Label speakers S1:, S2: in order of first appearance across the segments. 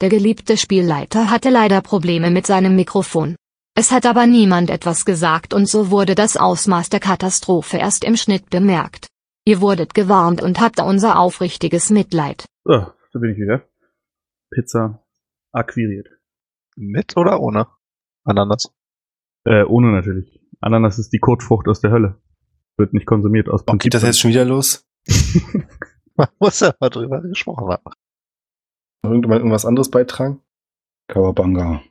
S1: Der geliebte Spielleiter hatte leider Probleme mit seinem Mikrofon. Es hat aber niemand etwas gesagt und so wurde das Ausmaß der Katastrophe erst im Schnitt bemerkt. Ihr wurdet gewarnt und habt unser aufrichtiges Mitleid.
S2: So, da bin ich wieder. Pizza akquiriert.
S3: Mit oder ohne? Ananas.
S2: Äh, ohne natürlich. Ananas ist die Kotfrucht aus der Hölle. Wird nicht konsumiert aus
S4: Oh, geht das jetzt schon wieder los?
S3: Man muss ja mal drüber gesprochen haben.
S5: Noch irgendjemand irgendwas anderes beitragen?
S6: Kawabanga.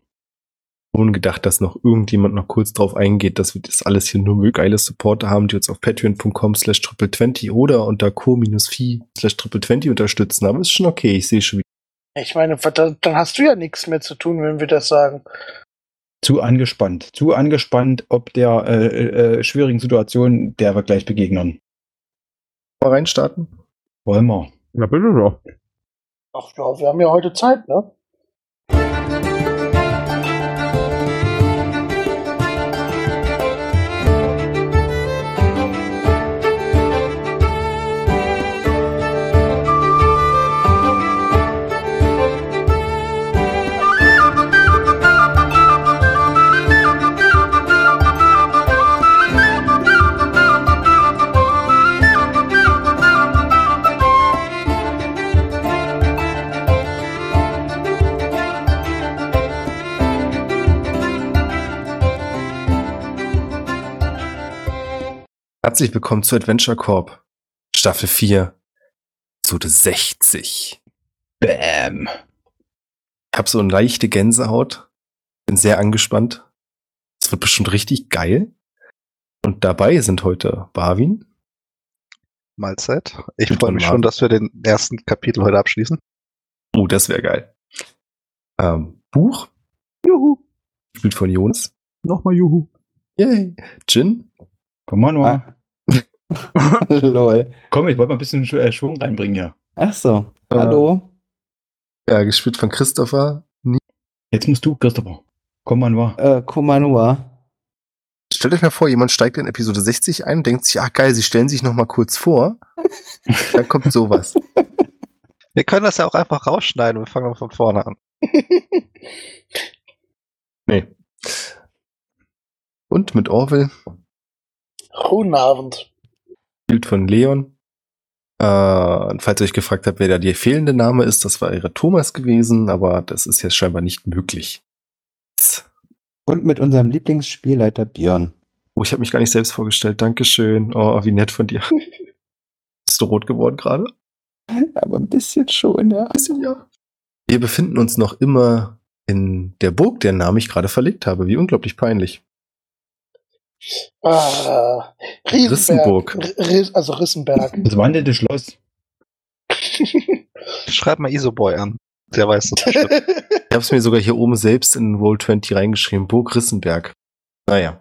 S5: Ungedacht, dass noch irgendjemand noch kurz drauf eingeht, dass wir das alles hier nur geile Supporter haben, die uns auf patreon.com slash triple20 oder unter co-fi slash triple20 unterstützen. Aber ist schon okay, ich sehe schon wieder.
S7: Ich meine, was- da- dann hast du ja nichts mehr zu tun, wenn wir das sagen.
S6: Zu angespannt. Zu angespannt, ob der äh, äh, schwierigen Situation, der wir gleich begegnen.
S5: Mal reinstarten?
S6: Wollen wir.
S2: Na bitte doch.
S7: Ach ja, wir haben ja heute Zeit, ne?
S5: Herzlich willkommen zu Adventure Corp. Staffel 4. Episode 60.
S6: Bäm.
S5: Ich habe so eine leichte Gänsehaut. Bin sehr angespannt. Es wird bestimmt richtig geil. Und dabei sind heute Barwin.
S3: Mahlzeit. Ich
S5: Guten
S3: freue mich
S5: Morgen.
S3: schon, dass wir den ersten Kapitel heute abschließen.
S5: Oh, das wäre geil. Ähm, Buch.
S2: Juhu.
S5: Spielt von Jonas.
S2: Nochmal Juhu.
S5: Yay. Jin.
S6: Komm mal nur.
S8: Ah. Lol.
S6: Komm, ich wollte mal ein bisschen Sch- äh, Schwung reinbringen hier.
S8: Ach so. Hallo.
S5: Äh, gespielt von Christopher.
S6: Jetzt musst du, Christopher. Komm mal nur.
S8: Äh, Komanua.
S5: Stellt euch mal vor, jemand steigt in Episode 60 ein, denkt sich, ach geil, sie stellen sich noch mal kurz vor. Dann kommt sowas.
S3: Wir können das ja auch einfach rausschneiden. Wir fangen von vorne an.
S5: Nee. Und mit Orwell.
S7: Guten Abend.
S5: gespielt von Leon. Äh, und falls ihr euch gefragt habt, wer da der fehlende Name ist, das war ihre Thomas gewesen, aber das ist jetzt scheinbar nicht möglich.
S8: Und mit unserem Lieblingsspielleiter Björn.
S5: Oh, ich habe mich gar nicht selbst vorgestellt. Dankeschön. Oh, wie nett von dir. Bist du rot geworden gerade?
S8: Aber ein bisschen schon, ja.
S5: Bisschen ja. Wir befinden uns noch immer in der Burg, deren Namen ich gerade verlegt habe. Wie unglaublich peinlich.
S7: Ah, Riesenberg.
S5: Rissenburg.
S7: R- Riss- also Rissenberg.
S6: Das wandelte Schloss.
S3: Schreib mal Isoboy an. Der weiß das bestimmt.
S7: Ach
S5: Ich habe es mir sogar hier oben selbst in Roll 20 reingeschrieben. Burg Rissenberg. Naja.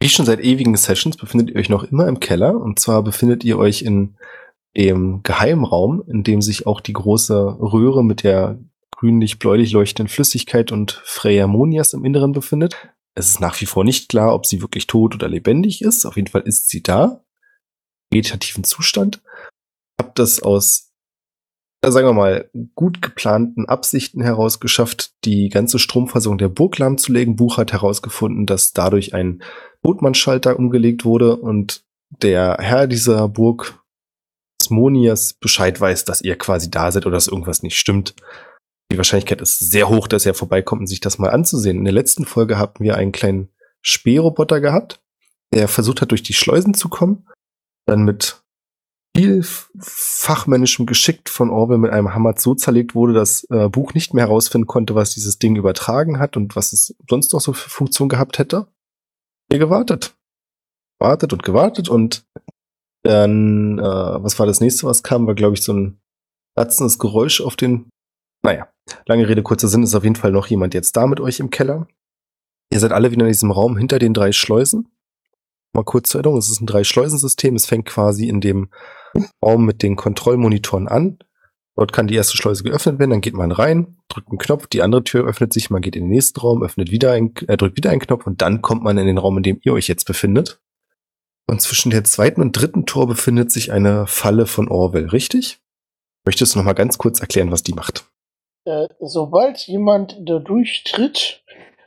S5: Wie schon seit ewigen Sessions befindet ihr euch noch immer im Keller. Und zwar befindet ihr euch in dem Geheimraum, in dem sich auch die große Röhre mit der grünlich-bläulich leuchtenden Flüssigkeit und Freyamonias im Inneren befindet. Es ist nach wie vor nicht klar, ob sie wirklich tot oder lebendig ist. Auf jeden Fall ist sie da. Vegetativen Zustand. Habt das aus, äh, sagen wir mal, gut geplanten Absichten heraus geschafft, die ganze Stromversorgung der Burg lahmzulegen. Buch hat herausgefunden, dass dadurch ein Notmannschalter umgelegt wurde und der Herr dieser Burg, Smonias, Bescheid weiß, dass ihr quasi da seid oder dass irgendwas nicht stimmt. Die Wahrscheinlichkeit ist sehr hoch, dass er vorbeikommt und sich das mal anzusehen. In der letzten Folge hatten wir einen kleinen Speerroboter gehabt, der versucht hat, durch die Schleusen zu kommen, dann mit viel f- fachmännischem Geschick von Orwell mit einem Hammer so zerlegt wurde, dass äh, Buch nicht mehr herausfinden konnte, was dieses Ding übertragen hat und was es sonst noch so für Funktion gehabt hätte. Ihr gewartet. Wartet und gewartet und dann, äh, was war das nächste, was kam, war, glaube ich, so ein ratzendes Geräusch auf den. Naja, lange Rede, kurzer Sinn, ist auf jeden Fall noch jemand jetzt da mit euch im Keller. Ihr seid alle wieder in diesem Raum hinter den drei Schleusen. Mal kurz zur Erinnerung, es ist ein Drei-Schleusen-System. Es fängt quasi in dem Raum mit den Kontrollmonitoren an. Dort kann die erste Schleuse geöffnet werden, dann geht man rein, drückt einen Knopf, die andere Tür öffnet sich, man geht in den nächsten Raum, öffnet wieder ein, äh, drückt wieder einen Knopf und dann kommt man in den Raum, in dem ihr euch jetzt befindet. Und zwischen der zweiten und dritten Tor befindet sich eine Falle von Orwell, richtig? Möchtest du noch mal ganz kurz erklären, was die macht?
S7: Äh, sobald jemand da durchtritt,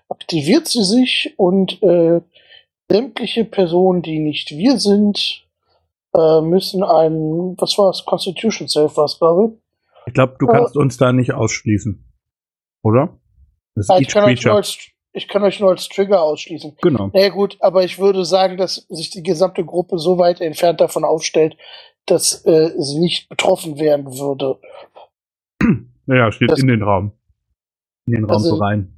S7: aktiviert sie sich und äh, sämtliche Personen, die nicht wir sind, äh, müssen einen, was war es, Constitution Save war es, glaube ich.
S2: Ich glaube, du
S7: Oh.
S2: kannst uns da nicht ausschließen. Oder? Das ist
S7: Ah, ich,
S2: each
S7: kann euch nur
S2: creature.
S7: als, ich kann euch nur als Trigger ausschließen.
S2: Genau.
S7: Naja gut, aber ich würde sagen, dass sich die gesamte Gruppe so weit entfernt davon aufstellt, dass äh, sie nicht betroffen werden würde.
S2: Ja, steht
S7: Das-
S2: in den Raum. In den Raum so
S7: Also-
S2: rein.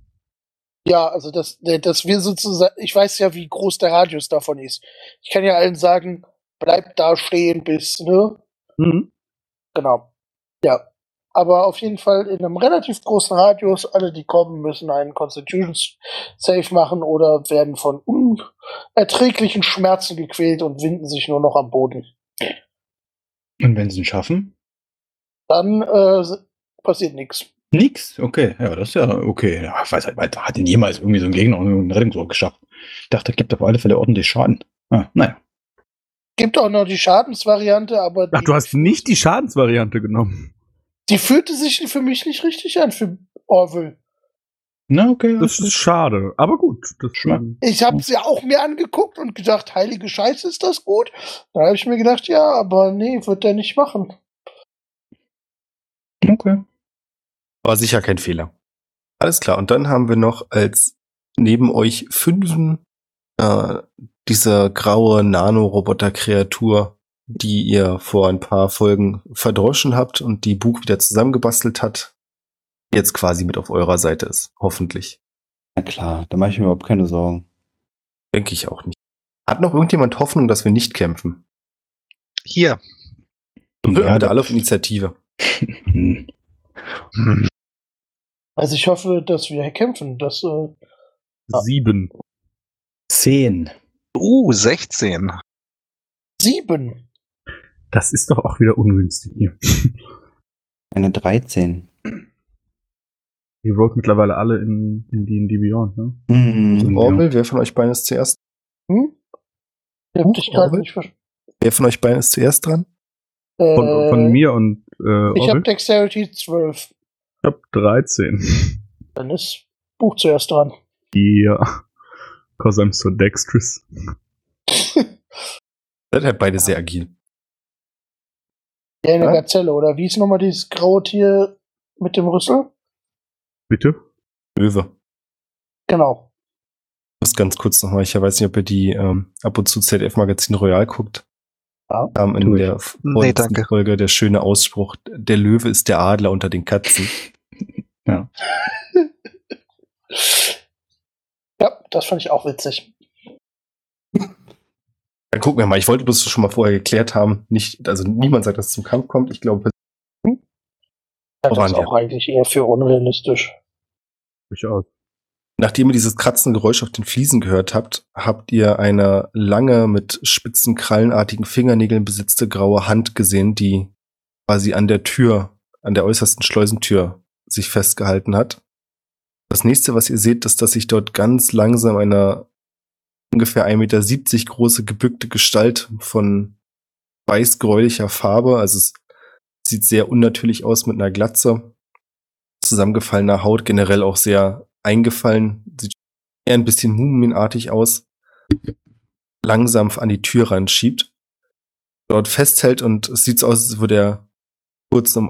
S7: Ja, also dass, dass wir sozusagen, ich weiß ja, wie groß der Radius davon ist. Ich kann ja allen sagen, bleibt da stehen bis, ne?
S2: Mhm.
S7: Genau. Ja. Aber auf jeden Fall in einem relativ großen Radius, alle, die kommen, müssen einen Constitution Safe machen oder werden von unerträglichen Schmerzen gequält und winden sich nur noch am Boden.
S6: Und wenn sie es schaffen?
S7: Dann äh, s- passiert nichts.
S6: Nix. Okay, ja, das ist ja okay. Ja, ich weiß halt, Alter, hat denn jemals irgendwie so ein Gegner einen Rettungsrohr geschafft? Ich dachte, gibt auf alle Fälle ordentlich Schaden. Ah, naja.
S7: Gibt auch noch die Schadensvariante, aber die,
S2: Ach, du hast nicht die Schadensvariante genommen.
S7: die fühlte sich für mich nicht richtig an, für Orwell.
S6: Na, okay.
S2: Das ist schade. Aber gut. Das
S6: Schmack.
S7: Ich habe sie auch mir angeguckt und gedacht, heilige Scheiße, ist das gut? Dann habe ich mir gedacht, ja, aber nee, wird der nicht machen.
S6: okay.
S5: War sicher kein Fehler. Alles klar. Und dann haben wir noch als neben euch fünfen äh, diese graue Nanoroboter-Kreatur, die ihr vor ein paar Folgen verdroschen habt und die Bug wieder zusammengebastelt hat, jetzt quasi mit auf eurer Seite ist. Hoffentlich.
S8: Na klar, da mache ich mir überhaupt keine Sorgen.
S5: Denke ich auch nicht. Hat noch irgendjemand Hoffnung, dass wir nicht kämpfen?
S3: Hier.
S5: Wir
S6: Ja,
S5: sind
S6: da,
S5: alle auf Initiative.
S6: hm.
S7: Also ich hoffe, dass wir kämpfen. Das, äh,
S2: Sieben.
S6: Zehn.
S3: Uh, 16.
S7: sieben.
S2: Das ist doch auch wieder ungünstig hier.
S8: Eine 13.
S2: Ihr rollt mittlerweile alle in, in die in die Beyond, ne?
S8: Hm.
S5: Orwell, wer von euch beiden ist zuerst?
S7: Hm?
S2: Hm,
S7: Ich hab
S5: Huch,
S7: dich gerade
S5: Orwell?
S7: nicht verstanden.
S5: Wer von euch beiden ist zuerst dran?
S7: Äh,
S2: Von, von mir und äh, Orwell.
S7: Ich habe Dexterity 12.
S2: ich hab 13.
S7: Dann ist Buch zuerst dran.
S2: Ja. Cause I'm so dexterous.
S5: Seid halt beide sehr agil.
S7: Ja, eine
S5: Ja?
S7: Gazelle, oder wie ist nochmal dieses graue Tier mit dem Rüssel?
S2: Bitte?
S5: Löwe.
S7: Genau.
S5: muss ganz kurz nochmal, ich weiß nicht, ob ihr die ähm, ab und zu ZF Magazin Royal guckt.
S7: Ja,
S5: ähm, in
S2: tu ich.
S5: der F-
S3: Nee,
S5: vorletzten
S3: danke.
S5: Folge der schöne Ausspruch, der Löwe ist der Adler unter den Katzen.
S7: Ja, das fand ich auch witzig.
S5: Dann gucken wir mal. Ich wollte bloß schon mal vorher geklärt haben, nicht, also niemand sagt, dass es zum Kampf kommt. Ich glaube,
S7: Ich
S5: Woran
S7: das
S5: wir?
S7: auch eigentlich eher für unrealistisch.
S2: Durchaus.
S5: Nachdem ihr dieses kratzende Geräusch auf den Fliesen gehört habt, habt ihr eine lange mit spitzen krallenartigen Fingernägeln besetzte graue Hand gesehen, die quasi an der Tür, an der äußersten Schleusentür sich festgehalten hat. Das nächste, was ihr seht, ist, dass sich dort ganz langsam eine ungefähr 1,70 Meter große gebückte Gestalt von weiß-gräulicher Farbe, also es sieht sehr unnatürlich aus mit einer Glatze, zusammengefallener Haut, generell auch sehr eingefallen, sieht eher ein bisschen mumienartig aus, langsam an die Tür ranschiebt, dort festhält und es sieht so aus, als würde er kurz um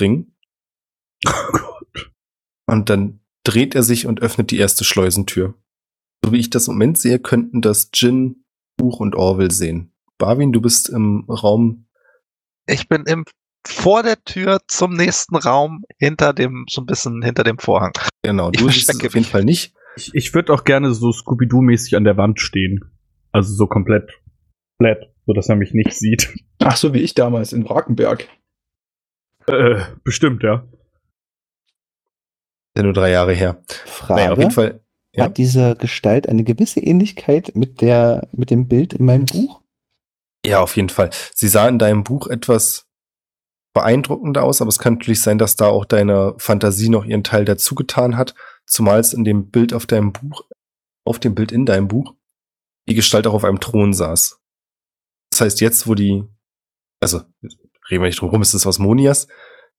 S5: ringen. Und dann dreht er sich und öffnet die erste Schleusentür. So wie ich das im Moment sehe, könnten das Jin, Buch und Orwell sehen. Barwin, du bist im Raum
S3: Ich bin im, vor der Tür zum nächsten Raum, hinter dem, so ein bisschen hinter dem Vorhang.
S5: Genau,
S3: Ich
S5: du siehst es
S3: verstecke
S5: auf jeden
S3: mich.
S5: Fall nicht.
S2: Ich, ich würde auch gerne so Scooby-Doo-mäßig an der Wand stehen. Also so komplett flat, sodass er mich nicht sieht.
S6: Ach, so wie ich damals in Brakenberg.
S2: Äh, bestimmt, ja.
S5: Ist ja nur drei Jahre her.
S8: Frage.
S5: Naja, auf jeden Fall. ja.
S8: Hat diese Gestalt eine gewisse Ähnlichkeit mit, der, mit dem Bild in meinem Buch?
S5: Ja, auf jeden Fall. Sie sah in deinem Buch etwas beeindruckender aus, aber es kann natürlich sein, dass da auch deine Fantasie noch ihren Teil dazu getan hat, zumal es in dem Bild auf deinem Buch, auf dem Bild in deinem Buch, die Gestalt auch auf einem Thron saß. Das heißt, jetzt, wo die, also reden wir nicht drum rum, es ist aus Monias,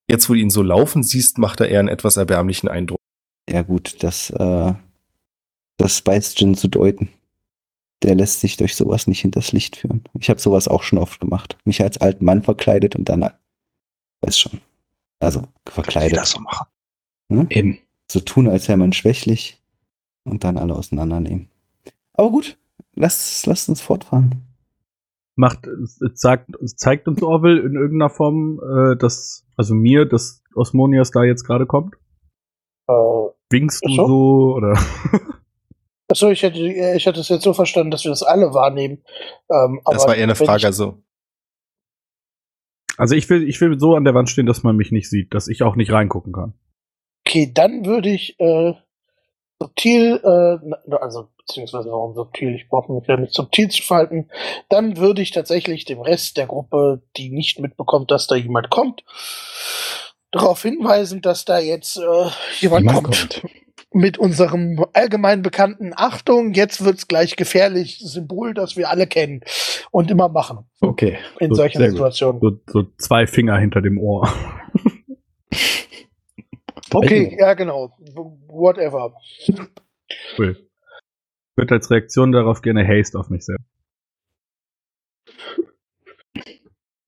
S5: Jetzt, wo du ihn so laufen siehst, macht er eher einen etwas erbärmlichen Eindruck.
S8: Ja, gut, das, äh, das weiß Jin zu deuten. Der lässt sich durch sowas nicht hinters Licht führen. Ich habe sowas auch schon oft gemacht. Mich als alten Mann verkleidet und dann. halt, Weiß schon. Also
S3: Die
S8: verkleidet.
S3: das so machen.
S8: Ne?
S6: Eben.
S8: So tun, als wäre man schwächlich und dann alle auseinandernehmen. Aber gut, lasst, lasst uns fortfahren.
S2: macht, äh, sagt, zeigt uns Orwell in irgendeiner Form, äh, dass, also mir, dass Osmonias da jetzt gerade kommt?
S7: Äh,
S2: Winkst du
S7: Ach so.
S2: so oder?
S7: achso, ich hätte, ich hätte es jetzt so verstanden, dass wir das alle wahrnehmen. Ähm, aber
S5: das war eher eine
S7: wenn
S5: Frage,
S7: Ich,
S5: also
S2: Also ich will, ich will so an der Wand stehen, dass man mich nicht sieht, dass ich auch nicht reingucken kann.
S7: okay, dann würde ich äh, subtil, äh, na- also beziehungsweise warum subtil, ich brauche mich ja nicht subtil zu verhalten, dann würde ich tatsächlich dem Rest der Gruppe, die nicht mitbekommt, dass da jemand kommt, darauf hinweisen, dass da jetzt äh, jemand
S6: Niemand
S7: kommt. mit unserem allgemein bekannten Achtung, jetzt wird's gleich gefährlich Symbol, das wir alle kennen und immer machen
S6: Okay.
S7: in
S6: Gut,
S7: solchen
S6: sehr gut.
S7: Situationen.
S2: So, so zwei Finger hinter dem Ohr.
S7: Okay, ja genau, W- whatever.
S2: Cool. Ich würde als Reaktion darauf gerne Haste auf mich setzen.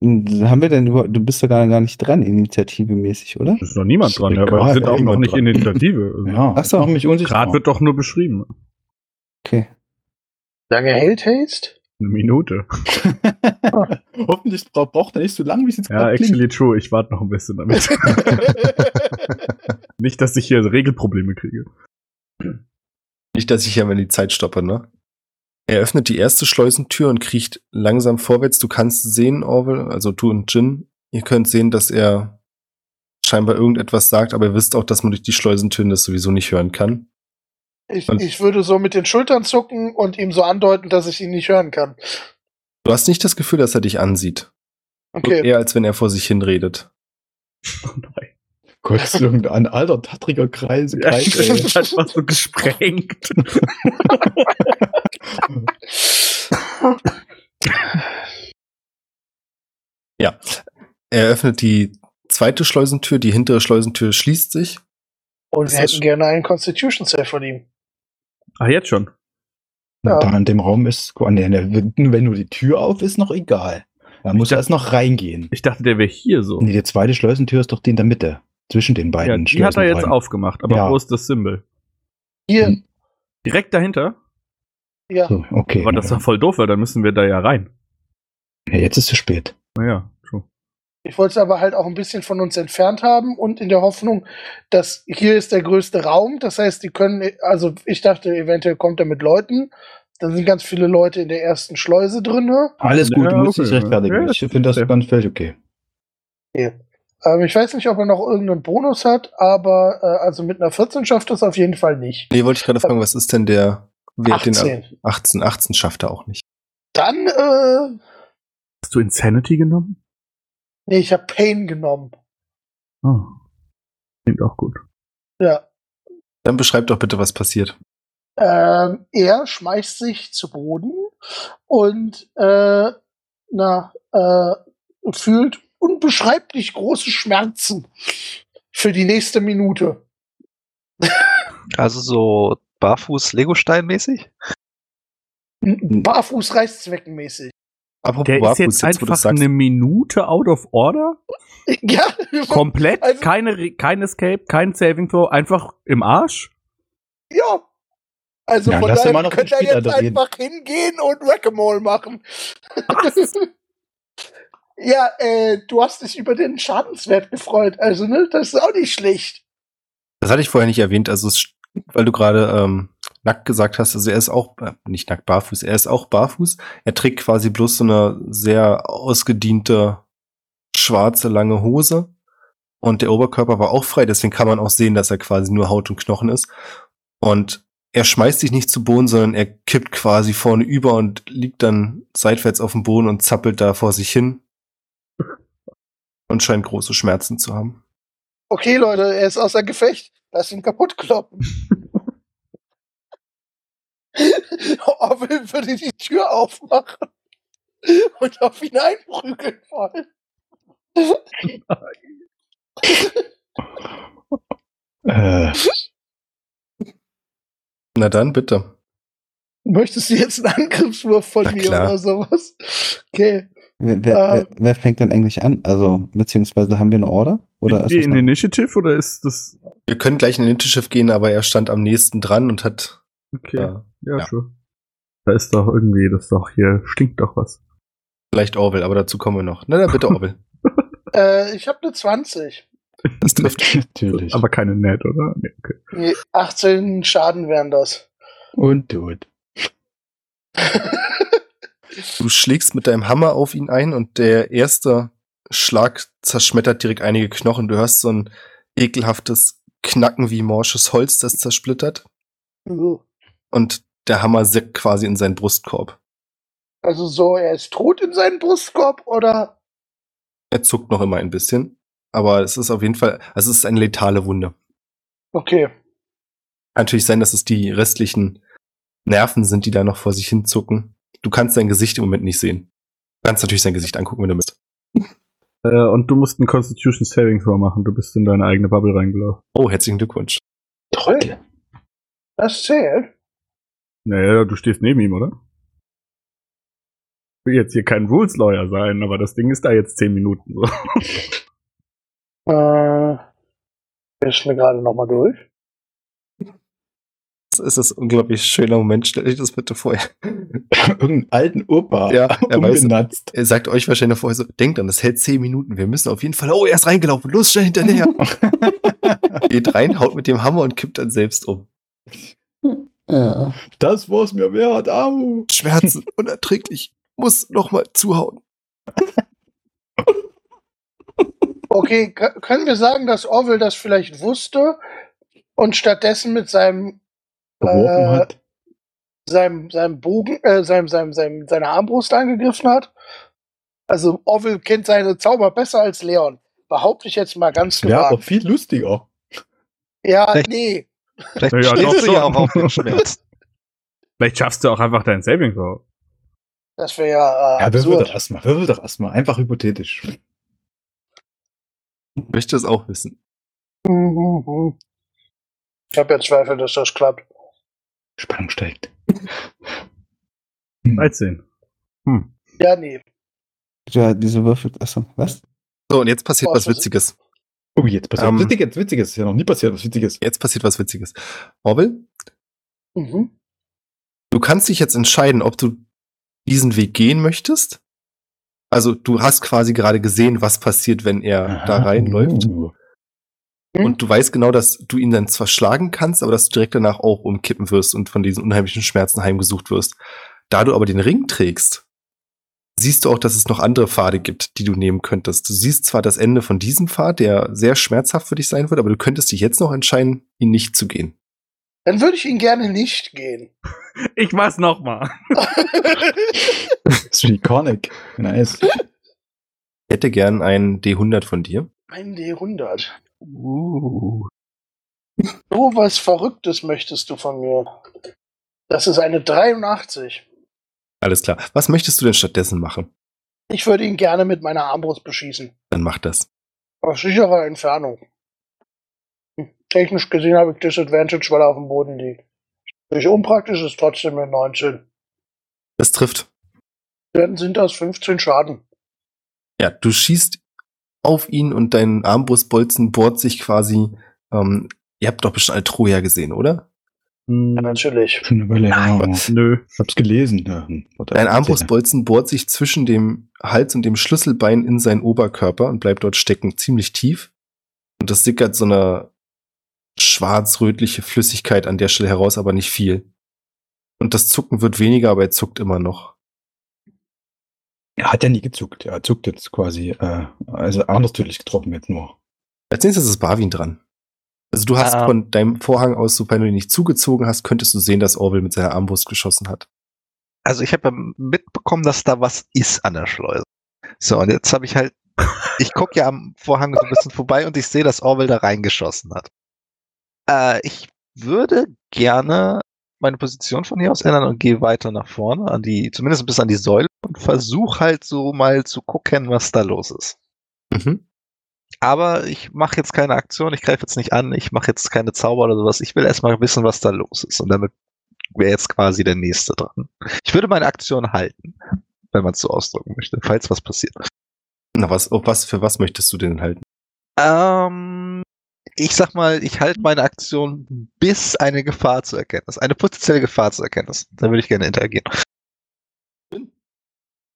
S8: Hm, Haben wir denn überhaupt, du bist doch gar, gar nicht dran, initiativemäßig, oder?
S2: Ist noch niemand dran,
S6: Ja,
S2: aber wir sind
S6: ja,
S2: auch noch
S6: irgendwann
S2: nicht in
S6: dran.
S2: der Initiative. Also
S6: Ja,
S8: Ach so.
S6: mach mich unsicher.
S2: Grad wird doch nur beschrieben.
S8: Okay.
S7: Lange hält Haste?
S2: Eine Minute.
S6: Hoffentlich bra- braucht er nicht so lange, wie es jetzt
S2: Ja,
S6: gerade
S2: actually true. Ich warte noch ein bisschen damit. nicht, dass ich hier Regelprobleme kriege.
S5: nicht, dass ich ja mal die Zeit stoppe, ne? Er öffnet die erste Schleusentür und kriecht langsam vorwärts. Du kannst sehen, Orwell, also du und Jin, ihr könnt sehen, dass er scheinbar irgendetwas sagt, aber ihr wisst auch, dass man durch die Schleusentüren das sowieso nicht hören kann.
S7: Ich, ich würde so mit den Schultern zucken und ihm so andeuten, dass ich ihn nicht hören kann.
S5: Du hast nicht das Gefühl, dass er dich ansieht.
S7: Okay,
S5: Eher als wenn er vor sich hin redet.
S2: Oh nein.
S6: Kurz irgendein alter, tattriger Kreis.
S2: Ja,
S6: Kreis ey.
S2: das hat was so gesprengt.
S5: Er öffnet die zweite Schleusentür, die hintere Schleusentür schließt sich.
S7: und wir hätten gerne einen Constitution Save von ihm.
S2: Ach, jetzt schon.
S7: Ja.
S6: Da in dem Raum ist, oh, nee, nee, wenn nur die Tür auf ist, noch egal. Da muss er erst noch reingehen.
S2: Ich dachte, der wäre hier so.
S6: Nee, die zweite Schleusentür ist doch die in der Mitte. Zwischen den
S2: ja,
S6: beiden
S2: die hat er jetzt
S6: Schleusenräumen.
S2: aufgemacht, aber
S6: Ja.
S2: wo ist das Symbol?
S7: Hier,
S6: Hm.
S2: Direkt dahinter?
S7: ja.
S6: So, okay.
S2: Aber das ist
S6: na,
S2: doch voll doof, weil dann müssen wir da ja rein.
S6: ja, jetzt ist es zu spät.
S2: Naja, true.
S7: Ich wollte es aber halt auch ein bisschen von uns entfernt haben und in der Hoffnung, dass hier ist der größte Raum. Das heißt, die können, also ich dachte, eventuell kommt er mit Leuten. Dann sind ganz viele Leute in der ersten Schleuse drin. ne?
S6: Alles gut,
S2: Ja,
S6: du musst
S2: okay.
S6: dich rechtfertigen.
S2: Ja,
S6: ich finde das
S2: ja.
S6: ganz völlig okay.
S7: Ähm, ich weiß nicht, ob er noch irgendeinen Bonus hat, aber äh, also mit einer 14 schafft es auf jeden Fall nicht.
S5: Nee, wollte ich gerade fragen, was ist denn der Wert?
S7: 18.
S5: Den 18, 18 schafft er auch nicht.
S7: Dann, äh,
S2: Hast du Insanity genommen?
S7: nee, ich habe Pain genommen.
S2: Ah. Klingt auch gut.
S7: Ja.
S5: Dann beschreib doch bitte, was passiert.
S7: Ähm, er schmeißt sich zu Boden und äh, na, äh, fühlt unbeschreiblich große Schmerzen für die nächste Minute.
S3: Also so barfuß Legostein mäßig?
S6: Hm.
S7: Barfuß reißzweckenmäßig.
S5: Apropos
S2: Der ist
S5: Barfuß,
S2: jetzt
S5: wo
S2: einfach
S5: du's sagst.
S2: eine Minute out of order?
S7: Ja,
S2: Komplett?
S7: Also-
S2: keine, Re- kein Escape, kein Saving Throw, einfach im Arsch?
S7: ja. Also
S6: Ja,
S7: von
S6: lass
S7: daher
S6: mal noch den
S7: könnt ihr jetzt
S6: Spieler reden.
S7: einfach hingehen und Whack-a-Mole machen. ja, äh, du hast dich über den Schadenswert gefreut, also ne, das ist auch nicht schlecht.
S5: Das hatte ich vorher nicht erwähnt, also es, st- weil du gerade ähm, nackt gesagt hast, also er ist auch, äh, nicht nackt, barfuß, er ist auch barfuß. Er trägt quasi bloß so eine sehr ausgediente schwarze lange Hose und der Oberkörper war auch frei, deswegen kann man auch sehen, dass er quasi nur Haut und Knochen ist. Und er schmeißt sich nicht zu Boden, sondern er kippt quasi vorne über und liegt dann seitwärts auf dem Boden und zappelt da vor sich hin und scheint große Schmerzen zu haben.
S7: Okay, Leute, er ist außer Gefecht. Lass ihn kaputt kloppen. Orwell würde die Tür aufmachen und auf ihn einprügeln wollen.
S6: Äh,
S5: Na dann, bitte.
S7: Möchtest du jetzt einen Angriffswurf von
S5: Na
S7: mir
S5: klar.
S7: oder sowas? Okay.
S8: Wer, wer,
S7: Ah.
S8: wer, wer fängt dann eigentlich an? Also, beziehungsweise haben wir eine Order? Oder
S2: Sind
S8: ist
S2: wir
S8: das
S2: in
S8: noch-
S2: Initiative oder ist das.
S5: Wir können gleich in den Tischschiff gehen, aber er stand am nächsten dran und hat.
S2: Okay. Ja,
S5: Ja,
S2: ja. sure. Da ist doch irgendwie, das ist doch hier, stinkt doch was.
S5: vielleicht Orwell, aber dazu kommen wir noch. Na dann, bitte, Orwell.
S7: Äh, ich habe eine 20.
S5: Das trifft.
S6: natürlich.
S2: Aber keine Net, oder? Nee, okay.
S7: Nee, 18 Schaden wären das.
S6: Und tot.
S5: Du schlägst mit deinem Hammer auf ihn ein und der erste Schlag zerschmettert direkt einige Knochen. Du hörst so ein ekelhaftes Knacken wie morsches Holz, das zersplittert.
S7: also
S5: Und der Hammer sackt quasi in seinen Brustkorb.
S7: so, er ist tot in seinem Brustkorb oder?
S5: Er zuckt noch immer ein bisschen. Aber es ist auf jeden Fall, also es ist eine letale Wunde.
S7: Okay.
S5: Kann natürlich sein, dass es die restlichen Nerven sind, die da noch vor sich hinzucken. Du kannst sein Gesicht im Moment nicht sehen. Du kannst natürlich sein Gesicht angucken, wenn du willst.
S2: Äh, und du musst einen Constitution Saving Throw machen, du bist in deine eigene Bubble reingelaufen.
S5: Oh, herzlichen Glückwunsch.
S6: Trottel.
S7: Das zählt.
S2: Naja, du stehst neben ihm, oder? Will jetzt hier kein Rules Lawyer sein, aber das Ding ist da jetzt 10 Minuten. So.
S7: Äh, ist mir gerade nochmal durch.
S5: Das ist das unglaublich schöner Moment. Stell dich das bitte vor.
S6: Irgendeinen alten Opa.
S5: Ja, er weiß-
S6: umgenatzt.
S5: Er sagt euch wahrscheinlich vorher so, denkt an, das hält zehn Minuten. Wir müssen auf jeden Fall. Oh, er ist reingelaufen. Los, schnell hinterher. Geht rein, haut mit dem Hammer und kippt dann selbst um.
S8: Ja.
S6: Das war's mir wert. Au.
S5: Schmerzen, unerträglich. Muss nochmal zuhauen.
S7: Okay, k- können wir sagen, dass Orwell das vielleicht wusste und stattdessen mit seinem,
S6: Verworfen
S7: Äh,
S6: hat.
S7: seinem, seinem Bogen, äh, seinem, seinem, seinem, seiner Armbrust angegriffen hat? Also Orwell kennt seine Zauber besser als Leon. Behaupte ich jetzt mal ganz
S6: Wäre aber
S7: gewagt.
S6: viel lustiger.
S7: Ja,
S3: Vielleicht-
S7: nee.
S3: Vielleicht
S2: Ja, ja, doch
S3: stehst du ja
S2: schon.
S3: auch auf den Schmerz.
S2: Vielleicht schaffst du auch einfach deinen Saving Throw.
S7: Das wäre ja, äh,
S6: Ja, wir würden
S7: absurd.
S6: erstmal. Wir würden erstmal. Einfach hypothetisch.
S5: Ich möchte es auch wissen.
S7: Mhm. Ich habe ja Zweifel, dass das klappt.
S6: Spannung steigt.
S2: 13. Hm.
S7: Ja, nee.
S8: ja, diese Würfel. Achso, was?
S5: So, und jetzt passiert
S7: Oh,
S5: was
S7: das-
S5: Witziges.
S6: Oh, jetzt passiert
S5: Ähm.
S6: was Witziges. Witziges. Ist ja noch nie passiert, was Witziges.
S5: Jetzt passiert was Witziges. Orwell,
S7: Mhm.
S5: du kannst dich jetzt entscheiden, ob du diesen Weg gehen möchtest. Also, du hast quasi gerade gesehen, was passiert, wenn er da reinläuft.
S6: Oh.
S7: Mhm.
S5: Und du weißt genau, dass du ihn dann zwar schlagen kannst, aber dass du direkt danach auch umkippen wirst und von diesen unheimlichen Schmerzen heimgesucht wirst. Da du aber den Ring trägst, siehst du auch, dass es noch andere Pfade gibt, die du nehmen könntest. Du siehst zwar das Ende von diesem Pfad, der sehr schmerzhaft für dich sein wird, aber du könntest dich jetzt noch entscheiden, ihn nicht zu gehen.
S7: Dann würde ich ihn gerne nicht gehen.
S2: Ich mach's nochmal.
S6: Das ist wie Karnik. Nice.
S5: Ich hätte gern einen D100 von dir.
S7: Ein D100.
S2: Uh.
S7: So was Verrücktes möchtest du von mir. Das ist eine 83.
S5: Alles klar. Was möchtest du denn stattdessen machen?
S7: Ich würde ihn gerne mit meiner Armbrust beschießen.
S5: Dann mach das.
S7: Aus sicherer Entfernung. Hm, Technisch gesehen habe ich Disadvantage, weil er auf dem Boden liegt. Durch unpraktisch ist trotzdem eine 19.
S5: Das trifft.
S7: Dann sind das 15 Schaden.
S5: Ja, du schießt auf ihn und dein Armbrustbolzen bohrt sich quasi. Ähm, ihr habt doch bestimmt alle Troja gesehen, oder?
S7: Ja,
S2: Hm,
S7: natürlich.
S6: Schon eine Weile her. aber Ich
S2: nö.
S6: hab's gelesen. Ja, hm, warte,
S5: Dein
S6: warte.
S5: Armbrustbolzen bohrt sich zwischen dem Hals und dem Schlüsselbein in seinen Oberkörper und bleibt dort stecken, ziemlich tief. Und das sickert so eine schwarz-rötliche Flüssigkeit an der Stelle heraus, aber nicht viel. Und das Zucken wird weniger, aber er zuckt immer noch.
S6: Er hat ja nie gezuckt. Er zuckt jetzt quasi. Äh, also anders tödlich getroffen jetzt nur.
S5: Als nächstes ist Barwin dran. Also du hast
S3: Ah.
S5: von deinem Vorhang aus, sofern du ihn nicht zugezogen hast, könntest du sehen, dass Orwell mit seiner Armbrust geschossen hat.
S3: Also ich habe ja mitbekommen, dass da was ist an der Schleuse. So, und jetzt habe ich halt, ich gucke ja am Vorhang so ein bisschen vorbei und ich sehe, dass Orwell da reingeschossen hat. Äh, ich würde gerne meine Position von hier aus ändern und gehe weiter nach vorne, an die, zumindest bis an die Säule und versuche halt so mal zu gucken, was da los ist.
S5: Mhm.
S3: Aber ich mache jetzt keine Aktion, ich greife jetzt nicht an, ich mache jetzt keine Zauber oder sowas. Ich will erstmal wissen, was da los ist. Und damit wäre jetzt quasi der Nächste dran. Ich würde meine Aktion halten, wenn man es so ausdrücken möchte, falls was passiert.
S5: Na, was, auf was, für was möchtest du denn halten?
S3: Ähm, ich sag mal, ich halte meine Aktion, bis eine Gefahr zu erkennen ist. Eine potenzielle Gefahr zu erkennen ist. Da würde ich gerne interagieren.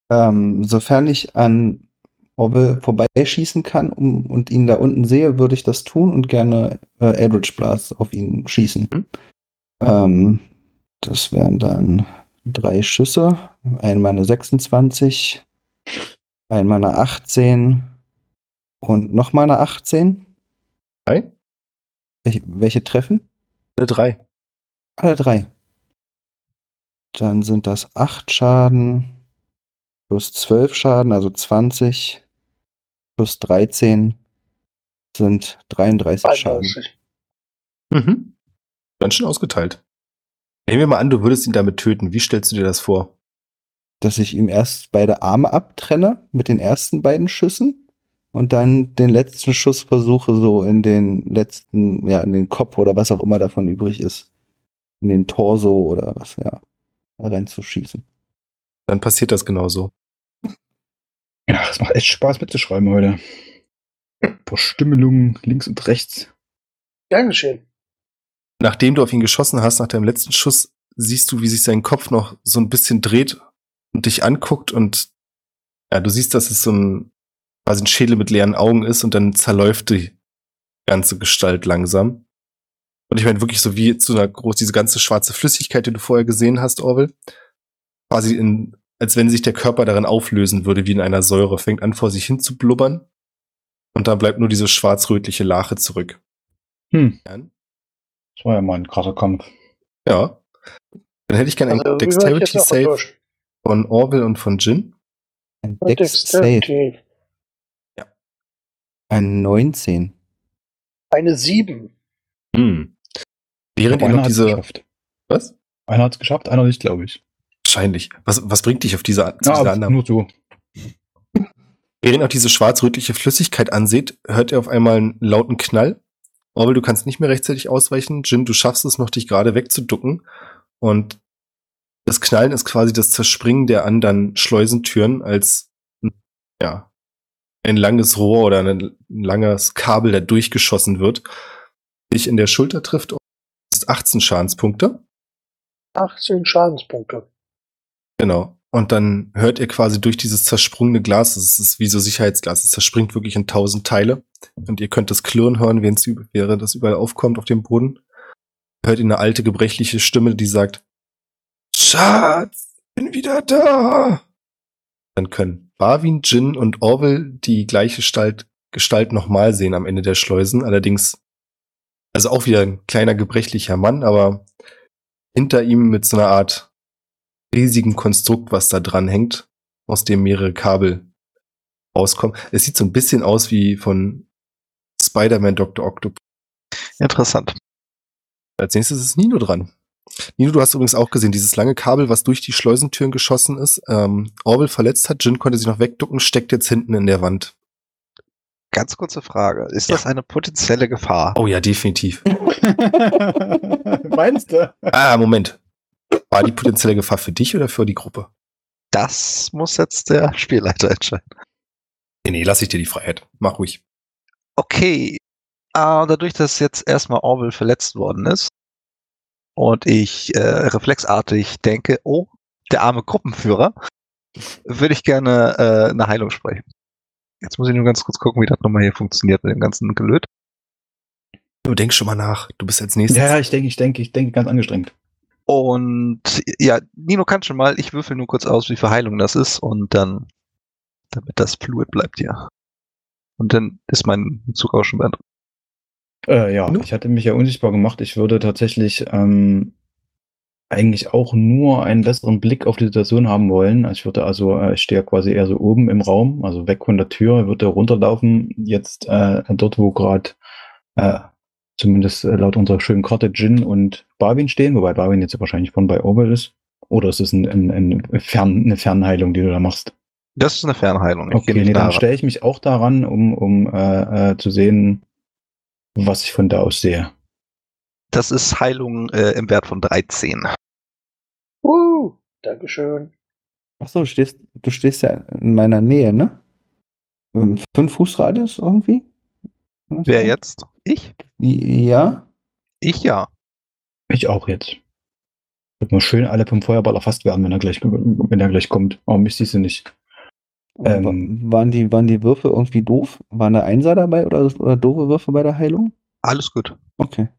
S8: Ähm, sofern ich an Orbe vorbeischießen kann um, und ihn da unten sehe, würde ich das tun und gerne äh, Eldritch Blast auf ihn schießen.
S3: Mhm.
S8: Ähm, das wären dann drei Schüsse. Einmal eine 26, einmal eine 18 und nochmal eine 18.
S5: Drei?
S8: Welche, welche treffen?
S5: Alle drei.
S8: Alle drei. Dann sind das 8 Schaden plus 12 Schaden, also 20 plus 13 sind 33 Schaden.
S5: Mhm. Ganz schön ausgeteilt. Nehmen wir mal an, du würdest ihn damit töten. Wie stellst du dir das vor?
S8: Dass ich ihm erst beide Arme abtrenne mit den ersten beiden Schüssen und dann den letzten Schuss versuche, so in den letzten, ja, in den Kopf oder was auch immer davon übrig ist, in den Torso oder was, ja, da reinzuschießen.
S5: Dann passiert das genauso.
S6: Ja, es macht echt Spaß mitzuschreiben heute. Ein paar Stümmelungen links und rechts.
S7: Gern geschehen.
S5: Nachdem du auf ihn geschossen hast, nach deinem letzten Schuss, siehst du, wie sich sein Kopf noch so ein bisschen dreht und dich anguckt und ja, du siehst, dass es so ein quasi ein Schädel mit leeren Augen ist und dann zerläuft die ganze Gestalt langsam. Und ich meine wirklich so wie zu einer groß diese ganze schwarze Flüssigkeit, die du vorher gesehen hast, Orwell, quasi in als wenn sich der Körper darin auflösen würde, wie in einer Säure, fängt an vor sich hin zu blubbern und dann bleibt nur diese schwarz-rötliche Lache zurück.
S6: Hm,
S5: Dann
S6: das war ja mal ein krasser Kampf.
S5: Ja. Dann hätte ich gerne einen
S7: Also, wie war ich jetzt
S5: Dexterity
S7: noch
S5: Save
S7: enttäuscht?
S5: von Orwell und von Jin.
S8: Ein Dex Save,
S7: Dexterity.
S8: ein 19.
S7: Eine 7.
S5: Hm. Während ihr
S6: Aber einer
S5: noch
S6: hat's
S5: diese.
S6: geschafft.
S5: Was?
S6: Einer hat es geschafft, einer nicht, glaube ich.
S5: Wahrscheinlich. Was, was bringt dich auf diese, zu
S6: Ja,
S5: dieser
S6: aber
S5: Annahme?
S6: nur so.
S5: Während ihr noch diese schwarz-rötliche Flüssigkeit anseht, hört ihr auf einmal einen lauten Knall. Orwell, du kannst nicht mehr rechtzeitig ausweichen. Jin, du schaffst es noch, dich gerade wegzuducken. Und das Knallen ist quasi das Zerspringen der anderen Schleusentüren, als ja, ein langes Rohr oder ein langes Kabel, der durchgeschossen wird, dich in der Schulter trifft und das ist 18 Schadenspunkte.
S7: 18 Schadenspunkte.
S5: Genau. Und dann hört ihr quasi durch dieses zersprungene Glas, es ist wie so Sicherheitsglas, es zerspringt wirklich in tausend Teile. Und ihr könnt das Klirren hören, wenn's üb- während das überall aufkommt auf dem Boden. Hört ihr eine alte, gebrechliche Stimme, die sagt, Schatz, bin wieder da. Dann können Barwin, Jin und Orwell die gleiche Gestalt, Gestalt nochmal sehen am Ende der Schleusen. Allerdings, also auch wieder ein kleiner, gebrechlicher Mann, aber hinter ihm mit so einer Art riesigen Konstrukt, was da dran hängt, aus dem mehrere Kabel rauskommen. Es sieht so ein bisschen aus wie von Spider-Man Dr. Octopus.
S3: Interessant.
S5: Als nächstes ist Nino dran. Nino, du hast übrigens auch gesehen, dieses lange Kabel, was durch die Schleusentüren geschossen ist, ähm, Orwell verletzt hat, Jin konnte sich noch wegducken, steckt jetzt hinten in der Wand.
S3: Ganz kurze Frage. Ist
S5: Ja.
S3: das eine potenzielle Gefahr?
S5: Oh ja, definitiv.
S6: Meinst du?
S5: ah, Moment. War die potenzielle Gefahr für dich oder für die Gruppe?
S3: Das muss jetzt der Spielleiter entscheiden.
S5: Nee, nee, lass ich dir die Freiheit. Mach ruhig.
S3: Okay. Ah, dadurch, dass jetzt erstmal Orwell verletzt worden ist und ich äh, reflexartig denke, oh, der arme Gruppenführer, würde ich gerne äh, eine Heilung sprechen. Jetzt muss ich nur ganz kurz gucken, wie das nochmal hier funktioniert mit dem ganzen Gelöt.
S5: Du denkst schon mal nach. Du bist als nächstes.
S6: Ja, ja, ich denke, ich denke, ich denke ganz angestrengt.
S3: Und ja, Nino kann schon mal. Ich würfel nur kurz aus, wie viel Heilung das ist und dann, damit das fluid bleibt hier. Und dann ist mein Zug auch schon beendet.
S6: Äh, ja,
S5: Nu?
S6: ich hatte mich ja unsichtbar gemacht. Ich würde tatsächlich ähm, eigentlich auch nur einen besseren Blick auf die Situation haben wollen. Also Ich würde also, äh, ich stehe ja quasi eher so oben im Raum, also weg von der Tür, würde runterlaufen. Jetzt äh, dort, wo gerade äh, zumindest äh, laut unserer schönen Karte Jin und Barwin stehen, wobei Barwin jetzt wahrscheinlich von bei Orwell ist. Oder ist es ein, ein, ein Fern, eine Fernheilung, die du da machst?
S3: Das ist eine Fernheilung. Ich geh
S6: Okay,
S3: nicht
S6: nee, dann
S3: daran.
S6: stelle ich mich auch daran, um, um äh, äh, zu sehen, was ich von da aus sehe.
S3: Das ist Heilung äh, im Wert von 13.
S7: Uh, Dankeschön.
S8: Ach so, du stehst, du stehst ja in meiner Nähe, ne? Ähm, Fünf Fuß Radius irgendwie?
S3: Wer jetzt? Ich?
S8: Ja.
S3: Ich ja.
S6: Ich auch jetzt. Wird mal schön alle vom Feuerball erfasst werden, wenn er gleich, wenn er gleich kommt. Oh, mich siehst du nicht. Ähm.
S8: Wa- waren, die, waren die Würfe irgendwie doof? Waren da Einser dabei oder, oder doofe Würfe bei der Heilung?
S3: Alles gut.
S8: Okay.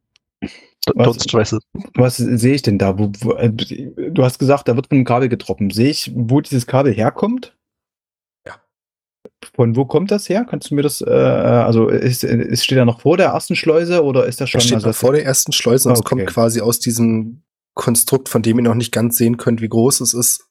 S3: D-
S6: Was?
S3: Don't stress it.
S6: Was sehe ich denn da? Wo, wo, äh, du hast gesagt, da wird von einem Kabel getroffen. Sehe ich, wo dieses Kabel herkommt?
S5: Ja.
S6: Von wo kommt das her? Kannst du mir das, äh, also ist, ist, steht er noch vor der ersten Schleuse oder ist das schon?
S5: Er steht
S6: also
S5: noch vor der ersten Schleuse und es
S6: Okay.
S5: kommt quasi aus diesem Konstrukt, von dem ihr noch nicht ganz sehen könnt, wie groß es ist.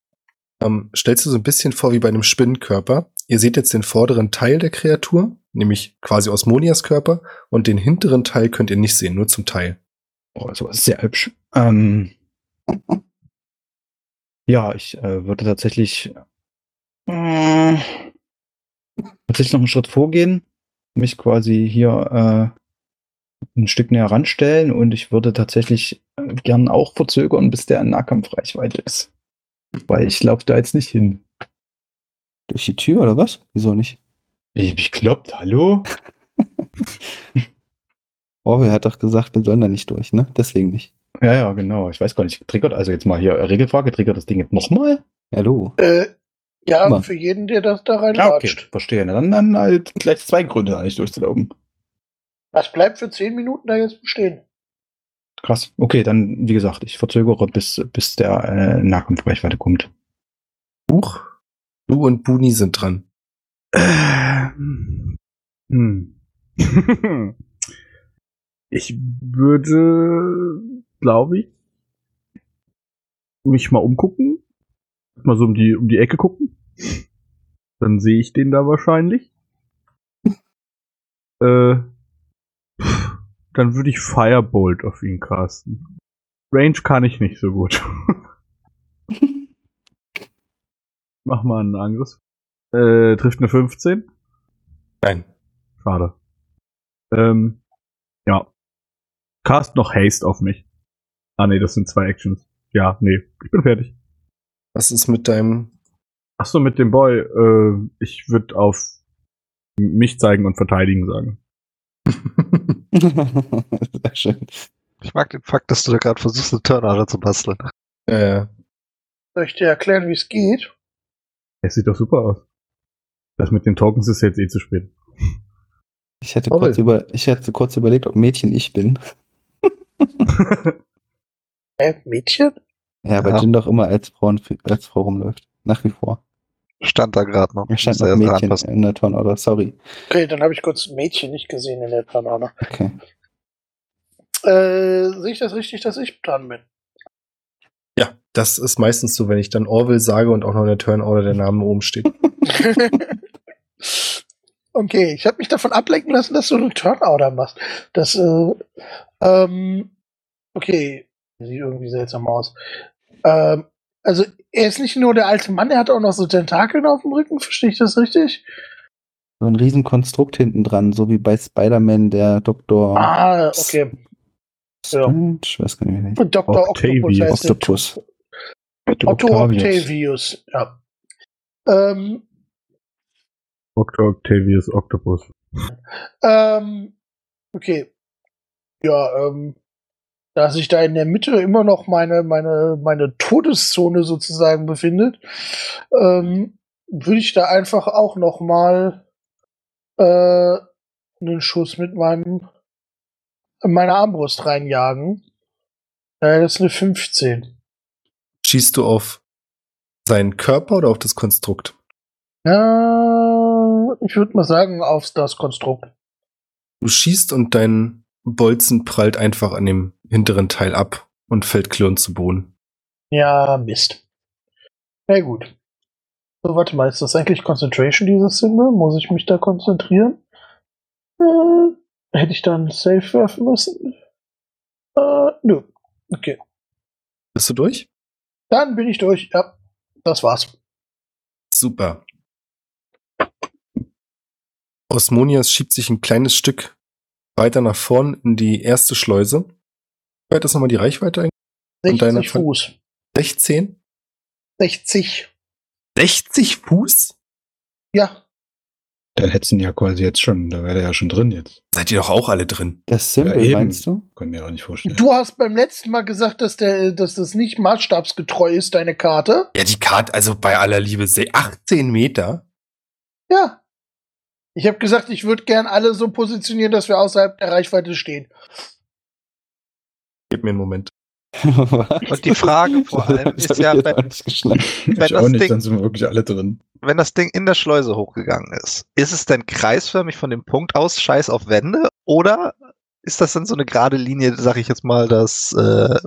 S5: Ähm, stellst du so ein bisschen vor wie bei einem Spinnenkörper. Ihr seht jetzt den vorderen Teil der Kreatur, nämlich quasi Osmonias Körper, und den hinteren Teil könnt ihr nicht sehen, nur zum Teil.
S6: Oh, sowas ist sehr hübsch. Ähm, ja, ich äh, würde tatsächlich äh, tatsächlich noch einen Schritt vorgehen, mich quasi hier äh, ein Stück näher ranstellen und ich würde tatsächlich äh, gern auch verzögern, bis der in Nahkampfreichweite ist. Weil ich laufe da jetzt nicht hin.
S8: Durch die Tür oder was? Wieso nicht?
S6: Ich, ich kloppt, hallo?
S8: Orwell Oh, hat doch gesagt, wir sollen da nicht durch, ne? Deswegen nicht.
S6: Ja, ja, genau. Ich weiß gar nicht. Triggert also jetzt mal hier äh, Regelfrage, triggert das Ding jetzt nochmal?
S8: Hallo.
S7: Äh, ja,
S8: Mann.
S7: für jeden, der das da
S6: Ja, okay,
S7: reinlatscht.
S6: verstehe. Na, Dann, dann halt gleich zwei Gründe, da nicht durchzulaufen.
S7: Das bleibt für zehn Minuten da jetzt bestehen.
S6: Krass. Okay, dann, wie gesagt, ich verzögere, bis, bis der äh, Nahkampfreichweite kommt.
S5: Buch, du und Buni sind dran.
S2: Ähm. Hm. ich würde, glaube ich, mich mal umgucken. Mal so um die, um die Ecke gucken. Dann sehe ich den da wahrscheinlich. äh, pff, dann würde ich Firebolt auf ihn casten. Range kann ich nicht so gut. Mach mal einen Angriff. Äh, trifft eine 15.
S5: Nein.
S2: Schade. Ähm, ja. Cast noch Haste auf mich. Ah, nee, das sind zwei Actions. Ja, nee, ich bin fertig.
S5: Was ist mit deinem
S2: Ach so, mit dem Boy, äh, ich würde auf mich zeigen und verteidigen sagen.
S8: Sehr schön.
S3: Ich mag den Fakt, dass du da gerade versuchst, eine Turnader zu basteln.
S5: äh,
S7: Soll ich dir erklären, wie es geht?
S2: Es sieht doch super aus. Das mit den Tokens ist jetzt eh zu spät.
S8: Ich hätte,
S5: Orwell.
S8: kurz über, ich hätte kurz überlegt, ob Mädchen ich bin.
S7: Äh, Mädchen?
S8: Ja, weil
S3: Ja.
S8: Jin doch immer als Frau, als Frau rumläuft. Nach wie vor.
S3: Stand da gerade noch.
S8: Er stand
S3: Muss
S8: noch
S3: erst
S8: Mädchen
S3: anpassen.
S8: in der Ton, oder? Sorry.
S7: Okay, dann habe ich kurz ein Mädchen nicht gesehen in der Panane.
S8: Okay.
S7: Äh, sehe ich das richtig, dass ich dran bin?
S5: Ja, das ist meistens so, wenn ich dann Orwell sage und auch noch in der Turnorder der Name oben steht.
S7: okay, ich habe mich davon ablenken lassen, dass du einen Turnout machst. Das, äh, ähm, okay, sieht irgendwie seltsam aus. Ähm, also er ist nicht nur der alte Mann, er hat auch noch so Tentakeln auf dem Rücken, verstehe ich das richtig?
S8: So ein Riesenkonstrukt hinten dran, so wie bei Spider-Man, der Doktor
S7: Ah, okay. ja.
S8: Strange, weiß gar nicht, wie der
S7: Und Dr. Octopus
S2: Octavius.
S7: heißt der
S8: Hm. Octopus.
S7: Otto Octavius, ja. Ähm,
S2: Dr. Octavius Octopus.
S7: ähm, okay. Ja, ähm, da sich da in der Mitte immer noch meine, meine, meine Todeszone sozusagen befindet, ähm, würde ich da einfach auch noch mal äh, einen Schuss mit meinem meiner Armbrust reinjagen. Äh, das ist eine 15.
S5: Schießt du auf seinen Körper oder auf das Konstrukt?
S7: Ja, ich würde mal sagen, auf das Konstrukt.
S5: Du schießt und dein Bolzen prallt einfach an dem hinteren Teil ab und fällt klirrend zu Boden.
S7: Ja, Mist. Na gut. So, warte mal, ist das eigentlich Concentration, dieses Symbol? Muss ich mich da konzentrieren? Äh, hätte ich da einen Safe werfen müssen? Äh, nö. Okay.
S5: Bist du durch?
S7: Dann bin ich durch. Ja, das war's.
S5: Super. Osmonias schiebt sich ein kleines Stück weiter nach vorn in die erste Schleuse. Wie weit ist nochmal die Reichweite eigentlich? Und deine
S7: 60 Fuß.
S5: 16?
S7: 60.
S5: 60 Fuß?
S7: Ja,
S6: Dann hättest du ihn ja quasi jetzt schon, da wäre er ja schon drin jetzt.
S5: Seid ihr doch auch alle drin.
S8: Das Symbol,
S6: Ja, eben.
S8: meinst du?
S6: Kann mir auch nicht vorstellen.
S7: du hast beim letzten Mal gesagt, dass, der, dass das nicht maßstabsgetreu ist, deine Karte.
S5: Ja, die Karte, also bei aller Liebe, se- 18 Meter.
S7: Ja. Ich habe gesagt, ich würde gern alle so positionieren, dass wir außerhalb der Reichweite stehen.
S5: Gib mir einen Moment.
S8: Und
S3: Und die Frage vor allem ist ja, wenn,
S6: ich
S3: das
S6: auch nicht,
S3: Ding-
S6: dann sind wir wirklich alle drin.
S3: wenn das Ding in der Schleuse hochgegangen ist, ist es denn kreisförmig von dem Punkt aus Scheiß auf Wände oder ist das dann so eine gerade Linie, sag ich jetzt mal, dass äh,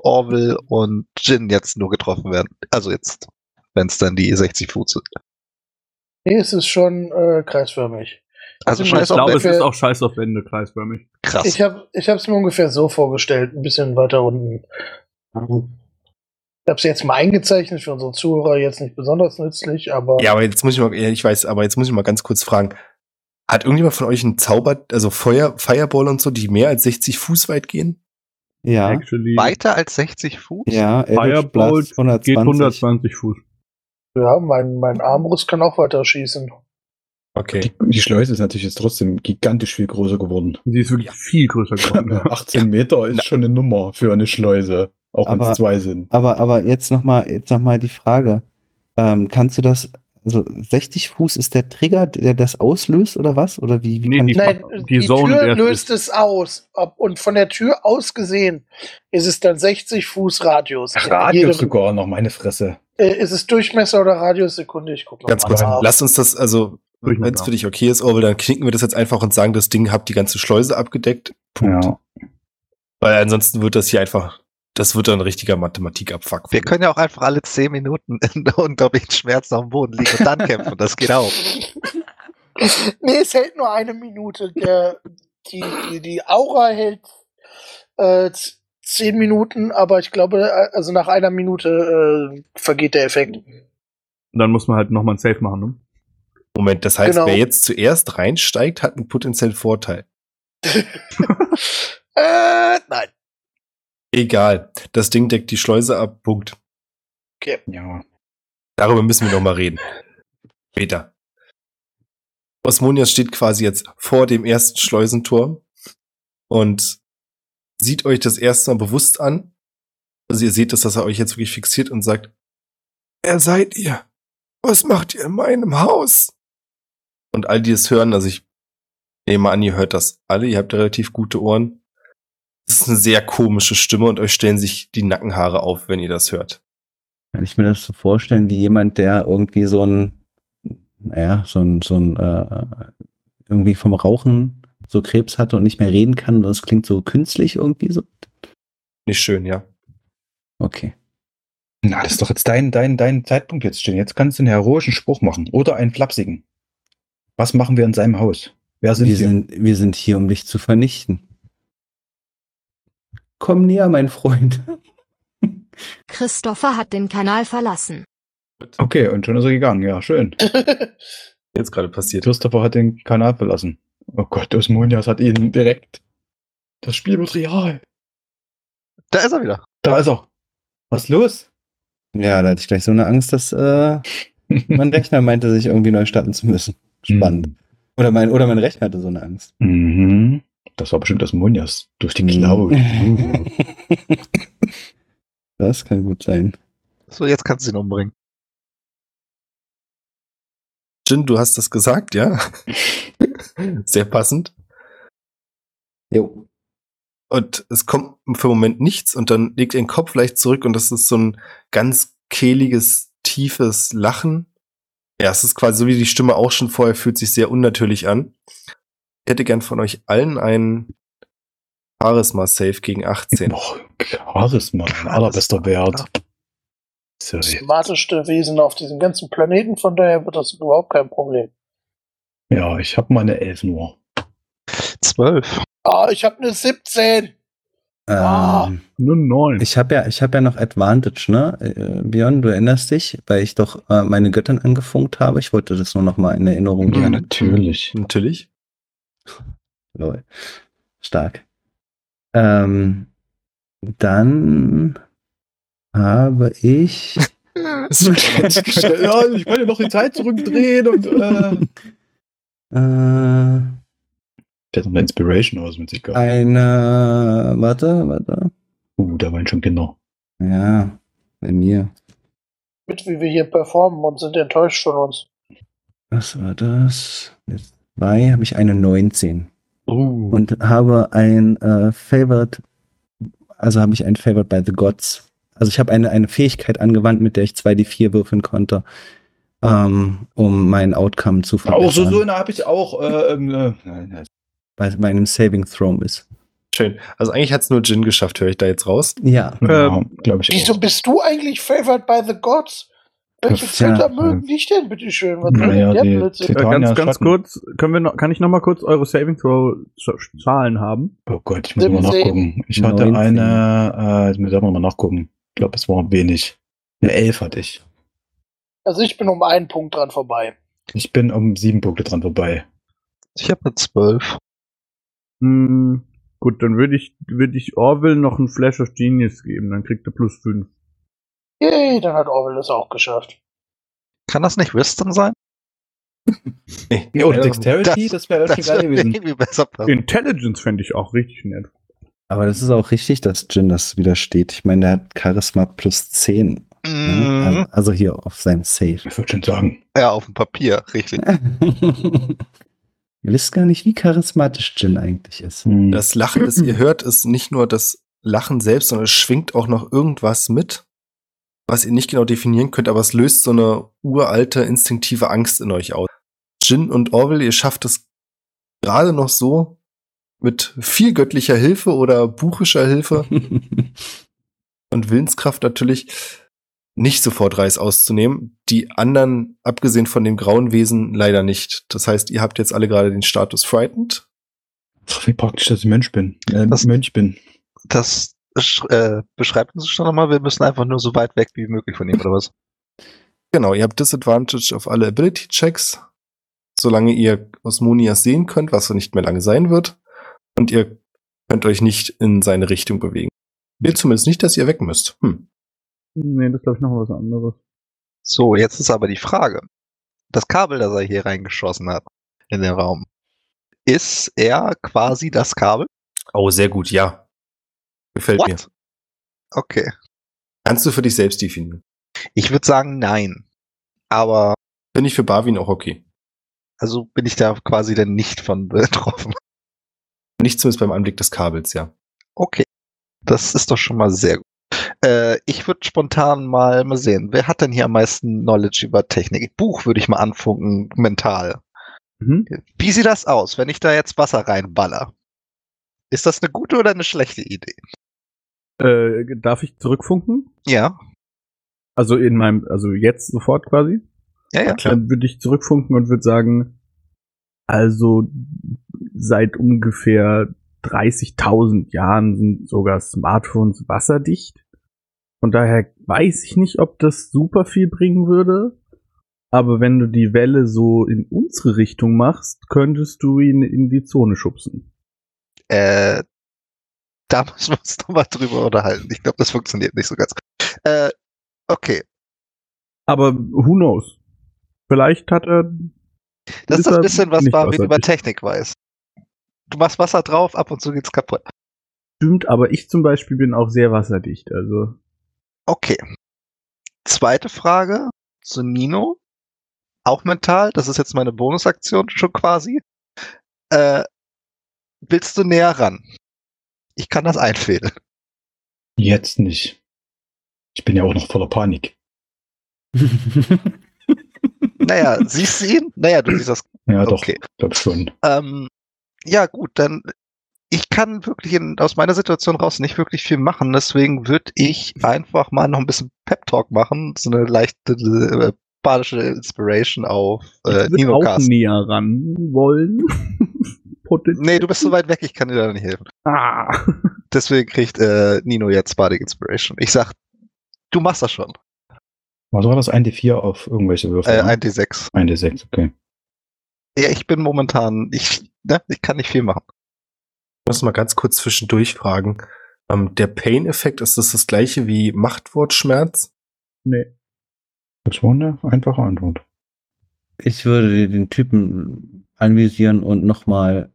S3: Orwell und Jin jetzt nur getroffen werden? Also jetzt, wenn es dann die 60 Fuß sind.
S7: Nee, es ist schon äh, kreisförmig.
S3: Also
S7: Ich
S2: ich
S3: Scheiß auf
S2: glaube, es
S3: Wände.
S2: ist auch scheiß auf Wände kreisförmig.
S3: Krass.
S7: Ich habe ich hab's mir ungefähr so vorgestellt, ein bisschen weiter unten. Ich habe es jetzt mal eingezeichnet für unsere Zuhörer, jetzt nicht besonders nützlich, aber
S5: Ja, aber jetzt muss ich mal, ja, ich weiß, aber jetzt muss ich mal ganz kurz fragen. Hat irgendjemand von euch einen Zauber, also Feuer, Fireball und so, die mehr als 60 Fuß weit gehen?
S8: ja,
S2: Actually,
S3: Weiter als 60 Fuß?
S8: ja, Eldritch
S2: Firebolt
S8: Blast
S2: geht
S8: 120.
S2: 120 Fuß.
S7: ja, mein, mein Armbrust kann auch weiter schießen.
S5: Okay.
S6: Die, die Schleuse ist natürlich jetzt trotzdem gigantisch viel größer geworden.
S2: Die ist wirklich
S5: Ja.
S2: viel größer geworden. ja.
S6: 18 Meter ist schon eine Nummer für eine Schleuse, auch wenn
S8: Aber-
S6: es zwei sind.
S8: Aber, aber jetzt nochmal jetzt noch mal die Frage. Ähm, kannst du das, also 60 Fuß ist der Trigger, der das auslöst oder was? Oder wie, wie
S2: Nee,
S8: kann
S2: die-
S8: ich
S7: Nein, äh,
S2: die
S7: die,
S2: Zone
S7: Tür
S2: erst
S7: löst es aus. Ob- Und von der Tür aus gesehen ist es dann 60 Fuß Radius.
S6: Radius
S7: Jede-
S6: sogar noch, meine Fresse.
S7: äh, ist es Durchmesser oder Radius? Sekunde, ich gucke
S5: Ganz kurz, lasst uns das, also,
S2: Ruhig mal
S5: wenn es
S2: da.
S5: für dich okay ist, Orwell, dann knicken wir das jetzt einfach und sagen, das Ding hat die ganze Schleuse abgedeckt. Punkt.
S6: Ja.
S5: Weil ansonsten wird das hier einfach, das wird dann ein richtiger Mathematikabfuck.
S3: Wir können ja auch einfach alle 10 Minuten in unglaublichen Schmerz auf dem Boden liegen und dann kämpfen. Das geht auch.
S7: nee, es hält nur eine Minute. Der, die, die, die Aura hält äh, z- zehn Minuten, aber ich glaube, äh, also nach einer Minute äh, vergeht der Effekt.
S2: Und dann muss man halt nochmal ein Safe machen, ne?
S5: Moment, das heißt,
S7: Genau.
S5: wer jetzt zuerst reinsteigt, hat einen potenziellen Vorteil.
S7: Äh, nein.
S5: Egal, das Ding deckt die Schleuse ab, Punkt.
S6: ja.
S5: Darüber müssen wir noch mal reden. Später. Osmonias steht quasi jetzt vor dem ersten Schleusentor und sieht euch das erste Mal bewusst an. Also ihr seht es, dass er euch jetzt wirklich fixiert und sagt, wer seid ihr? Was macht ihr in meinem Haus? Und all die es hören, also ich nehme an, ihr hört das alle, ihr habt relativ gute Ohren. Es ist eine sehr komische Stimme und euch stellen sich die Nackenhaare auf, wenn ihr das hört.
S8: Kann ich mir das so vorstellen, wie jemand, der irgendwie so ein, naja, so ein, so ein, äh, irgendwie vom Rauchen so Krebs hatte und nicht mehr reden kann. Das klingt so künstlich irgendwie so.
S5: Nicht schön, ja.
S8: Okay.
S6: Na, das ist doch jetzt dein, dein, dein Zeitpunkt jetzt stehen. Jetzt kannst du einen heroischen Spruch machen oder einen flapsigen. Was machen wir in seinem Haus? Wer sind
S8: Wir
S6: wir?
S8: sind, wir sind hier, um dich zu vernichten. Komm näher, mein Freund.
S1: Christopher hat den Kanal verlassen.
S6: Okay, und schon ist er gegangen. Ja, schön.
S5: Jetzt gerade passiert.
S6: Christopher hat den Kanal verlassen. Oh Gott, Osmonias hat ihn direkt. Das Spiel wird real.
S3: Da ist er wieder.
S6: Da ist er. Was ist los?
S8: Ja, da hatte ich gleich so eine Angst, dass äh,
S6: Mhm.
S8: mein Rechner meinte, sich irgendwie neu starten zu müssen. Spannend. Oder, mein, oder mein Rechner hatte so eine Angst.
S6: Mhm. Das war bestimmt Osmonias. Durch die Cloud. Mhm.
S8: Das kann gut sein.
S3: So, jetzt kannst du ihn umbringen.
S5: Jin, du hast das gesagt, ja? Sehr passend.
S8: Jo.
S5: Und es kommt für den Moment nichts und dann legt er den Kopf leicht zurück und das ist so ein ganz kehliges, tiefes Lachen. Ja, es ist quasi so wie die Stimme auch schon vorher, fühlt sich sehr unnatürlich an. Ich hätte gern von euch allen einen Charisma-Safe gegen 18.
S6: Noch Charisma, mein allerbester Wert. Sorry.
S7: Smarteste Wesen auf diesem ganzen Planeten, von daher wird das überhaupt kein Problem.
S6: Ja, ich habe meine Elf nur.
S3: 12.
S7: Ah, ich habe eine 17.
S2: Ah.
S8: Ähm,
S2: Nur neun.
S8: ich habe ja, ich hab ja noch Advantage, ne? Äh, Björn, du erinnerst dich, weil ich doch äh, meine Göttern angefunkt habe. Ich wollte das nur noch mal in
S2: Mhm.
S8: Erinnerung
S6: Ja,
S8: bringen.
S6: natürlich.
S5: Natürlich.
S8: Lol. Stark. Ähm, dann habe ich.
S5: Ist
S6: ja, ich kann ja noch die Zeit zurückdrehen und äh,
S8: Äh,
S6: fällt noch eine Inspiration aus mit sich.
S8: eine. Warte, warte.
S6: Uh, da waren schon Kinder.
S8: Ja, bei mir.
S7: mit, wie wir hier performen und sind enttäuscht von uns.
S8: Was war das? Mit zwei habe ich eine 19
S6: Uh.
S8: und habe ein äh, Favorite, also habe ich ein Favorite by the Gods. Also ich habe eine, eine Fähigkeit angewandt, mit der ich 2d4 würfeln konnte, ähm, um mein Outcome zu verbessern,
S6: Auch so, so eine habe ich auch. Äh, ähm, äh, nein, nein.
S8: weil es bei einem Saving Throw ist.
S5: Schön. Also eigentlich hat es nur Jin geschafft, höre ich da jetzt raus.
S8: Ja,
S6: ja, glaube ich
S7: Wieso
S6: auch.
S7: bist du eigentlich favored by the gods? Welche
S8: Tja,
S7: Götter
S6: ähm,
S7: mögen dich denn, bitteschön? Was soll
S6: Naja,
S7: denn der
S6: die
S7: Blödsinn?
S2: Äh,
S6: Titania
S2: ganz, ganz
S6: Schatten.
S2: kurz, können wir noch, kann ich noch mal kurz eure Saving Throw Z- Zahlen haben?
S6: Oh Gott, ich muss mal
S7: 17,
S6: nachgucken. Ich hatte
S8: 19.
S6: eine, äh, ich muss selber mal nachgucken. Ich glaube, es war wenig. Eine Elf hatte ich.
S7: Also ich bin um einen Punkt dran vorbei.
S6: Ich bin um sieben Punkte dran vorbei.
S3: Ich habe eine 12.
S2: Hm, gut, dann würde ich, würde ich Orville noch einen Flash of Genius geben, dann kriegt er plus fünf.
S7: Yay, dann hat Orwell das auch geschafft.
S3: Kann das nicht Wisdom sein?
S5: Nee.
S6: Ja, oder
S5: Ja,
S6: Dexterity, das, wäre irgendwie geil
S3: würde mir
S6: gewesen.
S3: irgendwie besser
S2: Genau.
S3: passen.
S2: Intelligence fände ich auch richtig nett.
S8: aber das ist auch richtig, dass Jin das widersteht. Ich meine, der hat Charisma plus 10. ne?
S3: Mhm.
S8: Also- Also hier auf sein Save.
S6: Ich würde schon sagen.
S3: Ja, auf dem Papier, richtig.
S8: Ihr wisst gar nicht, wie charismatisch Jin eigentlich ist.
S6: Hm.
S5: Das Lachen, das ihr hört, ist nicht nur das Lachen selbst, sondern es schwingt auch noch irgendwas mit, was ihr nicht genau definieren könnt, aber es löst so eine uralte, instinktive Angst in euch aus. Jin und Orwell, ihr schafft es gerade noch so mit viel göttlicher Hilfe oder buchischer Hilfe und Willenskraft natürlich nicht sofort Reis auszunehmen. Die anderen, abgesehen von dem grauen Wesen, leider nicht. Das heißt, ihr habt jetzt alle gerade den Status Frightened.
S6: Ach, wie praktisch, dass ich Mensch bin. Äh,
S3: Das-
S6: Mönch bin.
S3: Das sch- äh, beschreibt uns schon nochmal. Wir müssen einfach nur so weit weg wie möglich von ihm, oder was?
S5: Genau, ihr habt Disadvantage auf alle Ability-Checks, solange ihr Osmonias sehen könnt, was nicht mehr lange sein wird. Und ihr könnt euch nicht in seine Richtung bewegen. Will zumindest nicht, dass ihr weg müsst. Hm.
S2: Nee, das glaube ich noch mal was anderes.
S3: So, jetzt ist aber die Frage. Das Kabel, das er hier reingeschossen hat in den Raum, ist er quasi das Kabel?
S5: Oh, sehr gut, ja. Gefällt mir.
S3: What? Okay.
S5: Kannst du für dich selbst definieren.
S3: Ich würde sagen, nein. Aber,
S5: Finde ich für Barwin auch okay.
S3: also bin ich da quasi dann nicht von äh, betroffen.
S5: Nicht zumindest beim Anblick des Kabels, ja.
S3: Okay. Das ist doch schon mal sehr gut. Äh, ich würde spontan mal, mal sehen, wer hat denn hier am meisten Knowledge über Technik? Buch würde ich mal anfunken, mental.
S2: Mhm.
S3: Wie sieht das aus, wenn ich da jetzt Wasser reinballer? Ist das eine gute oder eine schlechte Idee?
S2: Äh, darf ich zurückfunken?
S3: Ja,
S2: Also in meinem, also jetzt sofort quasi?
S3: ja, ja.
S2: Dann würde ich zurückfunken und würde sagen, also seit ungefähr 30.000 Jahren sind sogar Smartphones wasserdicht. Von daher weiß ich nicht, ob das super viel bringen würde. Aber wenn du die Welle so in unsere Richtung machst, könntest du ihn in die Zone schubsen.
S3: Äh, da müssen wir uns nochmal drüber unterhalten. Ich glaube, das funktioniert nicht so ganz. Äh, okay.
S2: Aber who knows? Vielleicht hat er.
S3: Das ist
S2: er
S3: das bisschen, was
S2: nicht
S3: Barwin über
S2: wasserdicht.
S3: Technik weiß. Du machst Wasser drauf, ab und zu geht's kaputt.
S2: Stimmt, aber ich zum Beispiel bin auch sehr wasserdicht. Also
S3: Okay. Zweite Frage zu Nino. Auch mental. Das ist jetzt meine Bonusaktion schon quasi. Äh, willst du näher ran? Ich kann das einfädeln.
S6: Jetzt nicht. Ich bin ja auch noch voller Panik.
S3: Naja, siehst du ihn? Naja, du siehst das.
S6: Ja, doch,
S3: Okay.
S6: glaube schon.
S3: Ähm, ja, gut, dann ich kann wirklich in, aus meiner Situation raus nicht wirklich viel machen, deswegen würde ich einfach mal noch ein bisschen Pep-Talk machen, so eine leichte äh, badische Inspiration auf äh,
S2: ich würde
S3: Nino
S2: auch
S3: Cast.
S2: näher ran wollen. Potenzial.
S3: Nee, du bist so weit weg, ich kann dir da nicht helfen.
S2: Ah.
S3: Deswegen kriegt äh, Nino jetzt Bardic Inspiration. Ich sag, du machst das schon.
S6: Was war das? 1D4 auf irgendwelche Würfel?
S3: Äh,
S6: ne?
S3: 1d6.
S6: 1D6, okay.
S3: Ja, ich bin momentan, ich, ne, ich kann nicht viel machen.
S5: Ich muss mal ganz kurz zwischendurch fragen. Ähm, der Pain-Effekt, ist das das gleiche wie Machtwortschmerz?
S2: Nee.
S6: Das war eine einfache Antwort.
S4: Ich würde den Typen anvisieren und nochmal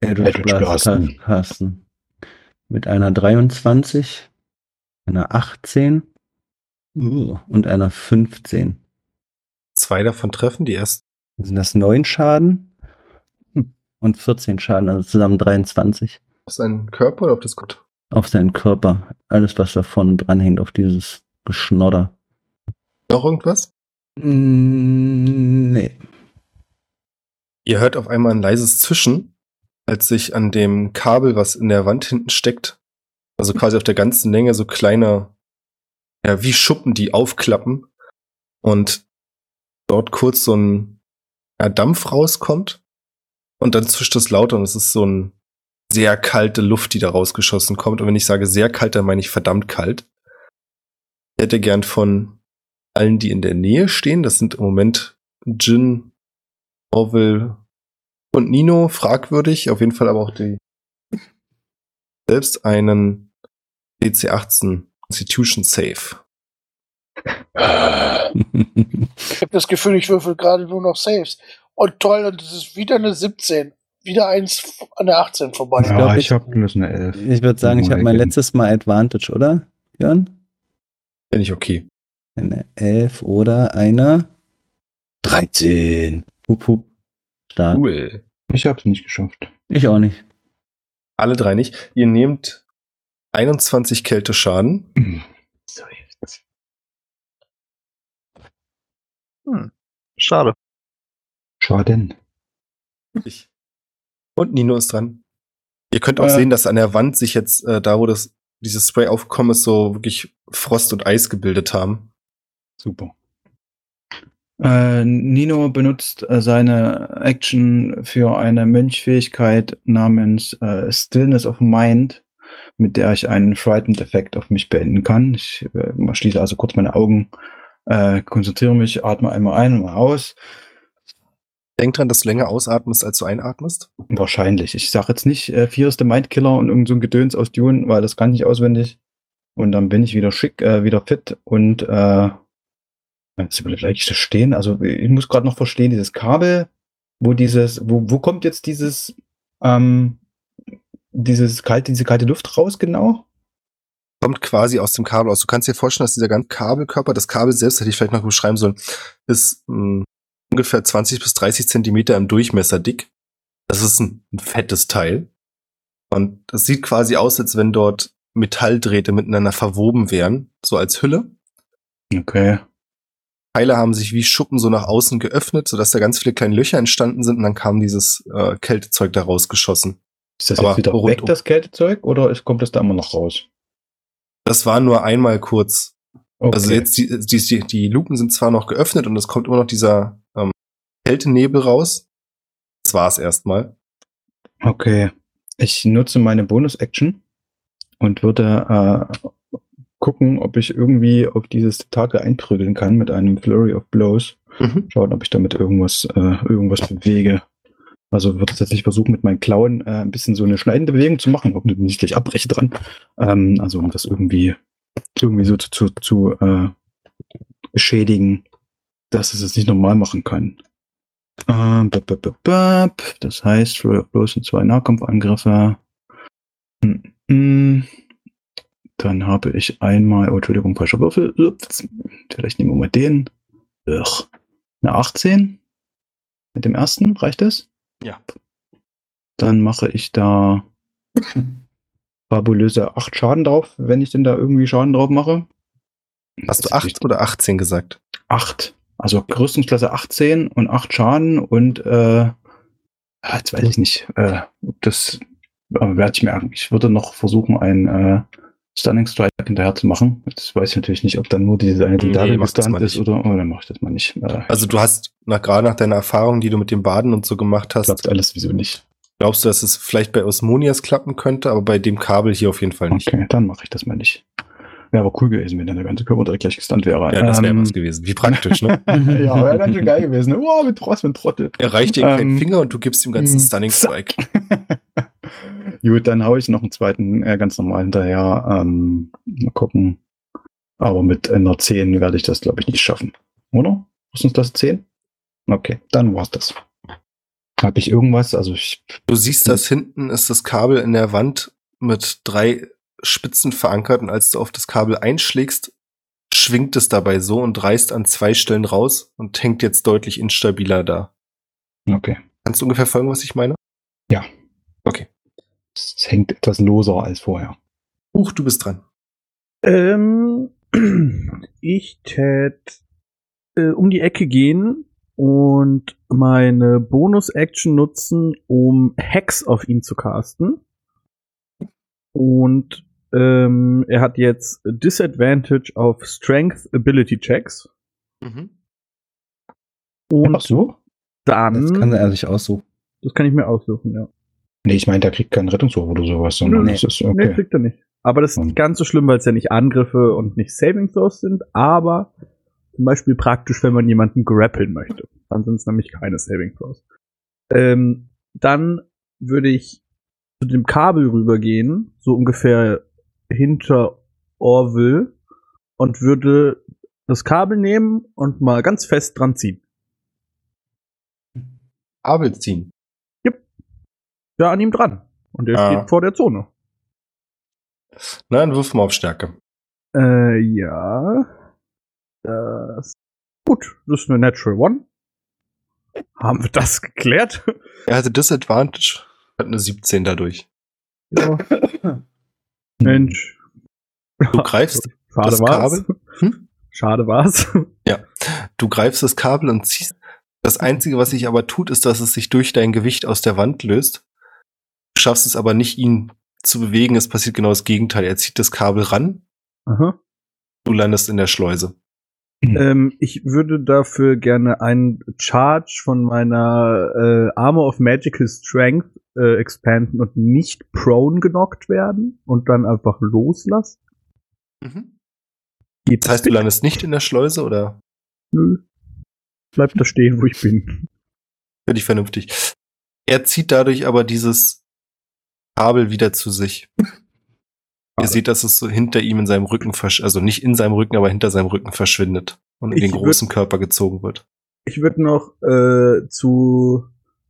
S4: Eldritch
S6: Eldritch
S4: Blast
S6: Blasten.
S4: ca- casten. Mit einer 23, einer 18 uh, und einer 15.
S5: Zwei davon treffen, die ersten.
S4: Dann Sind das 9 Schaden und 14 Schaden, also zusammen 23
S5: Auf seinen Körper oder auf das Gut?
S4: auf seinen Körper. Alles, was da vorne dranhängt, auf dieses Geschnodder.
S5: Noch irgendwas?
S4: Mm, Nee.
S5: Ihr hört auf einmal ein leises Zischen, als sich an dem Kabel, was in der Wand hinten steckt, also quasi auf der ganzen Länge so kleine, ja, wie Schuppen, die aufklappen und dort kurz so ein ja, Dampf rauskommt und dann zischt es lauter und es ist so ein sehr kalte Luft, die da rausgeschossen kommt. Und wenn ich sage sehr kalt, dann meine ich verdammt kalt. Ich hätte gern von allen, die in der Nähe stehen, das sind im Moment Jin, Orwell und Nino fragwürdig, auf jeden Fall aber auch die selbst einen DC-18 Constitution Safe.
S7: Ich habe das Gefühl, ich würfel gerade nur noch Saves. Und toll, und es ist wieder eine 17. Wieder eins an der 18 vorbei.
S4: Ich glaub,
S6: Ja,
S4: ich-
S6: ich habe bloß eine 11.
S4: Ich würde sagen, ich habe mein
S6: Morgen.
S4: letztes Mal Advantage, oder? Björn?
S5: Finde ich okay.
S4: Eine 11 oder eine 13. Hup, hup. Stark.
S5: Cool.
S6: Ich habe es nicht geschafft.
S4: Ich auch nicht.
S5: Alle drei nicht. Ihr nehmt 21 Kälteschaden.
S3: Schade.
S6: Schaden.
S5: Ich. Und Nino ist dran. Ihr könnt auch
S6: Äh.
S5: sehen, dass an der Wand sich jetzt, äh, da wo das, dieses Spray aufgekommen ist, so wirklich Frost und Eis gebildet haben.
S6: Super. Äh, Nino benutzt äh, seine Action für eine Mönchfähigkeit namens äh, Stillness of Mind, mit der ich einen Frightened-Effekt auf mich beenden kann. Ich äh, schließe also kurz meine Augen, äh, konzentriere mich, atme einmal ein und mal aus.
S5: Denkt dran, dass du länger ausatmest, als du einatmest.
S6: Wahrscheinlich. Ich sage jetzt nicht, äh, vier ist der Mindkiller und irgend so ein Gedöns aus Dune, weil das kann ich nicht auswendig. Und dann bin ich wieder schick, äh, wieder fit und äh, jetzt bleibe ich da stehen. Also ich muss gerade noch verstehen, dieses Kabel, wo dieses, wo, wo kommt jetzt dieses, ähm, dieses kalte, diese kalte Luft raus genau?
S5: kommt quasi aus dem Kabel aus. Du kannst dir vorstellen, dass dieser ganze Kabelkörper, das Kabel selbst hätte ich vielleicht noch beschreiben sollen, ist mh, ungefähr 20 bis 30 Zentimeter im Durchmesser dick. Das ist ein, ein fettes Teil. Und das sieht quasi aus, als wenn dort Metalldrähte miteinander verwoben wären, so als Hülle.
S6: Okay.
S5: Teile haben sich wie Schuppen so nach außen geöffnet, sodass da ganz viele kleine Löcher entstanden sind und dann kam dieses äh, Kältezeug da rausgeschossen.
S6: Ist das
S5: Aber
S6: jetzt wieder weg,
S5: rundum-
S6: das Kältezeug, oder ist, kommt das da immer noch raus?
S5: Das war nur einmal kurz.
S6: Okay.
S5: Also jetzt die, die, die, die Luken sind zwar noch geöffnet und es kommt immer noch dieser ähm, Kältenebel raus. Das war's erstmal.
S6: Okay. Ich nutze meine Bonus-Action und würde äh, gucken, ob ich irgendwie auf dieses Tentakel einprügeln kann mit einem Flurry of Blows. Schauen, ob ich damit irgendwas, äh, irgendwas bewege. Also würde tatsächlich versuchen, mit meinen Klauen äh, ein bisschen so eine schneidende Bewegung zu machen, ob ich nicht gleich abbreche dran. Ähm, also um das irgendwie, irgendwie so zu, zu, zu äh, beschädigen, dass es es nicht normal machen kann. Ähm, bap, bap, bap, bap. Das heißt, Roll of Blows sind zwei Nahkampfangriffe. Mm, mm. Dann habe ich einmal, oh, Entschuldigung, falscher Würfel. Ups. Vielleicht nehmen wir mal den. Ugh. Eine 18. Mit dem ersten, reicht das?
S5: Ja.
S6: Dann mache ich da fabulöse 8 Schaden drauf, wenn ich denn da irgendwie Schaden drauf mache.
S5: Hast du
S6: Das ist
S5: 8 oder 18 gesagt?
S6: 8. Also Rüstungsklasse 18 und 8 Schaden und äh, ah, jetzt weiß ich nicht. Äh, ob das äh, werde ich merken. Ich würde noch versuchen, einen äh, Stunning Strike hinterher zu machen. Jetzt weiß ich natürlich nicht, ob dann nur diese eine
S5: Nee,
S6: Date
S5: mach das
S6: gestunt
S5: mal
S6: ist
S5: nicht.
S6: oder. Oh, dann mache ich das mal nicht. Äh,
S5: Also du hast nach, gerade nach deiner Erfahrung, die du mit dem Baden und so gemacht hast,
S6: klappt alles wieso nicht.
S5: Glaubst du, dass es vielleicht bei Osmonias klappen könnte, aber bei dem Kabel hier auf jeden Fall nicht?
S6: Okay, dann mache ich das mal nicht. Wäre aber cool gewesen, wenn dann der ganze Körper direkt gleich gestunt wäre.
S5: Ja, das wäre
S6: Ähm,
S5: was gewesen. Wie praktisch, ne?
S6: ja, wäre ganz schön geil gewesen. ne? Wow, mit Tross, mit Trottel.
S5: Er reicht dir einen kleinen
S6: Ähm,
S5: Finger und du gibst ihm ganzen
S6: mh,
S5: Stunning Strike.
S6: Gut, dann hau ich noch einen zweiten äh, ganz normal hinterher. Ähm, mal gucken. Aber mit einer 10 werde ich das, glaube ich, nicht schaffen. Oder? Ist uns das 10? Okay, dann war's das. Habe ich irgendwas? Also ich.
S5: Du siehst, dass hinten ist das Kabel in der Wand mit drei Spitzen verankert und als du auf das Kabel einschlägst, schwingt es dabei so und reißt an zwei Stellen raus und hängt jetzt deutlich instabiler da.
S6: Okay.
S5: Kannst du ungefähr folgen, was ich meine?
S6: Es hängt etwas loser als vorher.
S5: Huch, du bist dran.
S2: Ähm, ich tät äh, um die Ecke gehen und meine Bonus-Action nutzen, um Hex auf ihn zu casten. Und ähm, er hat jetzt Disadvantage auf Strength Ability Checks. Und
S6: so?
S2: dann.
S8: Das kann er sich aussuchen.
S2: das kann ich mir aussuchen, ja.
S6: Nee, ich meine, der kriegt keinen Rettungswurf oder sowas, sondern
S2: Nö.
S6: es ist
S2: Nee,
S6: okay.
S2: kriegt er nicht. Aber das ist nicht ganz so schlimm, weil es ja nicht Angriffe und nicht Saving Throws sind, aber zum Beispiel praktisch, wenn man jemanden grappeln möchte. Dann sind es nämlich keine Saving Throws. Ähm, dann würde ich zu dem Kabel rübergehen, so ungefähr hinter Orville, und würde das Kabel nehmen und mal ganz fest dran ziehen.
S5: Kabel ziehen.
S2: Ja, an ihm dran. Und er
S5: Ah.
S2: steht vor der Zone.
S5: Na, dann wirf mal auf Stärke.
S2: Äh, ja. Das. Gut, das ist eine Natural One. Haben wir das geklärt?
S5: Er hatte Disadvantage, hat eine 17 dadurch.
S2: Ja. Mensch.
S5: Du greifst,
S2: Schade
S5: das
S2: war's.
S5: Kabel? Hm?
S2: Schade war's.
S5: du greifst das Kabel und ziehst. Das Einzige, was sich aber tut, ist, dass es sich durch dein Gewicht aus der Wand löst. Du schaffst es aber nicht, ihn zu bewegen. Es passiert genau das Gegenteil. Er zieht das Kabel ran,
S2: Aha.
S5: du landest in der Schleuse.
S2: Ähm, ich würde dafür gerne einen Charge von meiner äh, Armor of Magical Strength äh, expanden und nicht prone genockt werden und dann einfach loslassen.
S5: Mhm.
S2: Geht
S5: Das heißt, du landest nicht in der Schleuse oder?
S2: Nö. Bleib da stehen, wo ich bin.
S5: Finde ich vernünftig. Er zieht dadurch aber dieses Kabel wieder zu sich. Ihr seht, dass es so hinter ihm in seinem Rücken, versch also nicht in seinem Rücken, aber hinter seinem Rücken verschwindet und in
S2: Ich
S5: den
S2: würd-
S5: großen Körper gezogen wird.
S2: Ich würde noch äh, zu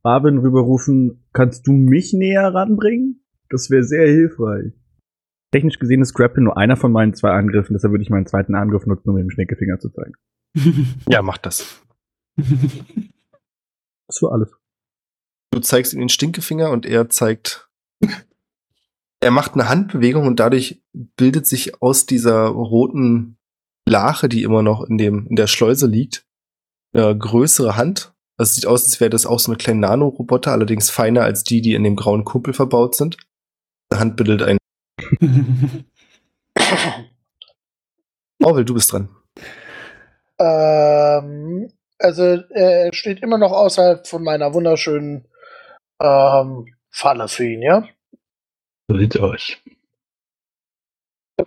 S2: Marvin rüberrufen, kannst du mich näher ranbringen? Das wäre sehr hilfreich. Technisch gesehen ist Grapple nur einer von meinen zwei Angriffen, deshalb würde ich meinen zweiten Angriff nutzen, um ihm den Schneckefinger zu zeigen.
S5: Ja, mach das.
S2: Das war alles.
S5: Du zeigst ihm den Stinkefinger und er zeigt. Er macht eine Handbewegung und dadurch bildet sich aus dieser roten Lache, die immer noch in, dem, in der Schleuse liegt, eine größere Hand. Das sieht aus, als wäre das auch so eine kleine Nanoroboter, allerdings feiner als die, die in dem grauen Kumpel verbaut sind. Die Hand bildet ein. Orwell, Oh, du bist dran.
S7: Ähm, also er steht immer noch außerhalb von meiner wunderschönen ähm, Falle für ihn, ja?
S6: So sieht's aus.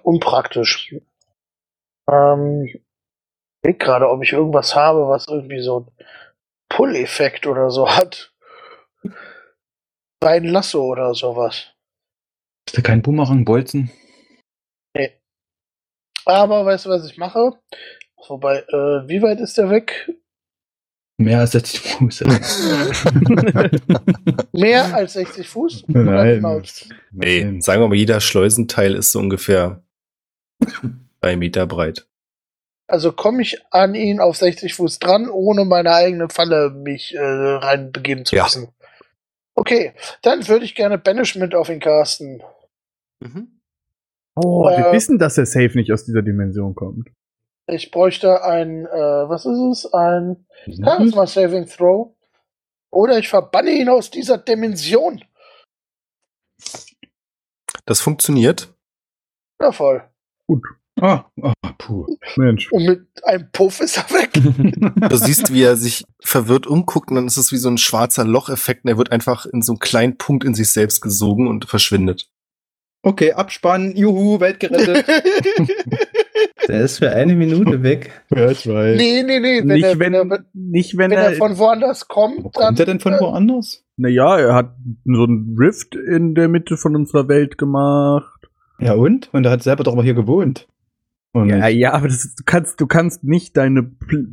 S7: Unpraktisch. Ähm, ich denk gerade, ob ich irgendwas habe, was irgendwie so einen Pull-Effekt oder so hat. Ein Lasso oder sowas.
S6: Ist da kein Bumerang, Bolzen?
S7: Aber weißt du, was ich mache? Wobei, äh, wie weit ist der weg?
S6: Mehr als 60 Fuß.
S7: Mehr als 60 Fuß? Oder genau?
S6: Nein. Hm.
S5: Nee, sagen wir mal, jeder Schleusenteil ist so ungefähr drei Meter breit.
S7: Also komme ich an ihn auf 60 Fuß dran, ohne meine eigene Falle mich äh, reinbegeben zu
S5: Ja.
S7: müssen. Okay, dann würde ich gerne Banishment auf ihn casten.
S2: Oh, wir
S7: Äh.
S2: wissen, dass er safe nicht aus dieser Dimension kommt.
S7: Ich bräuchte ein, äh, was ist es? Ein
S6: Mhm.
S7: Charisma Saving Throw. Oder ich verbanne ihn aus dieser Dimension.
S5: Das funktioniert.
S7: Wundervoll.
S2: Gut.
S6: Ah, ah, puh.
S2: Mensch.
S7: Und mit einem Puff ist er weg.
S5: Du siehst, wie er sich verwirrt umguckt und dann ist es wie so ein schwarzer Locheffekt und er wird einfach in so einen kleinen Punkt in sich selbst gesogen und verschwindet.
S6: Okay, abspannen. Juhu, Welt gerettet.
S4: Der ist für eine Minute weg.
S6: ja, ich weiß.
S7: nee, nee, nee. Wenn,
S2: nicht,
S7: er,
S2: wenn,
S7: wenn, er, wenn,
S2: nicht, wenn,
S7: er
S2: er.
S7: von woanders kommt,
S6: Wo
S7: dann.
S6: kommt er denn
S2: äh,
S6: von woanders?
S2: naja, er hat so einen Rift in der Mitte von unserer Welt gemacht.
S6: Ja, und? Und er hat selber doch mal hier gewohnt. Und
S2: Ja, ja, aber das, du, kannst, du kannst nicht deine Pl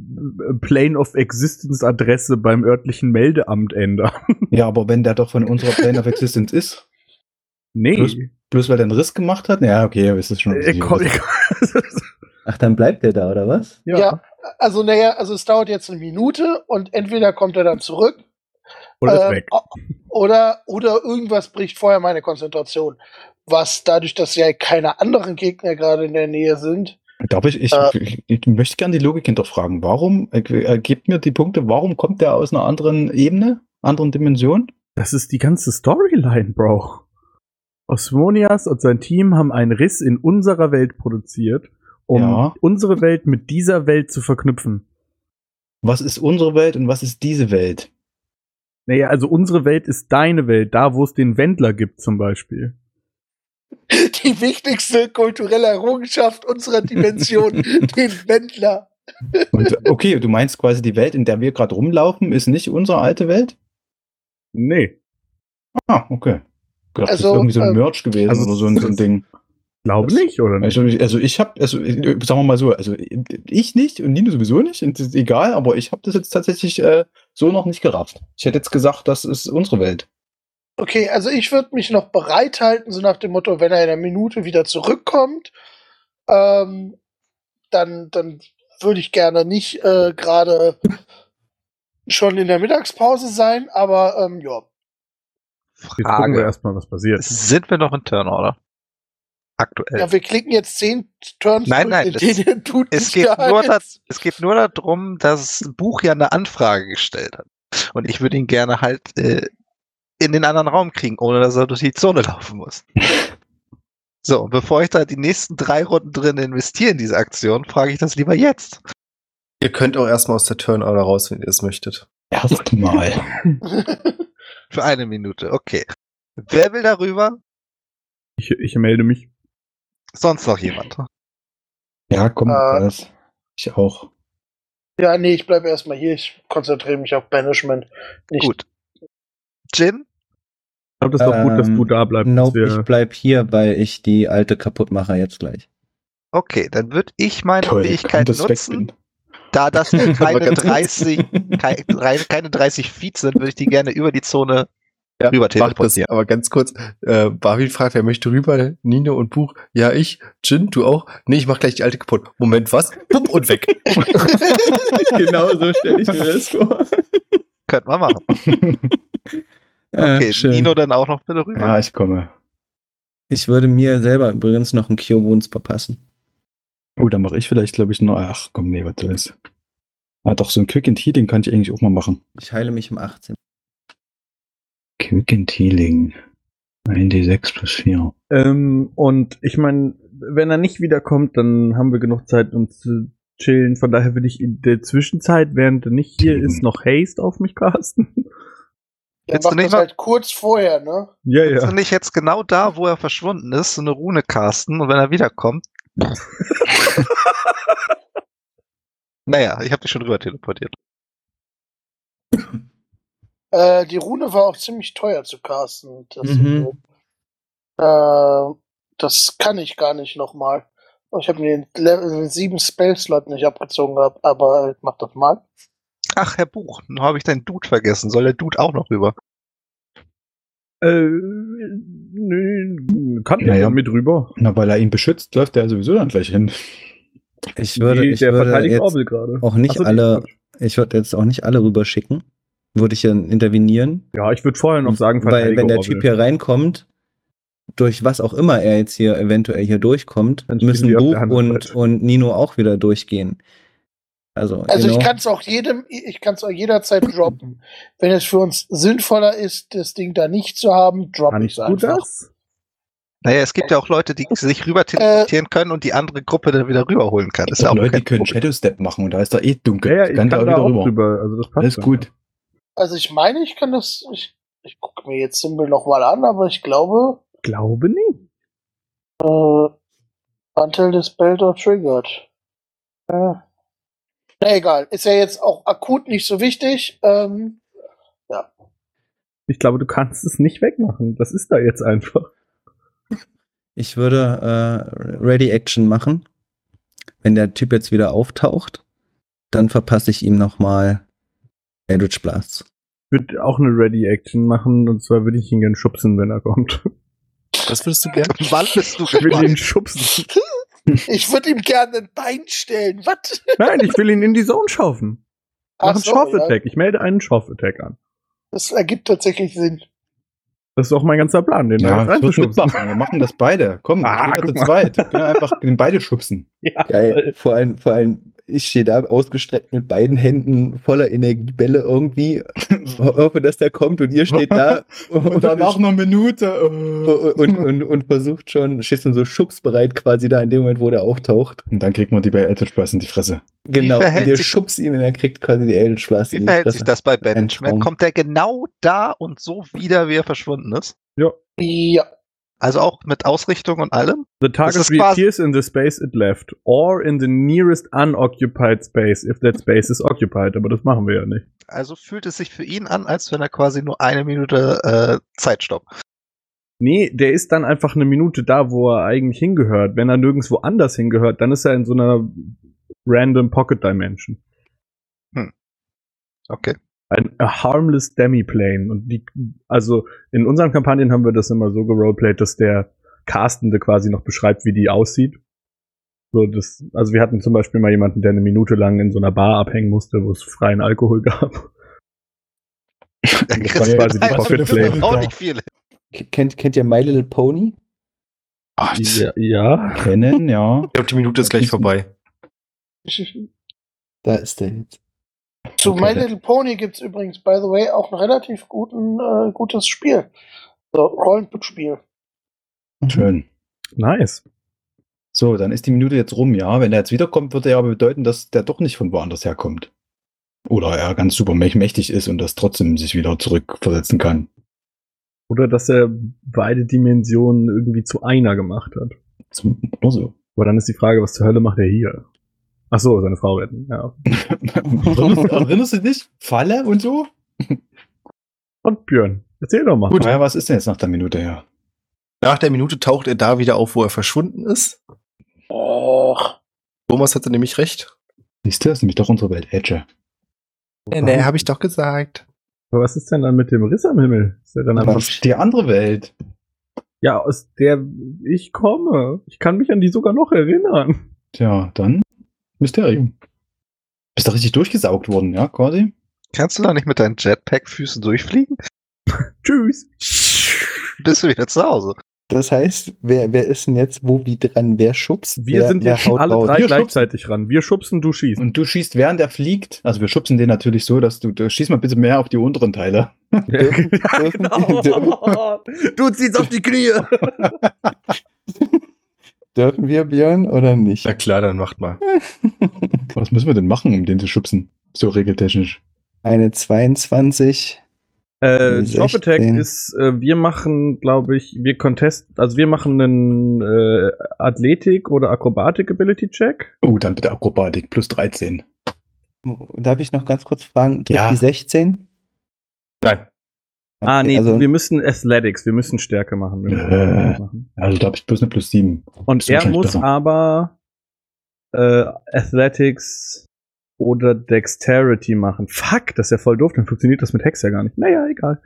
S2: Plane of Existence Adresse beim örtlichen Meldeamt ändern.
S6: ja, aber wenn der doch von unserer Plane of Existence ist,
S2: Nee. Äh,
S6: Plus- bloß weil der einen Riss gemacht hat, ja, okay, ist das schon. ein
S2: Er
S6: bisschen
S2: kommt-
S6: was.
S4: Ach, dann bleibt der da, oder was?
S7: ja. also naja, also es dauert jetzt eine Minute und entweder kommt er dann zurück
S2: Oder
S7: ähm,
S2: ist weg.
S7: o- Oder, oder irgendwas bricht vorher meine Konzentration. Was dadurch, dass ja keine anderen Gegner gerade in der Nähe sind.
S6: Darf ich, ich,
S7: Äh.
S6: ich, ich möchte gerne die Logik hinterfragen. Warum, äh, äh, gebt mir die Punkte, warum kommt der aus einer anderen Ebene, anderen Dimension?
S2: Das ist die ganze Storyline, Bro. Osmonias und sein Team haben einen Riss in unserer Welt produziert, um
S6: Ja.
S2: unsere Welt mit dieser Welt zu verknüpfen.
S6: Was ist unsere Welt und was ist diese Welt?
S2: Naja, also unsere Welt ist deine Welt, da wo es den Wendler gibt zum Beispiel.
S7: Die wichtigste kulturelle Errungenschaft unserer Dimension, den Wendler.
S6: Und okay, du meinst quasi die Welt, in der wir gerade rumlaufen, ist nicht unsere alte Welt?
S2: Nee,
S6: Ah, okay. Gedacht, das ist
S7: Also,
S6: irgendwie so ein
S7: ähm,
S6: Merch gewesen
S2: also-
S6: oder so ein, so ein Ding.
S2: glaube
S6: Das-
S2: nicht, oder nicht?
S6: Also ich, also ich habe, also äh, sagen wir mal so, also ich nicht und Nino sowieso nicht, und das ist egal, aber ich habe das jetzt tatsächlich äh, so noch nicht gerafft. Ich hätte jetzt gesagt, das ist unsere Welt.
S7: Okay, also ich würde mich noch bereithalten, so nach dem Motto, wenn er in einer Minute wieder zurückkommt, ähm, dann, dann würde ich gerne nicht äh, gerade schon in der Mittagspause sein, aber ähm, ja.
S2: Jetzt gucken wir
S3: Frage.
S2: erstmal, was passiert.
S3: Sind wir noch in Turnorder? Aktuell.
S7: Ja, wir klicken jetzt zehn Turns.
S3: Nein,
S7: durch,
S3: nein,
S7: in
S3: das-
S7: denen du
S3: es
S7: dich
S3: geht
S7: da
S3: nur
S7: jetzt-
S3: Es geht nur darum, dass das Buch ja eine Anfrage gestellt hat. Und ich würde ihn gerne halt äh, in den anderen Raum kriegen, ohne dass er durch die Zone laufen muss. So, und bevor ich da die nächsten drei Runden drin investiere in diese Aktion, frage ich das lieber jetzt.
S5: Ihr könnt auch erstmal aus der Turnorder raus, wenn ihr es möchtet.
S6: Erstmal.
S3: Für eine Minute, okay. Wer will darüber?
S2: Ich, ich melde mich.
S3: Sonst noch jemand?
S6: Ja, komm,
S7: Äh.
S6: das. Ich auch.
S7: ja, nee, ich bleibe erstmal hier. Ich konzentriere mich auf Banishment. Nicht.
S3: Gut. Jin?
S2: Ich glaube, das ist doch gut, dass
S4: Ähm,
S2: du da bleibst.
S4: Nope,
S2: dass wir-
S4: ich bleib hier, weil ich die alte kaputt mache jetzt gleich.
S3: Okay, dann würde ich meine
S6: Toll,
S3: Fähigkeit
S6: das
S3: nutzen.
S6: weg
S3: Da das keine
S5: ganz kurz.
S3: 30, kei- drei- keine 30 Feet sind, würde ich die gerne über die Zone
S5: Ja,
S3: rüber
S5: Macht das,
S3: teleportieren.
S5: aber ganz kurz, äh, Barwin fragt, wer möchte rüber, Nino und Buch, ja ich, Jin, du auch, nee, ich mach gleich die alte kaputt. Moment, was? Pupp und weg.
S4: genau so stelle ich mir das vor.
S3: Könnte man machen.
S6: bin.
S3: Okay,
S4: Äh, schön.
S3: Nino dann auch noch bitte rüber.
S6: ja, Ah, ich komme.
S4: Ich würde mir selber übrigens noch einen Kyobons verpassen.
S6: Oh, dann mache ich vielleicht, glaube ich, noch. Ach komm, nee, was soll's. Ah, doch, so ein Quick and Healing kann ich eigentlich auch mal machen.
S4: Ich heile mich um 18.
S6: Quick and Healing. 1d6 plus 4.
S2: Ähm, und ich meine, wenn er nicht wiederkommt, dann haben wir genug Zeit, um zu chillen. Von daher würde ich in der Zwischenzeit, während er nicht hier ist, noch Haste auf mich casten.
S7: Dann
S3: Willst du
S7: macht
S3: nicht
S7: das
S3: mal-
S7: halt kurz vorher, ne?
S2: ja,
S3: Kannst du nicht jetzt genau da, wo er verschwunden ist, so eine Rune casten und wenn er wiederkommt. naja, ich habe dich schon rüber teleportiert.
S7: Äh, die Rune war auch ziemlich teuer zu casten. Das,
S4: Mhm.
S7: äh, das kann ich gar nicht nochmal. Ich habe mir den Level 7 Spell-Slot nicht abgezogen gehabt, aber ich mach das mal.
S3: Ach, Herr Buch, nun habe ich deinen Dude vergessen. Soll der Dude auch noch rüber?
S2: Äh, nö, kann
S6: Ja,
S2: er
S6: ja.
S2: mit rüber.
S6: Na, weil er ihn beschützt, läuft er sowieso dann gleich hin.
S4: Ich würde,
S2: Nee,
S4: ich
S2: der
S4: würde
S2: verteidigt
S4: jetzt
S2: Orbel gerade.
S4: auch nicht
S2: Ach so, die-
S4: alle, ich würde jetzt auch nicht alle rüberschicken. Würde ich dann intervenieren.
S2: Ja, ich würde vorher noch sagen,
S4: weil
S2: verteidige
S4: wenn der
S2: Orbel.
S4: Typ hier reinkommt, durch was auch immer er jetzt hier eventuell hier durchkommt,
S2: Dann spielen
S4: müssen
S2: die auf der
S4: Buch
S2: anderen
S4: und,
S2: Seite.
S4: und Nino auch wieder durchgehen. Also,
S2: Genau.
S7: Also
S4: you know,
S7: ich kann es auch jedem, ich kann es auch jederzeit droppen. Wenn es für uns sinnvoller ist, das Ding da nicht zu haben, droppe ich es
S2: Kannst du
S7: einfach.
S2: das?
S3: Naja, es gibt ja auch Leute, die sich rüber teleportieren können und die andere Gruppe dann wieder rüberholen kann. Ist ja auch
S6: Leute
S3: kein
S6: die können
S3: Problem.
S6: Shadow Step machen und da ist da eh dunkel.
S2: Ja, ja,
S6: Ich
S2: ich kann
S6: da
S2: da
S6: wieder
S2: auch
S6: rüber.
S2: drüber. Also das passt.
S6: Alles
S2: schon.
S6: gut.
S7: Also ich meine, ich kann das. Ich, ich gucke mir jetzt Symbol nochmal an, aber ich glaube,
S2: Glaube nicht.
S7: Until the spell dot triggered. Ja. Na egal, ist ja jetzt auch akut nicht so wichtig. Ähm,
S2: Ich glaube, du kannst es nicht wegmachen. Das ist da jetzt einfach.
S8: Ich würde äh, Ready Action machen. Wenn der Typ jetzt wieder auftaucht, dann verpasse ich ihm nochmal Eldritch Blast.
S2: Ich würde auch eine Ready Action machen und zwar würde ich ihn gern schubsen, wenn er kommt.
S5: Was würdest du gerne?
S3: Wann bist du
S2: Ich will ihn
S3: gespannt?
S2: schubsen.
S7: ich würde ihm gerne ein Bein stellen. Was?
S2: Nein, ich will ihn in die Zone schaufen. Mach einen Shove
S7: ja.
S2: Attack. Ich melde einen Shove Attack an.
S7: Das ergibt tatsächlich Sinn.
S2: Das ist auch mein ganzer Plan, den da
S6: Ja,
S2: jetzt
S6: ich würd's
S2: reinzuschubsen.
S6: mitmachen. Wir machen das beide. Komm,
S2: Ah,
S6: ah, wir
S2: guck
S6: zu
S2: mal.
S6: zweit. Wir können einfach den beide schubsen.
S2: Äh,
S8: Geil. Vor allem, vor allem, ich stehe da ausgestreckt mit beiden Händen voller Energiebälle irgendwie, hoffe, dass der kommt und ihr steht da und,
S6: Und dann auch
S8: und,
S6: noch eine Minute.
S8: und, und, und versucht schon, stehst du so schubsbereit quasi da in dem Moment, wo der auftaucht.
S6: Und dann kriegt man die bei Eldritch Press in die Fresse.
S8: Genau, und
S3: verhält
S8: ihr
S3: sich-
S8: schubst ihn und er kriegt quasi die Eldritch Blast.
S3: Wie
S8: in die
S3: verhält
S8: Fresse.
S3: sich das bei Banishment?
S8: Traum.
S3: Kommt der genau da und so wieder, wie er verschwunden ist?
S7: Ja.
S3: Also auch mit Ausrichtung und allem?
S2: The target
S3: ist quasi-
S2: appears in the space it left or in the nearest unoccupied space, if that space is occupied. Aber das machen wir ja nicht.
S3: Also fühlt es sich für ihn an, als wenn er quasi nur eine Minute äh, Zeitstopp.
S2: Nee, der ist dann einfach eine Minute da, wo er eigentlich hingehört. Wenn er nirgendwo anders hingehört, dann ist er in so einer random Pocket Dimension.
S3: Okay.
S2: Ein a harmless Demiplane. Und die, also in unseren Kampagnen haben wir das immer so geroleplayt, dass der Castende quasi noch beschreibt, wie die aussieht. So, das, also wir hatten zum Beispiel mal jemanden, der eine Minute lang in so einer Bar abhängen musste, wo es freien Alkohol gab.
S3: Der
S2: Das war quasi die Pocket Plane.
S3: auch nicht viel.
S8: Kennt, kennt ihr My Little Pony?
S5: Ah, ich
S2: Ja, ja.
S6: Kennen, ja.
S5: glaube, die Minute ist gleich vorbei.
S8: Da ist der jetzt.
S7: Zu
S6: Okay,
S7: My
S6: da-
S7: Little Pony gibt's übrigens, by the way, auch ein relativ guten, äh, gutes Spiel. So, Rollenspiel.
S8: Mhm.
S6: Schön.
S2: Nice.
S6: So, dann ist die Minute jetzt rum, ja. Wenn er jetzt wiederkommt, würde ja aber bedeuten, dass der doch nicht von woanders herkommt. Oder er ganz super mäch- mächtig ist und das trotzdem sich wieder zurückversetzen kann.
S2: Oder dass er beide Dimensionen irgendwie zu einer gemacht hat.
S6: Zum, oder so.
S2: Aber dann ist die Frage, was zur Hölle macht er hier? Ach so, seine Frau retten. Ja.
S6: erinnerst, erinnerst du dich? Falle und so?
S2: Und Björn, erzähl doch mal.
S6: Gut. Naja, was ist denn jetzt nach der Minute her?
S5: Nach der Minute taucht er da wieder auf, wo er verschwunden ist.
S7: Ach,
S5: Thomas hatte nämlich recht.
S6: Siehst du, das ist nämlich doch unsere Welt, Edge.
S5: Nee, Äh, nee, habe ich doch gesagt.
S2: Aber was ist denn dann mit dem Riss am Himmel? Ist er dann einfach,
S6: Das ist die andere Welt.
S2: ja, aus der ich komme. Ich kann mich an die sogar noch erinnern.
S6: Tja, dann Mysterium. Bist da richtig durchgesaugt worden, ja, quasi?
S3: Kannst du da nicht mit deinen Jetpack-Füßen durchfliegen?
S2: Tschüss.
S3: Bist du wieder zu Hause?
S8: Das heißt, wer, wer ist denn jetzt wo wie dran? Wer schubst?
S2: Wir
S8: wer,
S2: sind
S8: wer
S2: jetzt
S8: haut
S2: alle
S8: raus?
S2: drei
S6: Wir
S2: gleichzeitig ran. Wir schubsen, du schießt.
S6: Und du schießt, während er fliegt. Also wir schubsen den natürlich so, dass du, du schießt mal bitte mehr auf die unteren Teile.
S8: Dürfen- dürfen-
S2: genau. du ziehst auf die Knie.
S8: Dürfen wir, Björn, oder nicht?
S5: Na klar, dann macht mal.
S6: Was müssen wir denn machen, um den zu schubsen? So regeltechnisch.
S8: Eine 22.
S2: Äh,
S8: Eine
S2: Drop Attack
S8: 16.
S2: ist, äh, wir machen, glaube ich, wir contesten, also wir machen einen äh, Athletik- oder Akrobatik-Ability-Check.
S6: Oh, dann bitte Akrobatik plus 13.
S8: Darf ich noch ganz kurz fragen? Trifft
S6: Ja.
S8: die 16?
S5: Nein.
S8: Okay,
S2: ah, nee,
S8: Also,
S2: wir müssen Athletics, wir müssen Stärke machen. Wir müssen
S6: Äh.
S2: Athletics machen.
S6: Also da habe ich bloß eine plus 7.
S2: Und
S6: Ist
S2: er
S6: wahrscheinlich
S2: muss
S6: besser.
S2: aber äh, Athletics oder Dexterity machen. Fuck, das ist ja voll doof, dann funktioniert das mit Hex ja gar nicht. Naja, egal.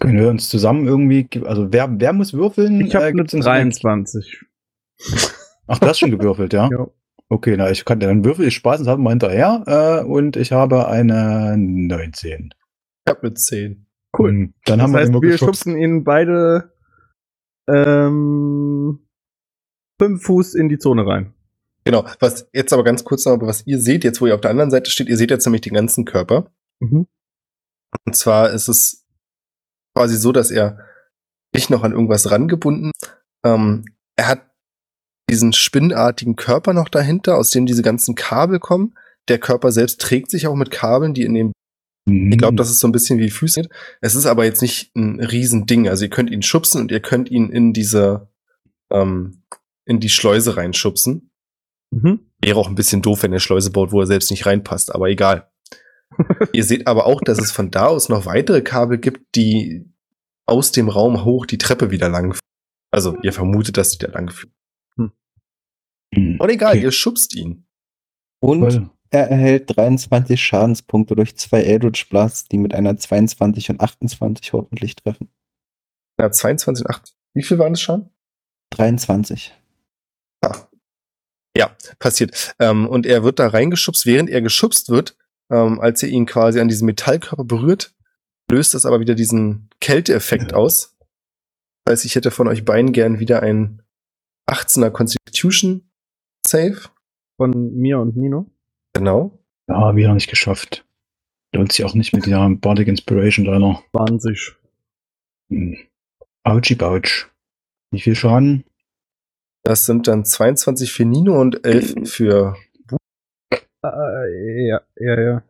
S6: Können wir uns zusammen irgendwie, ge- also wer, wer muss würfeln?
S2: Ich habe
S6: Äh,
S2: eine
S6: gibt's uns einen-
S2: 23.
S6: Ach, das schon gewürfelt, ja?
S2: Ja.
S6: Okay, na, ich kann, dann würfel ich spaßenshalber mal hinterher äh, und ich habe eine 19.
S5: Ich hab mit 10.
S2: Cool.
S6: Hm, Dann haben
S2: das heißt, wir
S6: wir, den geschubst.
S2: schubsen ihn beide ähm, fünf Fuß in die Zone rein.
S5: Genau. Was jetzt aber ganz kurz noch, aber was ihr seht, jetzt wo ihr auf der anderen Seite steht, ihr seht jetzt nämlich den ganzen Körper.
S2: Mhm.
S5: Und zwar ist es quasi so, dass er nicht noch an irgendwas rangebunden. Ähm, er hat diesen spinnartigen Körper noch dahinter, aus dem diese ganzen Kabel kommen. Der Körper selbst trägt sich auch mit Kabeln, die in dem ich glaube, das ist so ein bisschen wie Füße. Es ist aber jetzt nicht ein Riesending. Also ihr könnt ihn schubsen und ihr könnt ihn in diese, ähm, in die Schleuse reinschubsen.
S2: Mhm.
S5: Wäre auch ein bisschen doof, wenn er Schleuse baut, wo er selbst nicht reinpasst, aber egal. ihr seht aber auch, dass es von da aus noch weitere Kabel gibt, die aus dem Raum hoch die Treppe wieder lang. führen. Also ihr vermutet, dass die da lang führen. Und egal, ihr schubst ihn.
S8: Und
S6: Toll.
S8: er erhält 23 Schadenspunkte durch zwei Eldritch Blasts, die mit einer 22 und 28 hoffentlich treffen.
S5: Na, 22 und 8. Wie viel waren es schon?
S8: 23.
S5: Ja, passiert. Ähm, und er wird da reingeschubst. Während er geschubst wird, ähm, als er ihn quasi an diesem Metallkörper berührt, löst das aber wieder diesen Kälteeffekt aus. Das heißt, ich hätte von euch beiden gern wieder ein 18er Constitution Save.
S2: Von mir und Nino.
S5: Genau.
S6: Ja, ah, wieder nicht geschafft. Lohnt sich auch nicht mit der Bardic Inspiration deiner.
S2: 20.
S6: Hm. Ouchie Bouch. Nicht viel Schaden.
S5: Das sind dann 22 für Nino und 11 für.
S2: Äh, ja, ja, ja.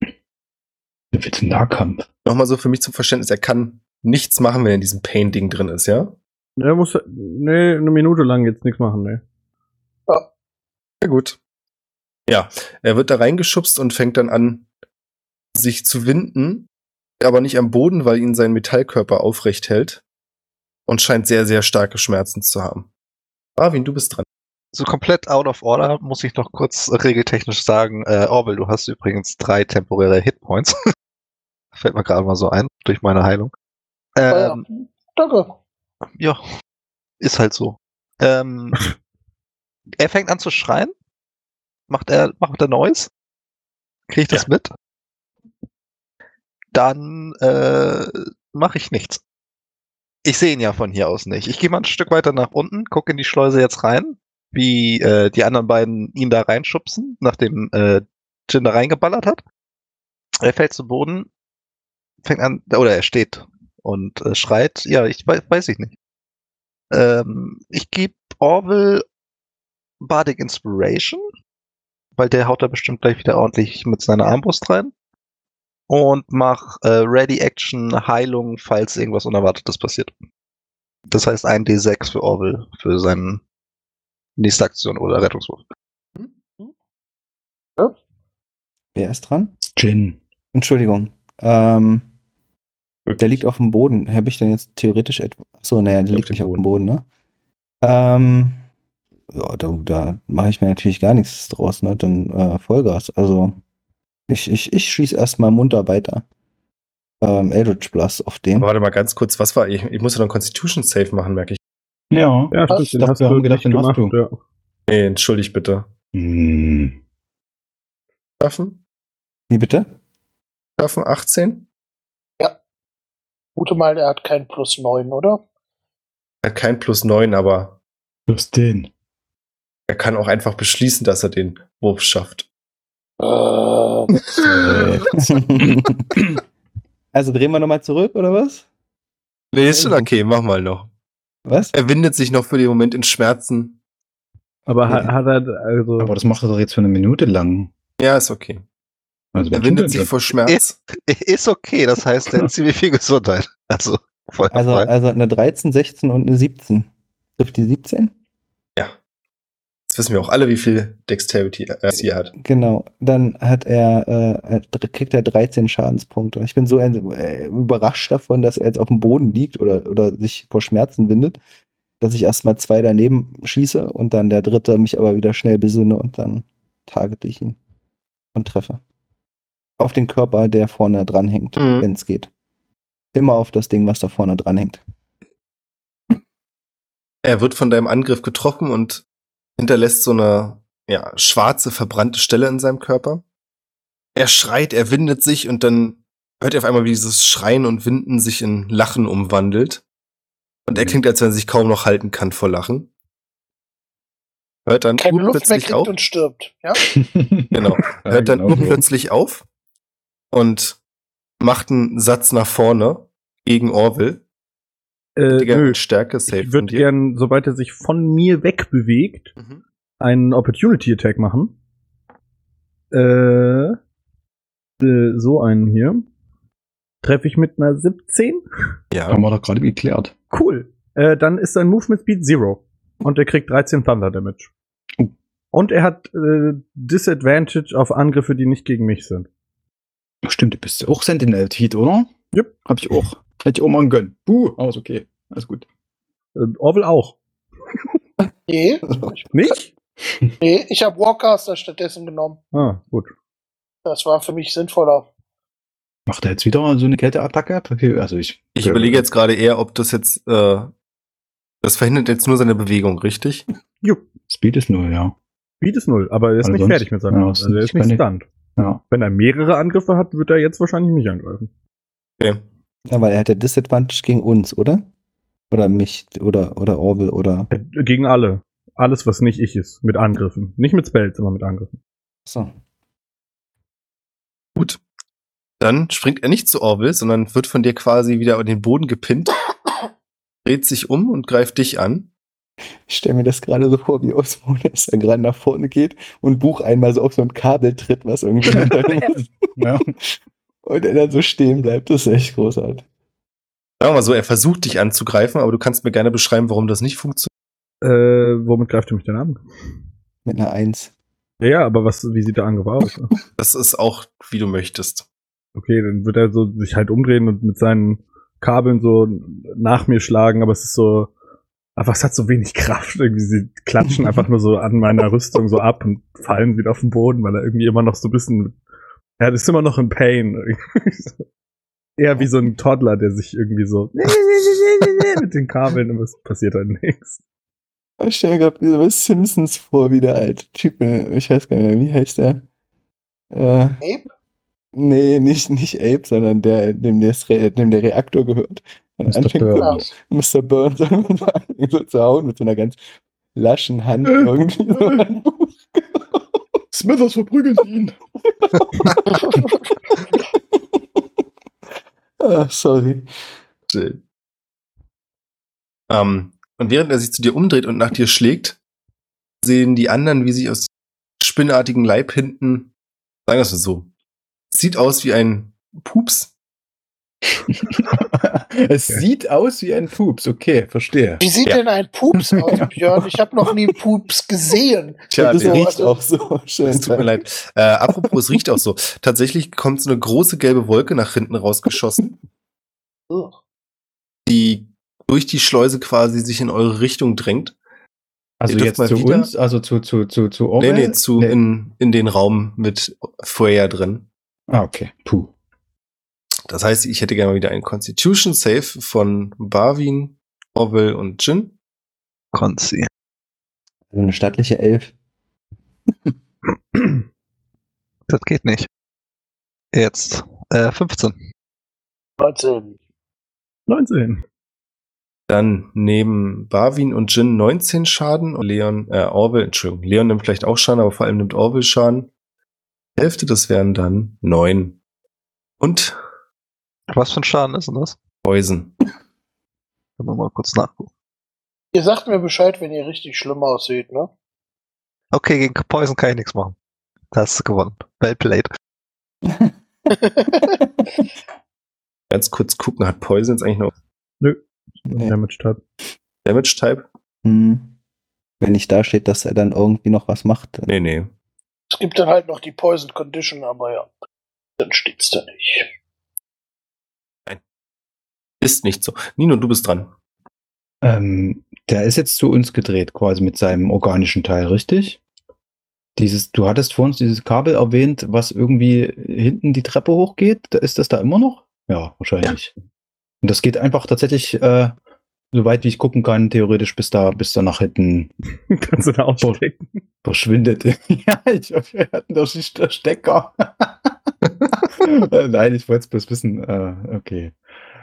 S6: Du willst einen Nahkampf.
S5: Nochmal so für mich zum Verständnis. Er kann nichts machen, wenn er in diesem Pain-Ding drin ist, ja?
S2: Er muss, nee, eine Minute lang jetzt nichts machen, ne.
S5: Ja, gut. Ja, er wird da reingeschubst und fängt dann an, sich zu winden, aber nicht am Boden, weil ihn sein Metallkörper aufrecht hält und scheint sehr, sehr starke Schmerzen zu haben. Marvin, du bist dran.
S3: So komplett out of order muss ich noch kurz regeltechnisch sagen, äh, Orwell, du hast übrigens drei temporäre Hitpoints. Fällt mir gerade mal so ein, durch meine Heilung. Ähm,
S7: Danke.
S3: ja, ist halt so. Ähm, er fängt an zu schreien. Macht er, macht er Noise? Kriege ich das mit? Dann äh, mache ich nichts. Ich sehe ihn ja von hier aus nicht. Ich gehe mal ein Stück weiter nach unten, gucke in die Schleuse jetzt rein, wie äh, die anderen beiden ihn da reinschubsen, nachdem äh, Jin da reingeballert hat. Er fällt zu Boden, fängt an, oder er steht und äh, schreit. Ja, ich wei- weiß ich nicht. Ähm, ich gebe Orwell Bardic Inspiration, weil der haut da bestimmt gleich wieder ordentlich mit seiner Armbrust rein. Und mach äh, Ready Action Heilung, falls irgendwas Unerwartetes passiert. Das heißt ein D6 für Orwell für seinen nächste Aktion oder Rettungswurf.
S8: Wer ist dran?
S6: Jin.
S8: Entschuldigung. Ähm, der liegt auf dem Boden. Habe ich denn jetzt theoretisch etwa. Achso, naja, der
S5: Auf
S8: liegt
S5: dem
S8: nicht auf dem Boden, ne? Ähm, ja, da, da mache ich mir natürlich gar nichts draus, ne? Dann äh, Vollgas. Also, ich, ich, ich schieße erstmal munter weiter. Ähm, Eldritch Blast auf den.
S5: Aber warte mal ganz kurz, was war? Ich, ich muss ja noch einen Constitution Save machen, merke ich.
S6: Ja.
S2: Ja,
S6: ich dachte, wir haben gedacht,
S2: nicht
S6: den hast
S2: gemacht,
S6: du.
S2: ja.
S5: Nee, entschuldigt bitte.
S6: Hm.
S5: Schaffen?
S8: Wie bitte?
S5: Schaffen 18?
S7: Gute Mal, er hat kein Plus 9, oder?
S5: Er hat kein plus 9, aber
S6: Plus den.
S5: er kann auch einfach beschließen, dass er den Wurf schafft.
S7: Äh,
S8: also drehen wir nochmal zurück, oder was?
S5: Nee, ist schon okay, mach mal noch.
S8: Was?
S5: Er windet sich noch für den Moment in Schmerzen.
S2: Aber hat, hat er, also,
S6: Aber das macht er doch jetzt für eine Minute lang.
S5: Ja, ist okay.
S6: Also,
S5: Er
S6: was tut
S5: windet
S6: denn
S5: sich
S6: das?
S5: vor Schmerz.
S3: Ist okay, das heißt, er hat ziemlich viel Gesundheit. Also, voll
S8: Also,
S3: dabei.
S8: also eine 13, 16 und eine 17. Trifft die 17?
S5: Jetzt wissen wir auch alle, wie viel Dexterity äh, er hier hat.
S8: Genau. Dann hat er, äh, er dr- kriegt er 13 Schadenspunkte. Ich bin so ein, äh, überrascht davon, dass er jetzt auf dem Boden liegt oder, oder sich vor Schmerzen windet, dass ich erstmal zwei daneben schieße und dann der dritte mich aber wieder schnell besinne und dann targete ich ihn und treffe. Auf den Körper, der vorne dranhängt,
S3: Mhm.
S8: wenn's wenn es geht. Immer auf das Ding, was da vorne dranhängt.
S5: Er wird von deinem Angriff getroffen und hinterlässt so eine ja, schwarze, verbrannte Stelle in seinem Körper. Er schreit, er windet sich und dann hört er auf einmal, wie dieses Schreien und Winden sich in Lachen umwandelt. Und er klingt, als wenn er sich kaum noch halten kann vor Lachen. Hört dann
S7: keine Luft mehr
S5: urplötzlich
S7: kriegt
S5: auf.
S7: und stirbt. Ja?
S5: Genau.
S6: Ja,
S5: hört dann
S6: genau so.
S5: plötzlich auf und macht einen Satz nach vorne gegen Orwell.
S2: Äh,
S5: Digga,
S2: nö,
S5: ein Stärke safe.
S2: ich würde gern, sobald er sich von mir wegbewegt,
S3: Mhm.
S2: einen Opportunity Attack machen. Äh, äh, so einen hier. Treffe ich mit einer 17?
S5: Ja,
S6: Haben wir doch gerade geklärt.
S2: Cool. Äh, dann ist sein Movement Speed Zero. Und er kriegt 13 Thunder Damage.
S5: Uh.
S6: Oh.
S2: Und er hat äh, Disadvantage auf Angriffe, die nicht gegen mich sind.
S6: Stimmt, du bist auch sentinel heat oder?
S2: Jupp.
S6: Hab ich auch. Hätte ich auch mal gönnen. Puh, aber ist okay. Alles gut.
S2: Äh, Orwell auch.
S7: Nee,
S2: Nicht?
S7: nee, ich habe Warcaster stattdessen genommen.
S2: Ah, gut.
S7: Das war für mich sinnvoller.
S6: Macht er jetzt wieder so eine Kälteattacke? Okay, Also ich,
S5: ich überlege jetzt gerade eher, ob das jetzt, äh, das verhindert jetzt nur seine Bewegung, richtig?
S6: Speed ist null, ja.
S2: Speed ist null, aber er ist
S6: Also
S2: nicht
S6: sonst-
S2: fertig mit seinem
S6: Ja,
S2: Angriff. Also er ist
S6: ich kann
S2: nicht
S6: nicht-
S2: stunned.
S6: Ja.
S2: Wenn er mehrere Angriffe hat, wird er jetzt wahrscheinlich mich angreifen.
S5: Okay.
S8: Ja, weil er hat ja Disadvantage gegen uns, oder? Oder mich, oder, oder Orwell, oder.
S2: Äh, Gegen alle. Alles, was nicht ich ist. Mit Angriffen. Nicht mit Spells, sondern mit Angriffen.
S8: So.
S5: Gut. Dann springt er nicht zu Orville, sondern wird von dir quasi wieder an den Boden gepinnt, dreht sich um und greift dich an.
S8: Ich stelle mir das gerade so vor, wie Osmonas dann gerade nach vorne geht und Buch einmal so auf so ein Kabel tritt, was irgendwie
S6: ja.
S8: und er dann so stehen bleibt. Das ist echt großartig.
S5: Sagen wir mal so, er versucht dich anzugreifen, aber du kannst mir gerne beschreiben, warum das nicht funktioniert.
S2: Äh, womit greift er mich denn an?
S8: Mit einer Eins.
S2: Ja, Ja, aber was, wie sieht der Angriff aus?
S5: Das ist auch, wie du möchtest.
S2: Okay, dann wird er so sich halt umdrehen und mit seinen Kabeln so nach mir schlagen, aber es ist so, aber es hat so wenig Kraft. Irgendwie sie klatschen einfach nur so an meiner Rüstung so ab und fallen wieder auf den Boden, weil er irgendwie immer noch so ein bisschen, er ist immer noch in Pain. Eher wie so ein Toddler, der sich irgendwie so mit den Kabeln, aber es passiert dann nichts.
S8: Ich stelle mir gerade wieder bei Simpsons vor, wie der alte Typ, äh, ich weiß gar nicht mehr, wie heißt der? Äh,
S7: Ape?
S8: nee, nicht, nicht Ape, sondern der, dem, das Re dem der Reaktor gehört. Und
S6: Mr.
S8: anfängt
S6: Burns.
S7: Ja.
S8: so, Mr. Burns anfängt so zu hauen mit so einer ganz laschen Hand
S6: Äh,
S8: irgendwie. So
S6: äh.
S8: an Buch.
S6: Smithers verprügelt ihn.
S8: Ah, sorry.
S5: Still. Ähm, und während er sich zu dir umdreht und nach dir schlägt, sehen die anderen, wie sich aus spinnartigen Leib hinten, sagen wir es mal so, sieht aus wie ein Pups.
S6: es sieht aus wie ein Pups. Okay, verstehe.
S7: Wie sieht
S5: Ja.
S7: denn ein Pups aus,
S6: Ja.
S7: Björn? Ich habe noch nie einen Pups gesehen.
S5: Tja,
S8: das
S5: der-
S8: riecht auch so schön.
S5: Es tut mir leid. Äh, apropos, es riecht auch so. Tatsächlich kommt so eine große gelbe Wolke nach hinten rausgeschossen,
S7: Ugh.
S5: die durch die Schleuse quasi sich in eure Richtung drängt.
S6: Also
S5: Ihr dürft
S6: jetzt
S5: mal
S6: zu
S5: wieder-
S6: uns, also zu, zu, zu, zu
S5: Nee,
S6: Orwell?
S5: nee, zu In, in den Raum mit Feuer drin.
S6: Ah, okay. Puh.
S5: Das heißt, ich hätte gerne mal wieder einen Constitution Save von Barwin, Orwell und Jin.
S3: Konzi.
S8: Also eine stattliche Elf.
S3: Das geht nicht. Jetzt. Äh, 15.
S7: 13.
S2: 19.
S5: Dann nehmen Barwin und Jin 19 Schaden und Leon, äh, Orwell, Entschuldigung, Leon nimmt vielleicht auch Schaden, aber vor allem nimmt Orwell Schaden. Hälfte, das wären dann neun. Und
S3: Was für ein Schaden ist denn das?
S5: Poison.
S3: Können wir mal kurz nachgucken.
S7: Ihr sagt mir Bescheid, wenn ihr richtig schlimm aussieht, ne?
S3: Okay, gegen Poison kann ich nichts machen. Da hast du gewonnen. Well played.
S5: Ganz kurz gucken, hat Poison jetzt eigentlich noch
S8: Nee.
S2: Damage Type.
S5: Damage-Type?
S8: Hm. Wenn nicht da steht, dass er dann irgendwie noch was macht. dann-
S5: Nee, nee.
S7: Es gibt dann halt noch die Poison Condition, aber ja, dann steht's da nicht.
S5: Ist nicht so. Nino, du bist dran.
S6: Ähm, der ist jetzt zu uns gedreht, quasi mit seinem organischen Teil, richtig? Dieses, du hattest vor uns dieses Kabel erwähnt, was irgendwie hinten die Treppe hochgeht. Da- Ist das da immer noch? Ja, wahrscheinlich. Und das geht einfach tatsächlich, äh, soweit wie ich gucken kann, theoretisch bis da, bis da nach hinten
S2: Kannst du da ausstecken?
S6: verschwindet. ja, ich hoffe, wir hatten doch nicht den Stecker. Nein, ich wollte es bloß wissen. Äh, okay.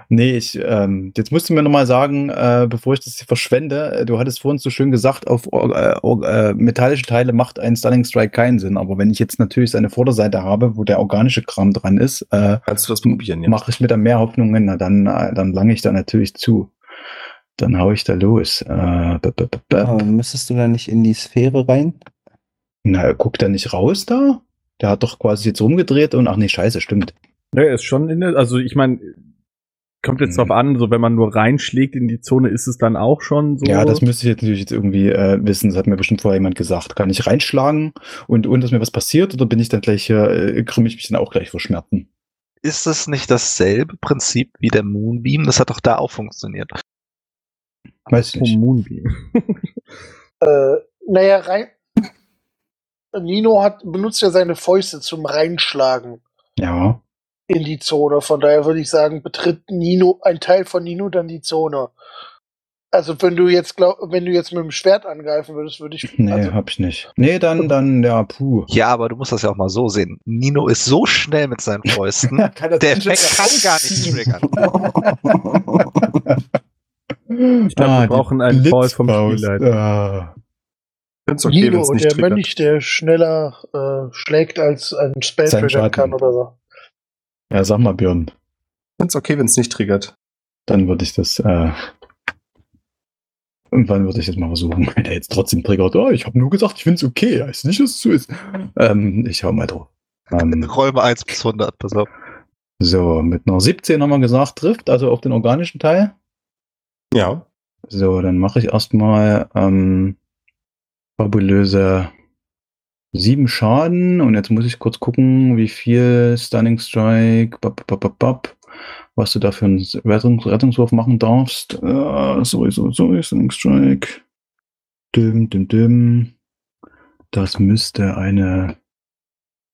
S6: Nee, ich, ähm, jetzt musst du mir nochmal sagen, äh, bevor ich das hier verschwende, äh, du hattest vorhin so schön gesagt, auf or- äh, or- äh, metallische Teile macht ein Stunning Strike keinen Sinn. Aber wenn ich jetzt natürlich seine Vorderseite habe, wo der organische Kram dran ist, äh,
S5: Kannst du das probieren?
S6: mache ich mir da mehr Hoffnungen, na dann, äh, dann lange ich da natürlich zu. Dann hau ich da los. Äh, b -b -b -b
S8: Aber müsstest du da nicht in die Sphäre rein?
S6: Na, guckt er nicht raus da? Der hat doch quasi jetzt rumgedreht und ach nee, scheiße, stimmt.
S2: Naja, ist schon in der, also ich meine, kommt jetzt
S6: Mhm.
S2: drauf an, so wenn man nur reinschlägt in die Zone, ist es dann auch schon so.
S6: Ja, das müsste ich jetzt natürlich jetzt irgendwie äh, wissen. Das hat mir bestimmt vorher jemand gesagt. Kann ich reinschlagen und ohne dass mir was passiert oder bin ich dann gleich, äh, krümme ich mich dann auch gleich vor Schmerzen?
S3: Ist es nicht dasselbe Prinzip wie der Moonbeam? Das hat doch da auch funktioniert.
S6: Weiß ich nicht.
S2: Moonbeam.
S7: Äh, naja, rein. Nino hat, benutzt ja seine Fäuste zum Reinschlagen
S6: Ja.
S7: in die Zone. Von daher würde ich sagen, betritt Nino, ein Teil von Nino dann die Zone. Also wenn du jetzt glaub, wenn du jetzt mit dem Schwert angreifen würdest, würde ich.
S6: Nee,
S7: also,
S6: hab ich nicht. Nee, dann, dann, ja, puh.
S3: Ja, aber du musst das ja auch mal so sehen. Nino ist so schnell mit seinen Fäusten,
S6: Der kann
S3: der Effekt kann gar nicht triggern.
S2: Ich glaube, wir brauchen einen Call vom Spielleiter.
S6: Ah.
S5: Ganz
S7: Nino,
S5: wenn's
S7: der
S5: triggert.
S7: Mönch, der schneller äh, schlägt als ein Spell
S6: Sein
S7: triggern kann
S6: Schatten.
S7: oder so.
S6: Ja, sag mal, Björn.
S5: Ganz okay, wenn es nicht triggert.
S6: Dann würde ich das, äh, irgendwann würde ich das mal versuchen, wenn der jetzt trotzdem triggert. Oh, ich habe nur gesagt, ich find's okay. Heißt nicht, dass es so ist. Ähm, ich hau mal drauf. Ähm,
S3: Räume 1 bis 100, pass auf.
S6: so, mit einer 17 haben wir gesagt, trifft, also auf den organischen Teil.
S5: Ja.
S6: So, dann mache ich erstmal ähm, fabulöse sieben Schaden und jetzt muss ich kurz gucken, wie viel Stunning Strike, bap, bap, bap, bap, was du da für einen Rettungs Rettungswurf machen darfst. Äh, sowieso, sowieso, Stunning Strike. Dim, dim, dim. Das müsste eine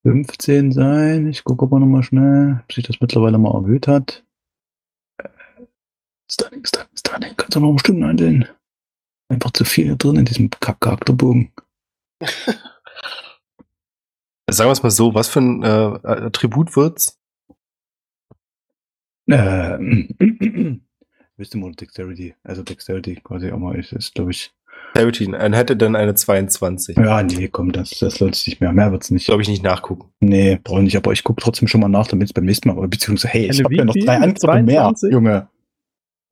S6: 15 sein. Ich gucke aber nochmal schnell, ob sich das mittlerweile mal erhöht hat. Stunning, stunning, stunning. Kannst du noch bestimmt einsehen. Einfach zu viel drin in diesem Kack- Charakterbogen.
S5: Sagen wir es mal so, was für ein äh, Attribut wird's?
S6: Ähm. Wisdom oder Dexterity. Also Dexterity quasi auch mal ist, ist glaube ich.
S5: Clarity, dann hätte dann eine 22.
S6: Ja, nee, komm, das, das lohnt sich nicht mehr. Mehr wird's nicht.
S5: Glaube ich nicht nachgucken.
S6: Nee, brauche ich nicht, aber ich gucke trotzdem schon mal nach, damit es beim nächsten Mal, oder beziehungsweise, hey, ich
S2: Eine
S6: habe ja
S2: wie
S6: noch
S2: viel?
S6: drei Angriffe mehr,
S2: 22?
S6: Junge.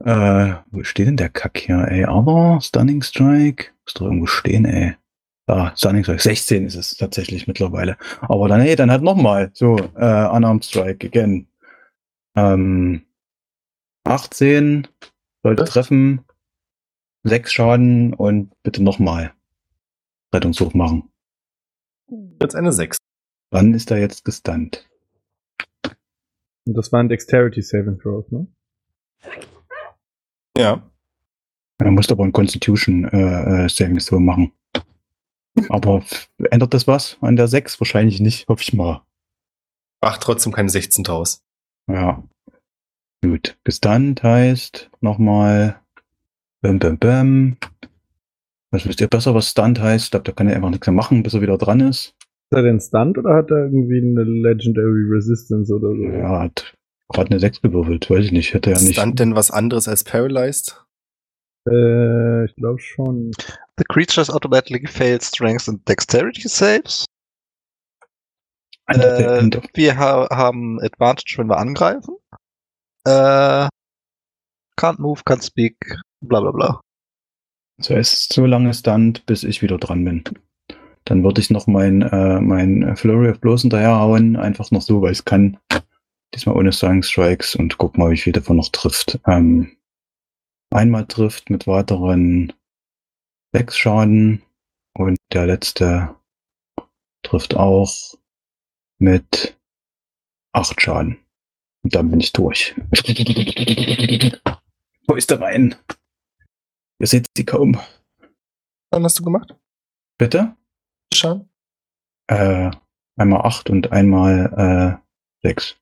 S6: Äh, wo steht denn der Kack hier, ey? Aber Stunning Strike, muss doch irgendwo stehen, ey. Ah, Stunning Strike, 16 ist es tatsächlich mittlerweile. Aber dann, hey, dann halt nochmal, so, äh, Unarmed Strike, again. Ähm, 18, sollte treffen, 6 Schaden und bitte nochmal Rettungshof machen.
S5: Jetzt eine 6.
S6: Wann ist er jetzt gestunt?
S2: Und das waren Dexterity Saving Throws, ne?
S5: Ja.
S6: Er musste aber ein Constitution äh, äh, Savings Throw machen. Aber f- ändert das was an der 6? Wahrscheinlich nicht, hoffe ich mal.
S5: Macht trotzdem keine 16 draus.
S6: Ja. Gut. Gestunt heißt nochmal. Bäm, bäm, bäm. Was wisst ihr besser, was Stunt heißt? Ich glaube, da kann er einfach nichts mehr machen, bis er wieder dran ist.
S2: Hat er den Stunt oder hat er irgendwie eine Legendary Resistance oder so?
S6: Ja, hat gerade eine 6 gewürfelt. Weiß ich nicht. Hätte er
S5: Ist
S6: nicht.
S5: dann denn was anderes als Paralyzed?
S2: Äh, ich glaube schon.
S3: The creatures automatically fail strength and dexterity saves.
S6: End of the- end of-
S3: Wir ha haben Advantage, wenn wir angreifen. Äh, can't move, can't speak, bla bla bla.
S6: So es ist so lange Stunt, bis ich wieder dran bin. Dann würde ich noch mein, äh, mein Flurry of Blows hinterherhauen, einfach noch so, weil ich kann. Diesmal ohne Stunning Strikes und guck mal, wie viel davon noch trifft. Ähm, einmal trifft mit weiteren sechs Schaden und der letzte trifft auch mit acht Schaden. Und dann bin ich durch. Wo ist der Wein? Ihr seht sie kaum.
S5: Wann hast du gemacht?
S6: Bitte?
S5: Schaden?
S6: Äh, einmal 8 und einmal äh, 6.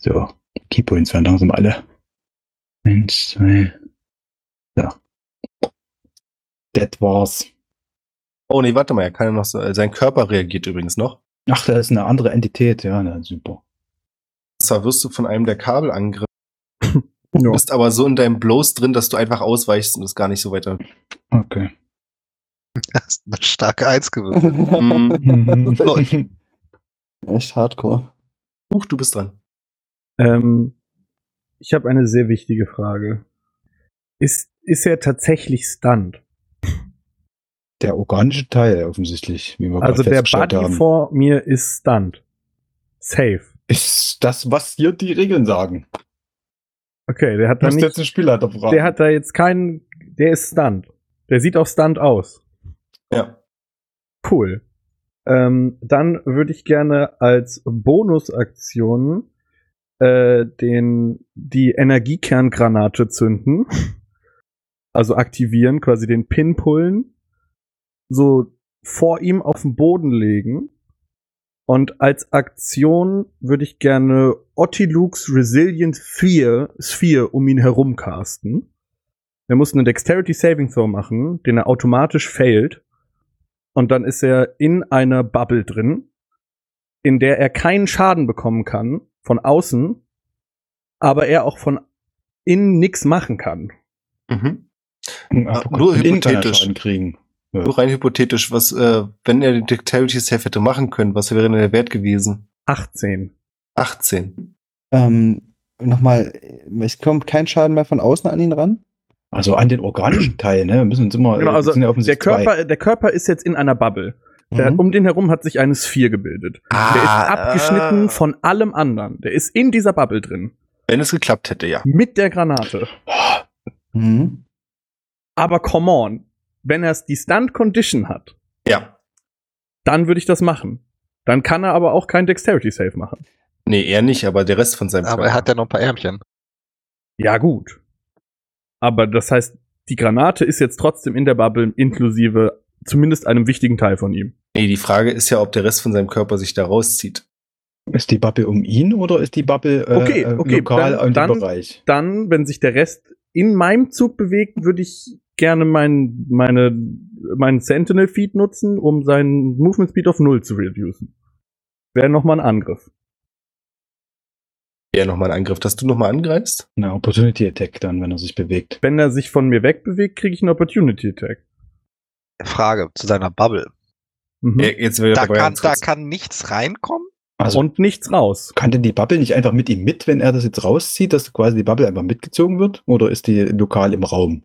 S6: So, Keypoints werden langsam alle. 1, 2. So. Das war's.
S5: Oh nee, warte mal, er kann ja noch so, äh, sein Körper reagiert übrigens noch.
S6: Ach, da ist eine andere Entität. Ja, na, super.
S5: Und zwar wirst du von einem der Kabel angegriffen,
S2: Ja.
S5: bist aber so in deinem Blows drin, dass du einfach ausweichst und es gar nicht so weiter.
S6: Okay.
S3: Das ist eine starke Eins gewesen.
S8: Mhm.
S6: Mhm.
S8: Echt hardcore.
S5: Huch, du bist dran.
S2: Ähm, ich habe eine sehr wichtige Frage. Ist, ist er tatsächlich stunned?
S6: Der organische Teil offensichtlich, wie wir gerade
S2: Also der
S6: festgestellt
S2: Buddy
S6: haben.
S2: vor mir ist stunned. Safe.
S6: Ist das, was hier die Regeln sagen?
S2: Okay, der hat
S6: Du
S2: da
S6: musst
S2: nicht,
S6: jetzt den Spielleiter fragen.
S2: der hat da jetzt keinen, der ist stunned. Der sieht auch stunned aus.
S5: Ja.
S2: Cool. Ähm, dann würde ich gerne als Bonusaktion äh, den die Energiekerngranate zünden, also aktivieren, quasi den Pin pullen, so vor ihm auf den Boden legen. Und als Aktion würde ich gerne Ottilux Resilient Sphere, Sphere um ihn herum casten. Er muss einen Dexterity Saving Throw machen, den er automatisch failt. Und dann ist er in einer Bubble drin, in der er keinen Schaden bekommen kann von außen, aber er auch von innen nichts machen kann.
S5: Mhm.
S6: Ein
S5: nur
S6: Internet
S5: hypothetisch.
S6: Schaden kriegen. Ja.
S5: Nur rein hypothetisch, was, äh, wenn er den Dexterity Safe hätte machen können, was wäre denn der Wert gewesen?
S2: 18.
S5: 18.
S8: Ähm, Nochmal, es kommt kein Schaden mehr von außen an ihn ran.
S6: Also an den organischen Teil, ne? Wir müssen uns immer.
S2: Genau,
S6: äh,
S2: also
S6: sind ja
S2: Der
S6: offensichtlich zwei.
S2: Körper, der Körper ist jetzt in einer Bubble. Der,
S8: Mhm.
S2: um den herum hat sich eine Sphere gebildet. Der ist abgeschnitten von allem anderen. Der ist in dieser Bubble drin.
S5: Wenn es geklappt hätte, ja.
S2: Mit der Granate.
S6: Oh,
S8: Mhm.
S2: Aber come on. Wenn er die Stunt Condition hat,
S5: Ja.
S2: dann würde ich das machen. Dann kann er aber auch kein Dexterity Save machen.
S5: Nee, er nicht, aber der Rest von seinem
S3: Aber er hat ja noch ein paar Ärmchen.
S2: Ja, gut. Aber das heißt, die Granate ist jetzt trotzdem in der Bubble inklusive zumindest einem wichtigen Teil von ihm.
S5: Nee, die Frage ist ja, ob der Rest von seinem Körper sich da rauszieht.
S6: Ist die Bubble um ihn oder ist die Bubble äh,
S2: Okay,
S6: äh,
S2: okay,
S6: lokal
S2: dann-
S6: in
S2: dann-
S6: dem Bereich?
S2: Dann, wenn sich der Rest in meinem Zug bewegt, würde ich gerne mein, meine, meinen Sentinel Feed nutzen, um seinen Movement Speed auf Null zu reducen. Wäre nochmal ein Angriff.
S5: Ja, nochmal ein Angriff. Dass du nochmal angreifst?
S6: Na, Opportunity Attack dann, wenn er sich bewegt.
S2: Wenn er sich von mir wegbewegt, kriege ich einen Opportunity Attack.
S3: Frage zu seiner Bubble.
S2: Mhm.
S3: Hm?
S5: Ja, jetzt wäre
S3: Da
S5: dabei
S3: kann,
S5: ganz
S3: da
S5: kurz.
S3: kann nichts reinkommen?
S6: Also
S2: Und nichts raus.
S6: kann denn die Bubble nicht einfach mit ihm mit, wenn er das jetzt rauszieht, dass quasi die Bubble einfach mitgezogen wird? Oder ist die lokal im Raum?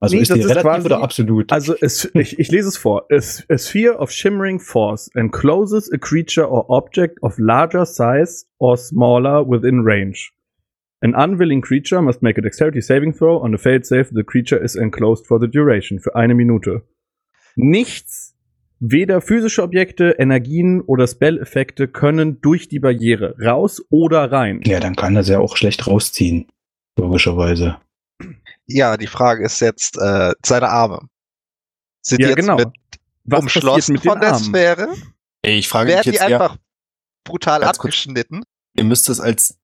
S6: Also
S2: Nee,
S6: ist die
S2: das ist
S6: relativ
S2: quasi-
S6: oder absolut?
S2: Also es, ich, ich lese es vor. A, s- a sphere of shimmering force encloses a creature or object of larger size or smaller within range. An unwilling creature must make a dexterity saving throw. On a failed save, the creature is enclosed for the duration. Für eine Minute. Nichts, weder physische Objekte, Energien oder Spell-Effekte können durch die Barriere raus oder rein.
S6: ja, dann kann er sie ja auch schlecht rausziehen. Logischerweise.
S3: Ja, die Frage ist jetzt, äh, seine Arme. Sind die
S2: Ja,
S3: jetzt
S2: genau.
S3: mit
S2: Was passiert
S3: umschlossen
S2: mit den
S3: von der
S2: Armen?
S3: Sphäre?
S5: Ey, ich frage mich
S3: Werden die
S5: jetzt eher,
S3: einfach brutal
S5: Ganz kurz.
S3: abgeschnitten?
S5: ihr müsst das als,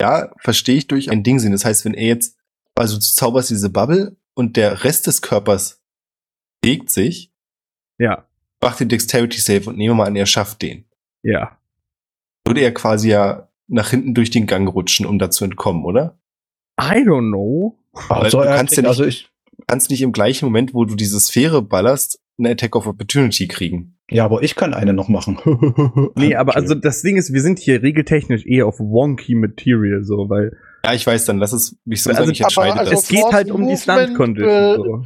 S5: ja, verstehe ich durch ein Ding sehen. Das heißt, wenn er jetzt, also du zauberst diese Bubble und der Rest des Körpers legt sich,
S2: Ja,
S5: macht den Dexterity Save und nehmen wir mal an, er schafft den.
S2: ja.
S5: Würde er quasi ja nach hinten durch den Gang rutschen, um da zu entkommen, oder?
S2: I don't know.
S5: Aber
S6: Also,
S5: du
S6: er
S5: kannst
S6: kriegt-
S5: ja nicht-
S6: also ich,
S5: Du kannst nicht im gleichen Moment, wo du diese Sphäre ballerst, eine Attack of Opportunity kriegen.
S6: ja, aber ich kann eine noch machen.
S2: Nee, aber also das Ding ist, wir sind hier regeltechnisch eher auf wonky Material, so, weil
S5: Ja, ich weiß, dann lass es mich so
S2: Also,
S5: sagen, ich
S2: aber
S5: entscheide
S7: also-
S5: das.
S2: es geht
S7: Force
S2: halt um die
S7: Movement,
S2: Stunt-Condition.
S7: äh,
S2: so.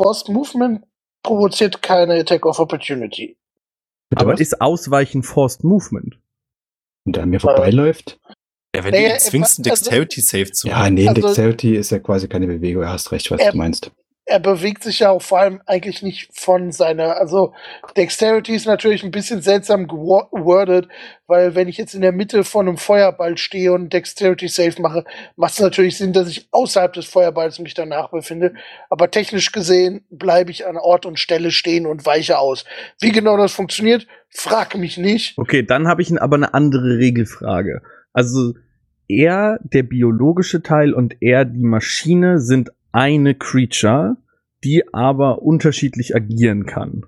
S7: Forced Movement provoziert keine Attack of Opportunity.
S2: Aber ist Ausweichen Forced Movement?
S6: Und der an mir vorbeiläuft?
S5: Ja, wenn
S7: Naja,
S5: du ihn zwingst, einen
S7: also-
S5: Dexterity Save zu
S6: Ja, nee,
S7: Also-
S6: Dexterity ist ja quasi keine Bewegung. Er hast recht, was
S7: Er-
S6: du meinst.
S7: Er bewegt sich ja auch vor allem eigentlich nicht von seiner, also Dexterity ist natürlich ein bisschen seltsam gewordet, weil wenn ich jetzt in der Mitte von einem Feuerball stehe und Dexterity Safe mache, macht es natürlich Sinn, dass ich außerhalb des Feuerballs mich danach befinde. Aber technisch gesehen bleibe ich an Ort und Stelle stehen und weiche aus. Wie genau das funktioniert, frag mich nicht.
S2: Okay, dann habe ich n- aber eine andere Regelfrage. Also er, der biologische Teil und er, die Maschine, sind eine Creature, die aber unterschiedlich agieren kann.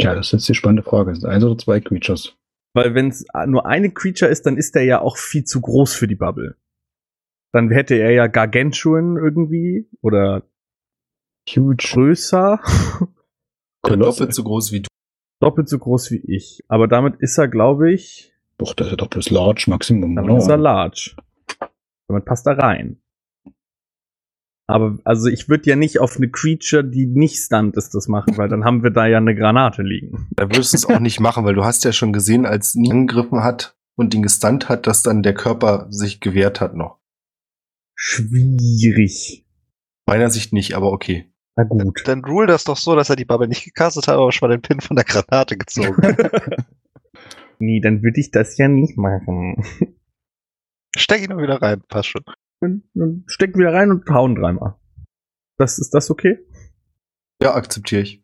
S6: Ja, das ist jetzt die spannende Frage. Sind eins oder zwei Creatures?
S2: Weil wenn es nur eine Creature ist, dann ist der ja auch viel zu groß für die Bubble. Dann hätte er ja Gargantuan irgendwie oder
S6: Huge.
S2: größer,
S6: Kolosse.
S5: Doppelt so groß wie du.
S2: doppelt so groß wie ich. Aber damit ist er, glaube ich,
S6: Doch, das ist doch bloß Large Maximum,
S2: damit ist er large. Damit passt er rein. Aber also ich würde ja nicht auf eine Creature, die nicht stunt ist, das machen, weil dann haben wir da ja eine Granate liegen.
S5: Da würdest du es auch nicht machen, weil du hast ja schon gesehen, als nie angegriffen hat und ihn gestunt hat, dass dann der Körper sich gewehrt hat noch.
S2: Schwierig.
S5: Meiner Sicht nicht, aber okay.
S2: Na gut.
S3: Dann rule das doch so, dass er die Bubble nicht gecastet hat, aber schon mal den Pin von der Granate gezogen hat.
S2: Nee, dann würde ich das ja nicht machen.
S3: Steck ihn doch wieder rein, passt schon.
S2: Dann, dann steck wieder rein und hauen dreimal. Das ist das okay?
S5: Ja, akzeptiere ich.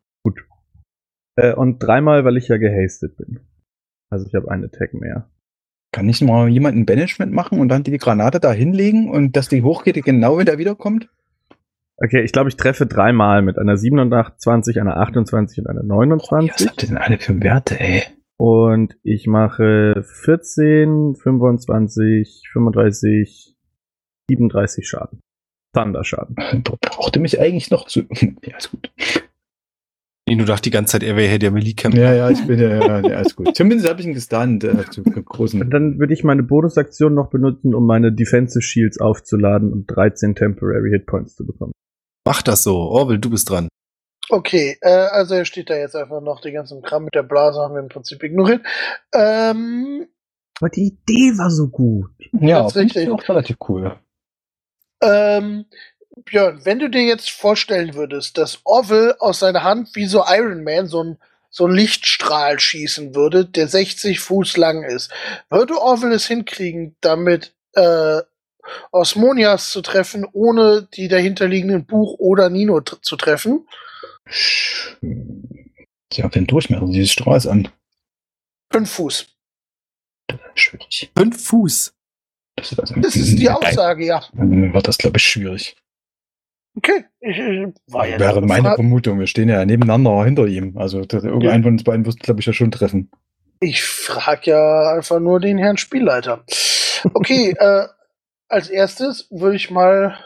S2: Äh, und dreimal, weil ich ja gehastet bin. Also ich habe einen Attack mehr.
S6: Kann ich mal jemanden Banishment machen und dann die Granate da hinlegen und dass die hochgeht, genau wenn der wiederkommt?
S2: Okay, ich glaube, ich treffe dreimal mit einer 27, einer 28 und einer
S6: Was
S2: 29.
S6: habt ihr denn alle für Werte, ey?
S2: Und ich mache 14, 25, 35, 37 Schaden. Thunderschaden.
S6: Brauchte mich eigentlich noch zu. Ja, ist gut.
S5: Nee, du dachtest die ganze Zeit, er wäre hier der Melika.
S6: Ja, ja, ich bin ja, ja, ja ist gut. Zumindest habe ich ihn gestunt, äh, zu großen.
S2: Und dann würde ich meine Bonusaktion noch benutzen, um meine Defensive Shields aufzuladen und 13 Temporary Hitpoints zu bekommen.
S5: Mach das so. Orwell, du bist dran.
S7: Okay, äh, also er steht da jetzt einfach noch. Den ganzen Kram mit der Blase haben wir im Prinzip ignoriert. Ähm,
S2: Aber die Idee war so gut.
S6: Ja,
S7: das ist
S6: finde ich
S7: richtig.
S6: auch relativ cool.
S7: ähm, Björn, wenn du dir jetzt vorstellen würdest, dass Orville aus seiner Hand wie so Iron Man so ein so ein Lichtstrahl schießen würde, der 60 Fuß lang ist, würde Orville es hinkriegen, damit äh, Osmonias zu treffen, ohne die dahinterliegenden Buch oder Nino t- zu treffen?
S6: Ich habe den Durchmesser dieses Strahls an.
S7: Fünf Fuß.
S6: Schwierig.
S5: Fünf Fuß.
S6: Das ist, also
S7: Das ist die Aussage, ja.
S6: Dann wird das, glaube ich, schwierig.
S7: Okay. Ich, ich, war jetzt
S6: Wäre
S7: eine
S6: meine
S7: Frage.
S6: Vermutung. Wir stehen ja nebeneinander hinter ihm. Also das- irgendeinen von uns beiden wirst du, glaube ich, ja schon treffen.
S7: Ich frage ja einfach nur den Herrn Spielleiter. Okay, äh, als erstes würde ich mal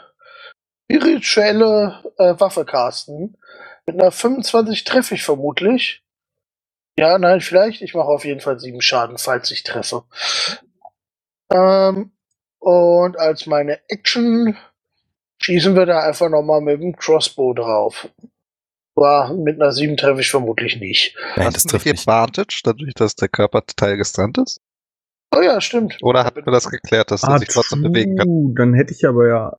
S7: spirituelle äh, Waffe casten. Mit einer 25 treffe ich vermutlich. Ja, nein, vielleicht. Ich mache auf jeden Fall sieben Schaden, falls ich treffe. Ähm, und als meine Action schießen wir da einfach nochmal mit dem Crossbow drauf. War mit einer 7 treffe ich vermutlich nicht.
S5: Nein,
S3: Hast
S5: das
S3: du
S5: trifft
S3: nicht
S5: nicht.
S3: Advantage, dadurch, dass der Körperteil gestunt ist?
S7: Oh ja, stimmt.
S3: Oder hat mir das geklärt, dass er sich trotzdem bewegen kann?
S2: Ah, true, dann hätte ich aber ja.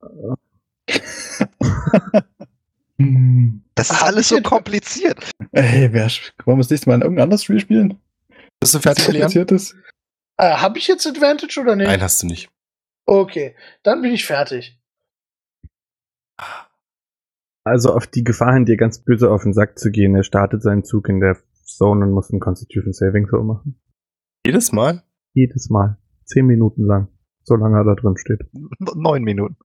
S3: Das ist
S7: Hab
S3: alles
S7: ich
S3: so
S7: jetzt-
S3: kompliziert.
S6: Ey, wer, wollen wir das nächste Mal in irgendein anderes Spiel spielen?
S5: Bist du
S6: Was
S5: fertig, Leon?
S6: kompliziert ist?
S7: Äh, Habe ich jetzt Advantage oder nicht?
S5: Nein, hast du nicht.
S7: Okay, dann bin ich fertig.
S2: Also auf die Gefahr hin, dir ganz böse auf den Sack zu gehen. Er startet seinen Zug in der Zone und muss einen Constitution Saving Throw machen.
S5: Jedes Mal?
S2: Jedes Mal. Zehn Minuten lang. Solange er da drin steht.
S3: N- Neun Minuten.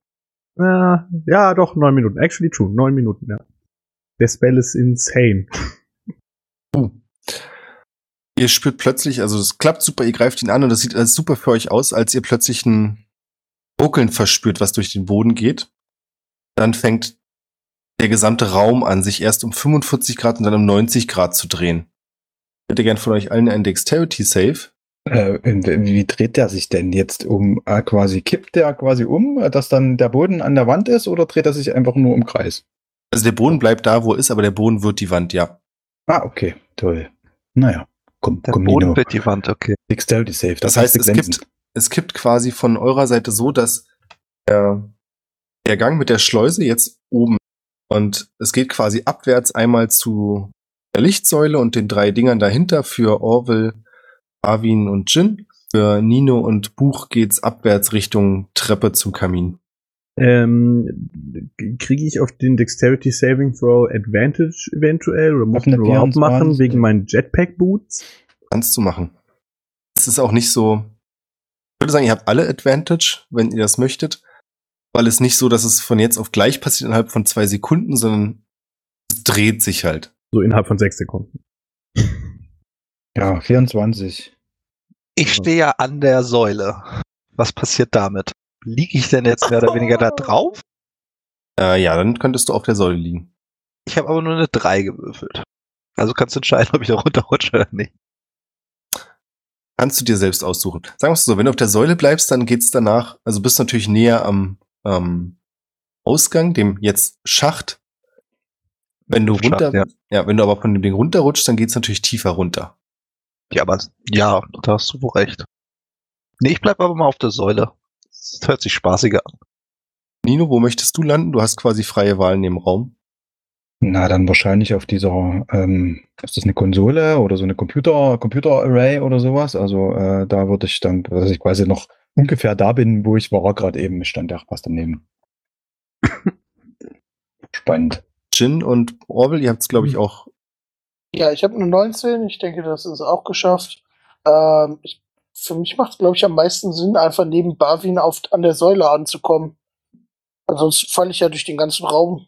S2: Ja, ja, doch, neun Minuten. Actually true, neun Minuten, ja. Der Spell ist insane.
S5: Ihr spürt plötzlich, also es klappt super, ihr greift ihn an und das sieht alles super für euch aus, als ihr plötzlich ein Ruckeln verspürt, was durch den Boden geht. Dann fängt der gesamte Raum an, sich erst um 45 Grad und dann um 90 Grad zu drehen. Ich hätte gern von euch allen einen Dexterity-Save.
S6: Äh, und wie, wie dreht der sich denn jetzt um? Äh, quasi kippt der quasi um, äh, dass dann der Boden an der Wand ist oder dreht er sich einfach nur im Kreis?
S5: Also der Boden bleibt da, wo er ist, aber der Boden wird die Wand, ja.
S6: Ah, okay, toll. Naja, komm,
S3: Der
S6: komm,
S3: Boden
S6: Nino.
S3: wird die Wand, okay.
S6: Dexterity Save.
S5: Das heißt,
S6: musste
S5: es
S6: glänzen.
S5: gibt, es kippt quasi von eurer Seite so, dass der, der Gang mit der Schleuse jetzt oben und es geht quasi abwärts einmal zu der Lichtsäule und den drei Dingern dahinter für Orwell, Arvin und Jin. Für Nino und Buch geht's abwärts Richtung Treppe zum Kamin.
S2: Ähm, kriege ich auf den Dexterity Saving Throw Advantage eventuell oder muss
S6: Auf eine
S2: ich überhaupt
S6: 24.
S2: machen wegen meinen Jetpack Boots?
S5: Kannst du machen. Es ist auch nicht so. Ich würde sagen, ihr habt alle Advantage, wenn ihr das möchtet. Weil es nicht so, dass es von jetzt auf gleich passiert innerhalb von zwei Sekunden, sondern es dreht sich halt.
S2: So innerhalb von sechs Sekunden.
S6: Ja, 24.
S3: Ich stehe ja an der Säule. Was passiert damit? Liege ich denn jetzt mehr oder weniger da drauf?
S5: Äh, ja, dann könntest du auf der Säule liegen.
S3: Ich habe aber nur eine 3 gewürfelt. Also kannst du entscheiden, ob ich da runterrutsche oder nicht.
S5: Kannst du dir selbst aussuchen. Sagen wir es so, wenn du auf der Säule bleibst, dann geht's danach, also bist natürlich näher am ähm, Ausgang, dem jetzt Schacht. Wenn du
S3: Schacht,
S5: runter,
S3: ja.
S5: ja, wenn du aber von dem Ding runterrutschst, dann geht's natürlich tiefer runter.
S3: Ja, aber ja, da hast du wohl recht. Nee, ich bleib aber mal auf der Säule. Das hört sich spaßiger an.
S5: Nino, wo möchtest du landen? Du hast quasi freie Wahl in dem Raum.
S6: Na, dann wahrscheinlich auf dieser, ähm, ist das eine Konsole oder so eine Computer, Computer Array oder sowas? Also äh, da würde ich dann, dass ich quasi noch ungefähr da bin, wo ich war gerade eben. Ich stand ja fast daneben. Spannend.
S5: Jin und Orwell, ihr habt es, glaube
S2: Hm.
S5: ich, auch.
S7: Ja, ich habe eine 19. Ich denke, das ist auch geschafft. Ähm, ich, für mich macht es, glaube ich, am meisten Sinn, einfach neben Barwin auf, an der Säule anzukommen. Ansonsten falle ich ja durch den ganzen Raum.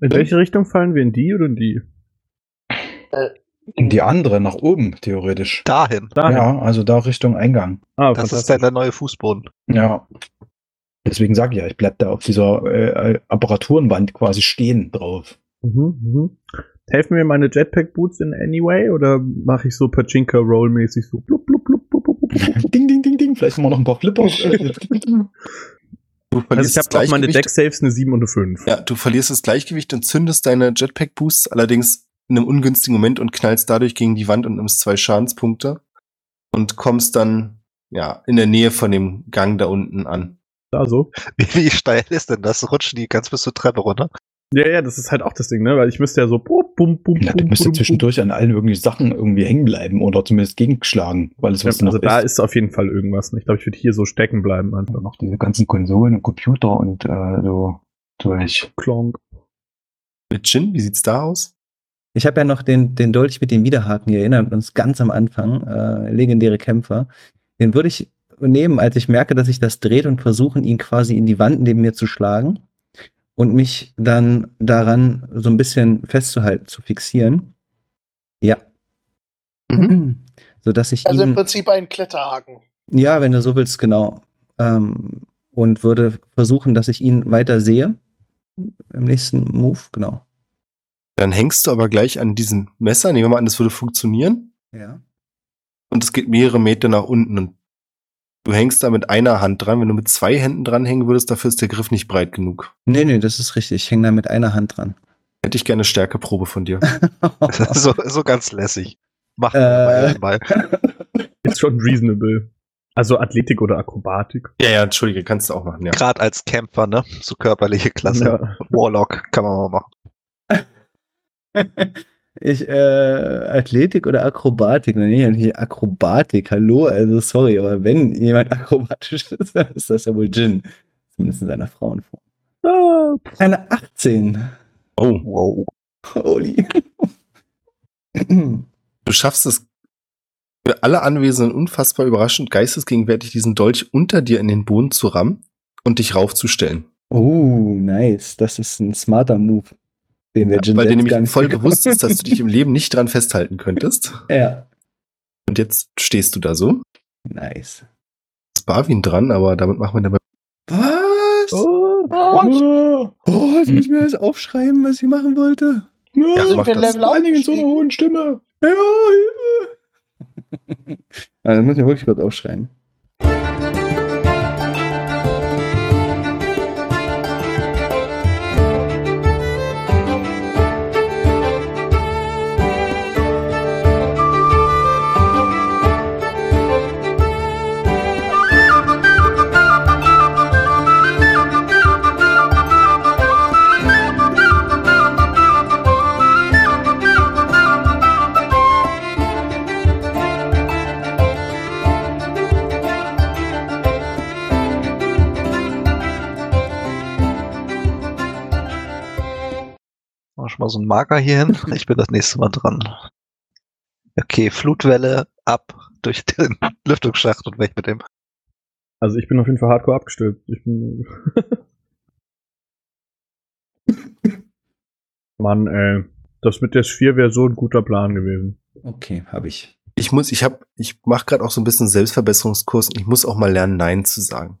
S2: In
S3: Hm.
S2: welche Richtung fallen wir? In die oder in die?
S6: Die andere nach oben, theoretisch.
S3: Dahin.
S2: Dahin.
S6: Ja, also da Richtung Eingang.
S2: Ah,
S3: Das ist
S2: fantastisch.
S3: dann der neue Fußboden.
S6: Ja. Deswegen sage ich ja, ich bleib da auf dieser äh, Apparaturenwand quasi stehen drauf.
S2: Mhm, mhm. Helfen mir meine Jetpack-Boots in any way oder mache ich so Pachinka-Roll-mäßig so blub, blub, blub, blub, blub, blub, blub?
S6: ding, ding, ding, ding. Vielleicht haben wir noch ein paar Flipper.
S5: Du
S2: Also ich
S5: das
S2: habe auf meine
S5: Gleichgewicht.
S2: Deck-Saves eine 7 und eine 5.
S5: Ja, du verlierst das Gleichgewicht und zündest deine Jetpack-Boosts allerdings in einem ungünstigen Moment und knallst dadurch gegen die Wand und nimmst zwei Schadenspunkte und kommst dann ja in der Nähe von dem Gang da unten an.
S2: Da so.
S3: Wie, wie steil ist denn das? Rutschen die ganz bis zur Treppe runter?
S2: Ja, ja, das ist halt auch das Ding, ne? Weil ich müsste ja so bum, bum, bum,
S6: Ja, du
S2: bum,
S6: müsstest
S2: bum,
S6: zwischendurch an allen irgendwie Sachen irgendwie hängen bleiben oder zumindest gegenschlagen, weil es
S2: bum.
S6: was
S2: Ja, also
S6: noch
S2: da
S6: ist.
S2: ist auf jeden Fall irgendwas. ne? Ich glaube, ich würde hier so stecken bleiben einfach.
S6: Noch diese ganzen Konsolen und Computer und äh, so durch.
S2: Klonk.
S5: Mit Jin, wie sieht's da aus?
S8: Ich habe ja noch den, den Dolch mit dem Widerhaken, ihr erinnert uns ganz am Anfang, äh, legendäre Kämpfer. Den würde ich nehmen, als ich merke, dass sich das dreht und versuchen, ihn quasi in die Wand neben mir zu schlagen und mich dann daran so ein bisschen festzuhalten, zu fixieren. Ja. So dass ich
S7: Mhm. Also im
S8: ihn.
S7: Prinzip einen Kletterhaken.
S8: Ja, wenn du so willst, genau. Ähm, und würde versuchen, dass ich ihn weiter sehe. Im nächsten Move, genau.
S5: Dann hängst du aber gleich an diesem Messer. Nehmen wir mal an, das würde funktionieren.
S8: Ja.
S5: und es geht mehrere Meter nach unten und du hängst da mit einer Hand dran. Wenn du mit zwei Händen dranhängen würdest, dafür ist der Griff nicht breit genug.
S8: Nee, nee, das ist richtig. Ich hänge da mit einer Hand dran.
S5: Hätte ich gerne eine Stärkeprobe von dir.
S3: so, so ganz lässig. Mach mal
S8: Äh.
S3: mal.
S2: Ist schon reasonable. Also Athletik oder Akrobatik.
S5: ja, ja, entschuldige, kannst du auch machen, ja.
S3: Gerade als Kämpfer, ne? So körperliche Klasse.
S2: Ja.
S3: Warlock kann man mal machen.
S8: ich, äh, Athletik oder Akrobatik? Nee, nicht Akrobatik, hallo, also sorry, aber wenn jemand akrobatisch ist, dann ist das ja wohl Jin. Zumindest in seiner Frauenform.
S2: Ah,
S8: Eine 18.
S5: Oh,
S3: Wow.
S8: Holy.
S5: du schaffst es für alle Anwesenden unfassbar überraschend, geistesgegenwärtig diesen Dolch unter dir in den Boden zu rammen und dich raufzustellen.
S8: oh, nice. Das ist ein smarter Move. Den der Jin
S5: weil dir
S8: selbst gar
S5: nämlich
S8: nicht
S5: voll
S8: gekonnt-
S5: gewusst ist, dass du dich im Leben nicht dran festhalten könntest.
S8: Ja.
S5: Und jetzt stehst du da so.
S8: Nice.
S5: Ist Barwin dran, aber damit machen wir dann
S8: Was?
S2: oh,
S8: Oh, oh, jetzt muss ich mir das aufschreiben, was ich machen wollte.
S5: Ja, mach
S7: wir
S5: das.
S7: Level
S6: Vor allen Dingen in so einer
S7: aufgestiegen.
S6: hohen Stimme.
S8: Ja, Hilfe! also, das muss ich wirklich kurz aufschreiben.
S3: Mach schon mal so einen Marker hier hin. Ich bin das nächste Mal dran. Okay, Flutwelle ab durch den Lüftungsschacht und weg mit dem.
S2: Also ich bin auf jeden Fall hardcore abgestürzt. Ich bin. Mann, ey. Das mit der Sphere wäre so ein guter Plan gewesen.
S8: Okay, habe ich.
S5: ich muss, ich habe, ich mache gerade auch so ein bisschen Selbstverbesserungskurs und ich muss auch mal lernen, Nein zu sagen.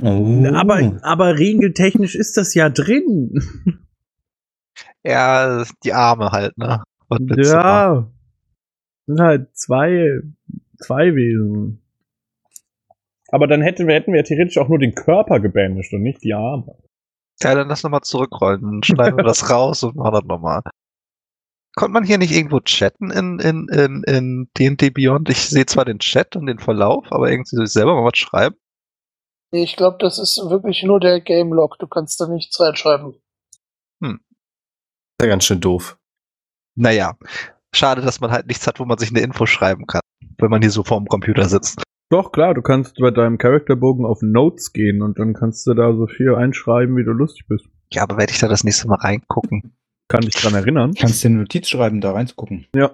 S8: Oh.
S2: aber regeltechnisch ist das ja drin.
S3: Ja, die Arme halt, ne? Was willst du machen?
S2: Ja. Sind halt zwei, zwei Wesen. Aber dann hätten wir, hätten wir theoretisch auch nur den Körper gebannt und nicht die Arme.
S3: Ja, dann lass nochmal zurückrollen. Dann schneiden wir das raus und machen das nochmal. Konnte man hier nicht irgendwo chatten in, in, in, in D&D Beyond? Ich sehe zwar den Chat und den Verlauf, aber irgendwie soll ich selber mal was schreiben.
S7: Nee, ich glaube, das ist wirklich nur der Game Log. Du kannst da nichts reinschreiben.
S5: ist ja ganz schön doof.
S3: Naja, schade, dass man halt nichts hat, wo man sich eine Info schreiben kann, wenn man hier so vorm Computer sitzt.
S2: Doch, klar, du kannst bei deinem Charakterbogen auf Notes gehen und dann kannst du da so viel einschreiben, wie du lustig bist.
S3: Ja, aber werde ich da das nächste Mal reingucken?
S2: Kann dich dran erinnern.
S6: Kannst du eine Notiz schreiben, da reinzugucken.
S2: Ja.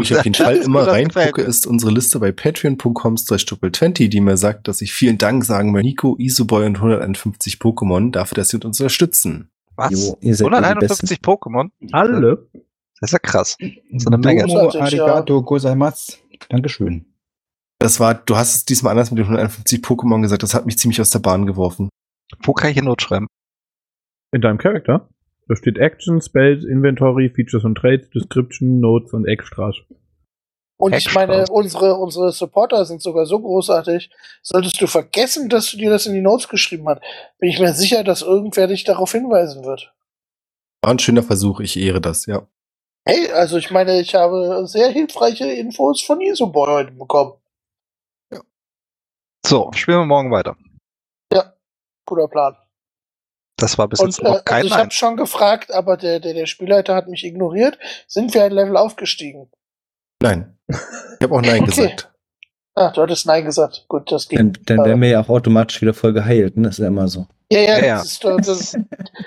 S5: Ich auf jeden Fall
S3: Das ist
S5: immer
S3: gut, das gefällt
S5: reingucke,
S3: mir.
S5: ist unsere Liste bei patreon.com slash 20 die mir sagt, dass ich vielen Dank sagen will, Nico, Isoboy und 151 Pokémon dafür, dass sie uns unterstützen.
S3: Was?
S4: Jo, ihr seid eh die
S3: 151 Pokémon?
S2: Alle?
S3: Das ist ja krass. So eine Menge.
S6: Domo
S7: Ja.
S6: Oh, arigato gozaimasu. Dankeschön.
S5: Das war, du hast es diesmal anders mit den 151 Pokémon gesagt, das hat mich ziemlich aus der Bahn geworfen.
S3: Wo kann ich eine Not schreiben?
S2: In deinem Charakter? Da steht Action, Spells, Inventory, Features und Traits, Description, Notes und Extras.
S7: Und ich
S3: Hackspaß.
S7: meine, unsere, unsere Supporter sind sogar so großartig. Solltest du vergessen, dass du dir das in die Notes geschrieben hast, bin ich mir sicher, dass irgendwer dich darauf hinweisen wird.
S5: War ein schöner Versuch, ich ehre das, ja.
S7: Hey, also ich meine, ich habe sehr hilfreiche Infos von Isoboy heute bekommen.
S3: So, spielen wir morgen weiter.
S7: Guter Plan.
S3: Das war bis
S7: Und
S3: jetzt
S7: äh,
S3: noch kein
S7: also ich
S3: Nein.
S7: habe schon gefragt, aber der, der, der Spielleiter hat mich ignoriert. Sind wir ein Level aufgestiegen?
S5: Nein. Ich habe auch Nein
S7: Okay.
S5: gesagt.
S7: Ah, du hattest Nein gesagt. Gut, das geht.
S4: Dann, dann wären wir ja auch automatisch wieder voll geheilt, ne? Das ist ja immer so.
S7: Ja, ja,
S3: Ja, ja.
S7: Das ist, doch- das, ist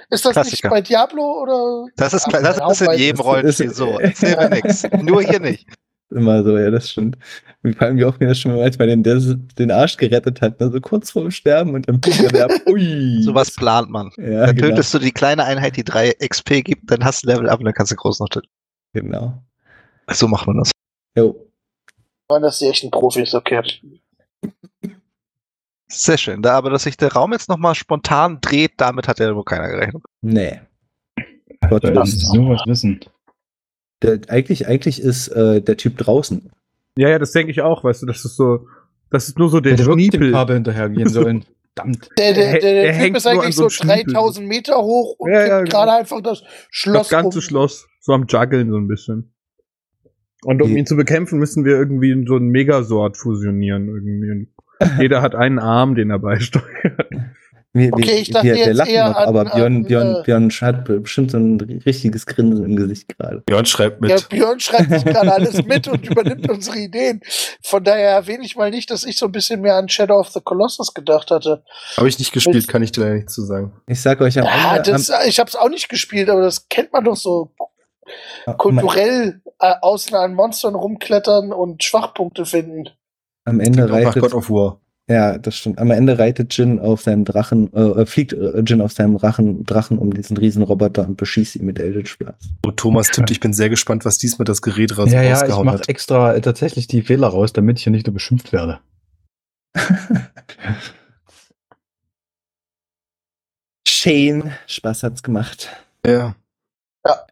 S7: das
S3: Klassiker.
S7: nicht bei Diablo oder?
S3: Das ist, klar, das
S7: Ach,
S3: ist in
S7: Rauchweite.
S3: jedem
S4: Das
S3: Rollenspiel
S4: ist-
S3: so. Erzähl mir nichts. Nur hier nicht.
S4: Immer so, ja, das stimmt. Wie vor allem, wie oft mir das schon mal manchmal den, der den Arsch gerettet hat, ne? so kurz vorm Sterben und dann pickt er wieder ab. Ui.
S3: Sowas plant man.
S4: Ja,
S3: Dann
S4: genau.
S3: tötest du die kleine Einheit, die 3 XP gibt, dann hast du Level up und dann kannst du groß noch töten.
S4: genau.
S3: So macht man das.
S4: Jo.
S7: Waren das die echten Profis? Okay.
S3: Sehr schön. Da aber, dass sich der Raum jetzt nochmal spontan dreht, damit hat ja wohl keiner gerechnet.
S4: Nee. Gott,
S6: Sollte
S4: das-
S6: sowas wissen.
S4: Der, eigentlich, eigentlich ist äh, der Typ draußen.
S2: Ja, ja, das denke ich auch, weißt du, das ist so, das ist nur so der
S6: Hätte wirklich dem
S2: Schniepel.
S6: Kabel hinterhergehen sollen. Verdammt.
S7: Der, der, der,
S2: Der
S7: der
S2: hängt
S7: Typ ist
S2: nur an
S7: eigentlich
S2: so
S7: so,
S2: einem Schniepel.
S7: 3000 Meter hoch und
S2: Ja,
S7: kippt
S2: ja, genau.
S7: gerade einfach das Schloss
S2: Das ganze
S7: um.
S2: Schloss, so am Juggeln so ein bisschen. Und um
S4: Die-
S2: ihn zu bekämpfen, müssen wir irgendwie in so einen Megasort fusionieren. Irgendwie. Und Jeder hat einen Arm, den er beisteuert.
S4: Wir,
S7: Okay, ich dachte jetzt
S4: lachen
S7: eher
S4: noch,
S7: an-
S4: aber Björn,
S7: an,
S4: Björn,
S7: äh,
S4: Björn hat bestimmt so ein richtiges Grinsen im Gesicht gerade.
S5: Björn schreibt mit.
S7: Ja, Björn schreibt sich gerade alles mit und übernimmt unsere Ideen. Von daher erwähne ich mal nicht, dass ich so ein bisschen mehr an Shadow of the Colossus gedacht hatte.
S5: Habe ich nicht gespielt, kann ich dir leider nichts zu sagen.
S4: Ich sag euch am
S7: Ja,
S4: Ende,
S7: Ah,
S2: ähm,
S7: das, ich habe es auch nicht gespielt, aber das kennt man doch so
S4: am, am,
S7: kulturell äh, außen an Monstern rumklettern und Schwachpunkte finden.
S4: am Ende
S5: Nach um.
S4: reitet
S5: God of War.
S4: Ja, das stimmt. Am Ende reitet Jin auf seinem Drachen, äh, fliegt äh, Jin auf seinem Drachen, Drachen um diesen riesen Roboter und beschießt ihn mit Eldritch Blast.
S5: Oh, Thomas tippt, ich bin sehr gespannt, was diesmal das Gerät raus
S6: ja, ja, ich
S5: rausgehauen
S6: mache
S5: hat.
S6: extra äh, tatsächlich die Fehler raus, damit ich hier nicht so beschimpft werde.
S4: Shane, Spaß hat's gemacht.
S5: Ja.
S7: Ja.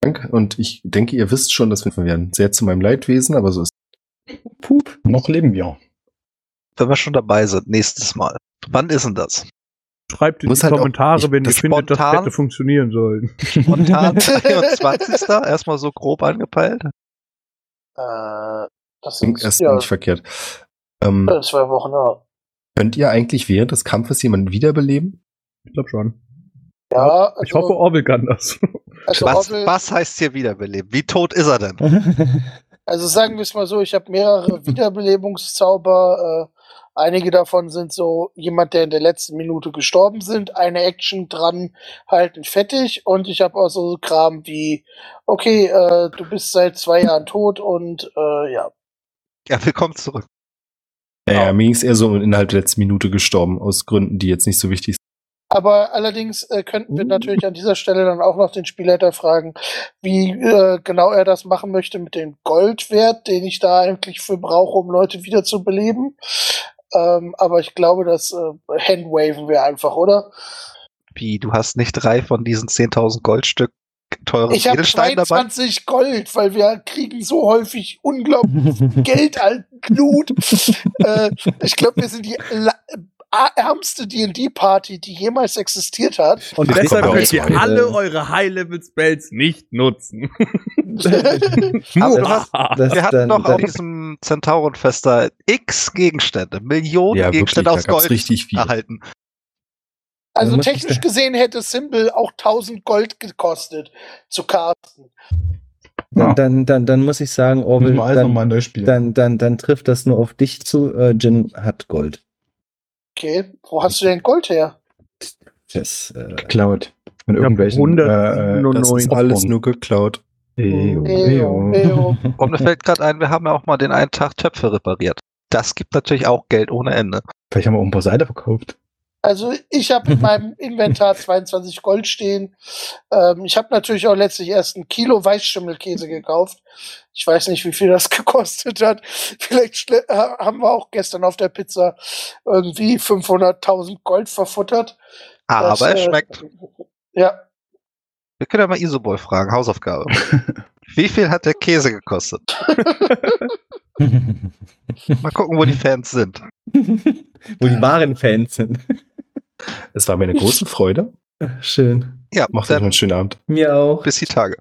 S5: Danke. Und ich denke, ihr wisst schon, dass wir werden. Sehr zu meinem Leidwesen, aber so ist
S4: Pup.
S6: Noch leben wir.
S3: Wenn wir schon dabei sind, nächstes Mal. Wann ist denn das?
S2: Schreibt in
S5: Muss
S2: die
S5: halt auch-
S2: Kommentare,
S5: ich-
S2: wenn ihr
S3: das
S2: findet, dass
S3: spontan-
S2: Städte funktionieren sollen.
S3: Spontan 22. Erstmal so grob angepeilt.
S7: Äh, das
S5: Klingt
S7: sind
S5: erstmal
S7: ja,
S5: nicht verkehrt. Ähm,
S7: äh, zwei Wochen, ja.
S5: könnt ihr eigentlich während des Kampfes jemanden wiederbeleben?
S2: Ich glaube schon.
S7: ja also,
S2: Ich hoffe, Orwell kann das.
S7: also,
S3: Was,
S7: Orwell- Hm?
S3: was heißt hier wiederbeleben? Wie tot ist er denn?
S7: also sagen wir es mal so, ich habe mehrere Wiederbelebungszauber. Äh, einige davon sind so jemand, der in der letzten Minute gestorben sind, eine Action dran halten fettig und ich habe auch so Kram wie, okay, äh, du bist seit zwei Jahren tot und äh, ja.
S3: Ja, willkommen zurück.
S5: Ja, ja, Äh, mir ging es eher so innerhalb der letzten Minute gestorben, aus Gründen, die jetzt nicht so wichtig sind.
S7: Aber allerdings äh, könnten wir natürlich an dieser Stelle dann auch noch den Spielleiter fragen, wie äh, genau er das machen möchte mit dem Goldwert, den ich da eigentlich für brauche, um Leute wieder zu beleben. Ähm, aber ich glaube, das äh, handwaven wir einfach, oder?
S3: Wie, du hast nicht drei von diesen 10.000 Goldstück teuren
S7: Ich habe
S3: Edelsteinen Also dabei?
S7: 22 Gold, weil wir kriegen so häufig unglaublich Geld alten Knut. äh, ich glaube, wir sind die la- ärmste D&D-Party, die jemals existiert hat.
S4: Und
S5: Ach,
S4: deshalb
S5: komm,
S4: könnt
S2: könnt
S5: Raus,
S4: ihr
S2: ihr
S5: Mann.
S2: alle eure High-Level-Spells nicht nutzen.
S3: Aber du hast,
S2: Haha.
S4: das
S3: wir hatten
S4: dann,
S3: doch
S4: dann,
S3: auf diesem Zentaurenfest da x Gegenstände, Millionen
S5: Ja, wirklich,
S3: Gegenstände
S5: da
S3: aus
S5: gab's
S3: Gold
S5: richtig viel.
S3: erhalten.
S7: Also
S4: Also muss ich
S7: technisch
S4: sagen-
S7: gesehen hätte Symbol auch 1000 Gold gekostet zu casten.
S4: dann, dann, dann, dann muss ich sagen, Orwell,
S6: Müssen wir alles
S4: dann,
S6: nochmal neu spielen.
S4: dann, dann, dann trifft das nur auf dich zu. Äh, Jin hat Gold.
S7: Okay, wo hast du denn Gold her?
S4: Das, äh,
S6: geklaut. Von
S2: hab
S6: irgendwelchen.
S2: 197.
S5: Das ist
S2: Neun.
S5: alles nur geklaut.
S6: äh, Ejo,
S7: Ejo,
S4: oh.
S6: Ejo.
S7: ejo.
S3: Und mir fällt gerade ein, wir haben ja auch mal den einen Tag Töpfe repariert. Das gibt natürlich auch Geld ohne Ende.
S6: Vielleicht haben wir auch ein paar Seile verkauft.
S7: Also ich habe in meinem Inventar 22 Gold stehen. Ähm, ich habe natürlich auch letztlich erst ein Kilo Weißschimmelkäse gekauft. Ich weiß nicht, wie viel das gekostet hat. Vielleicht schle- ha- haben wir auch gestern auf der Pizza irgendwie 500.000 Gold verfuttert.
S3: Aber
S7: Das,
S3: es
S7: äh,
S3: schmeckt.
S7: Ja,
S3: Wir können ja mal Isobol fragen, Hausaufgabe. Wie viel hat der Käse gekostet? Mal gucken, wo die Fans sind.
S4: wo die wahren Fans sind.
S5: Es war mir eine große Freude.
S4: Schön.
S3: Ja,
S5: Macht euch noch
S3: dann
S5: einen schönen Abend.
S4: Mir auch.
S3: bis die Tage.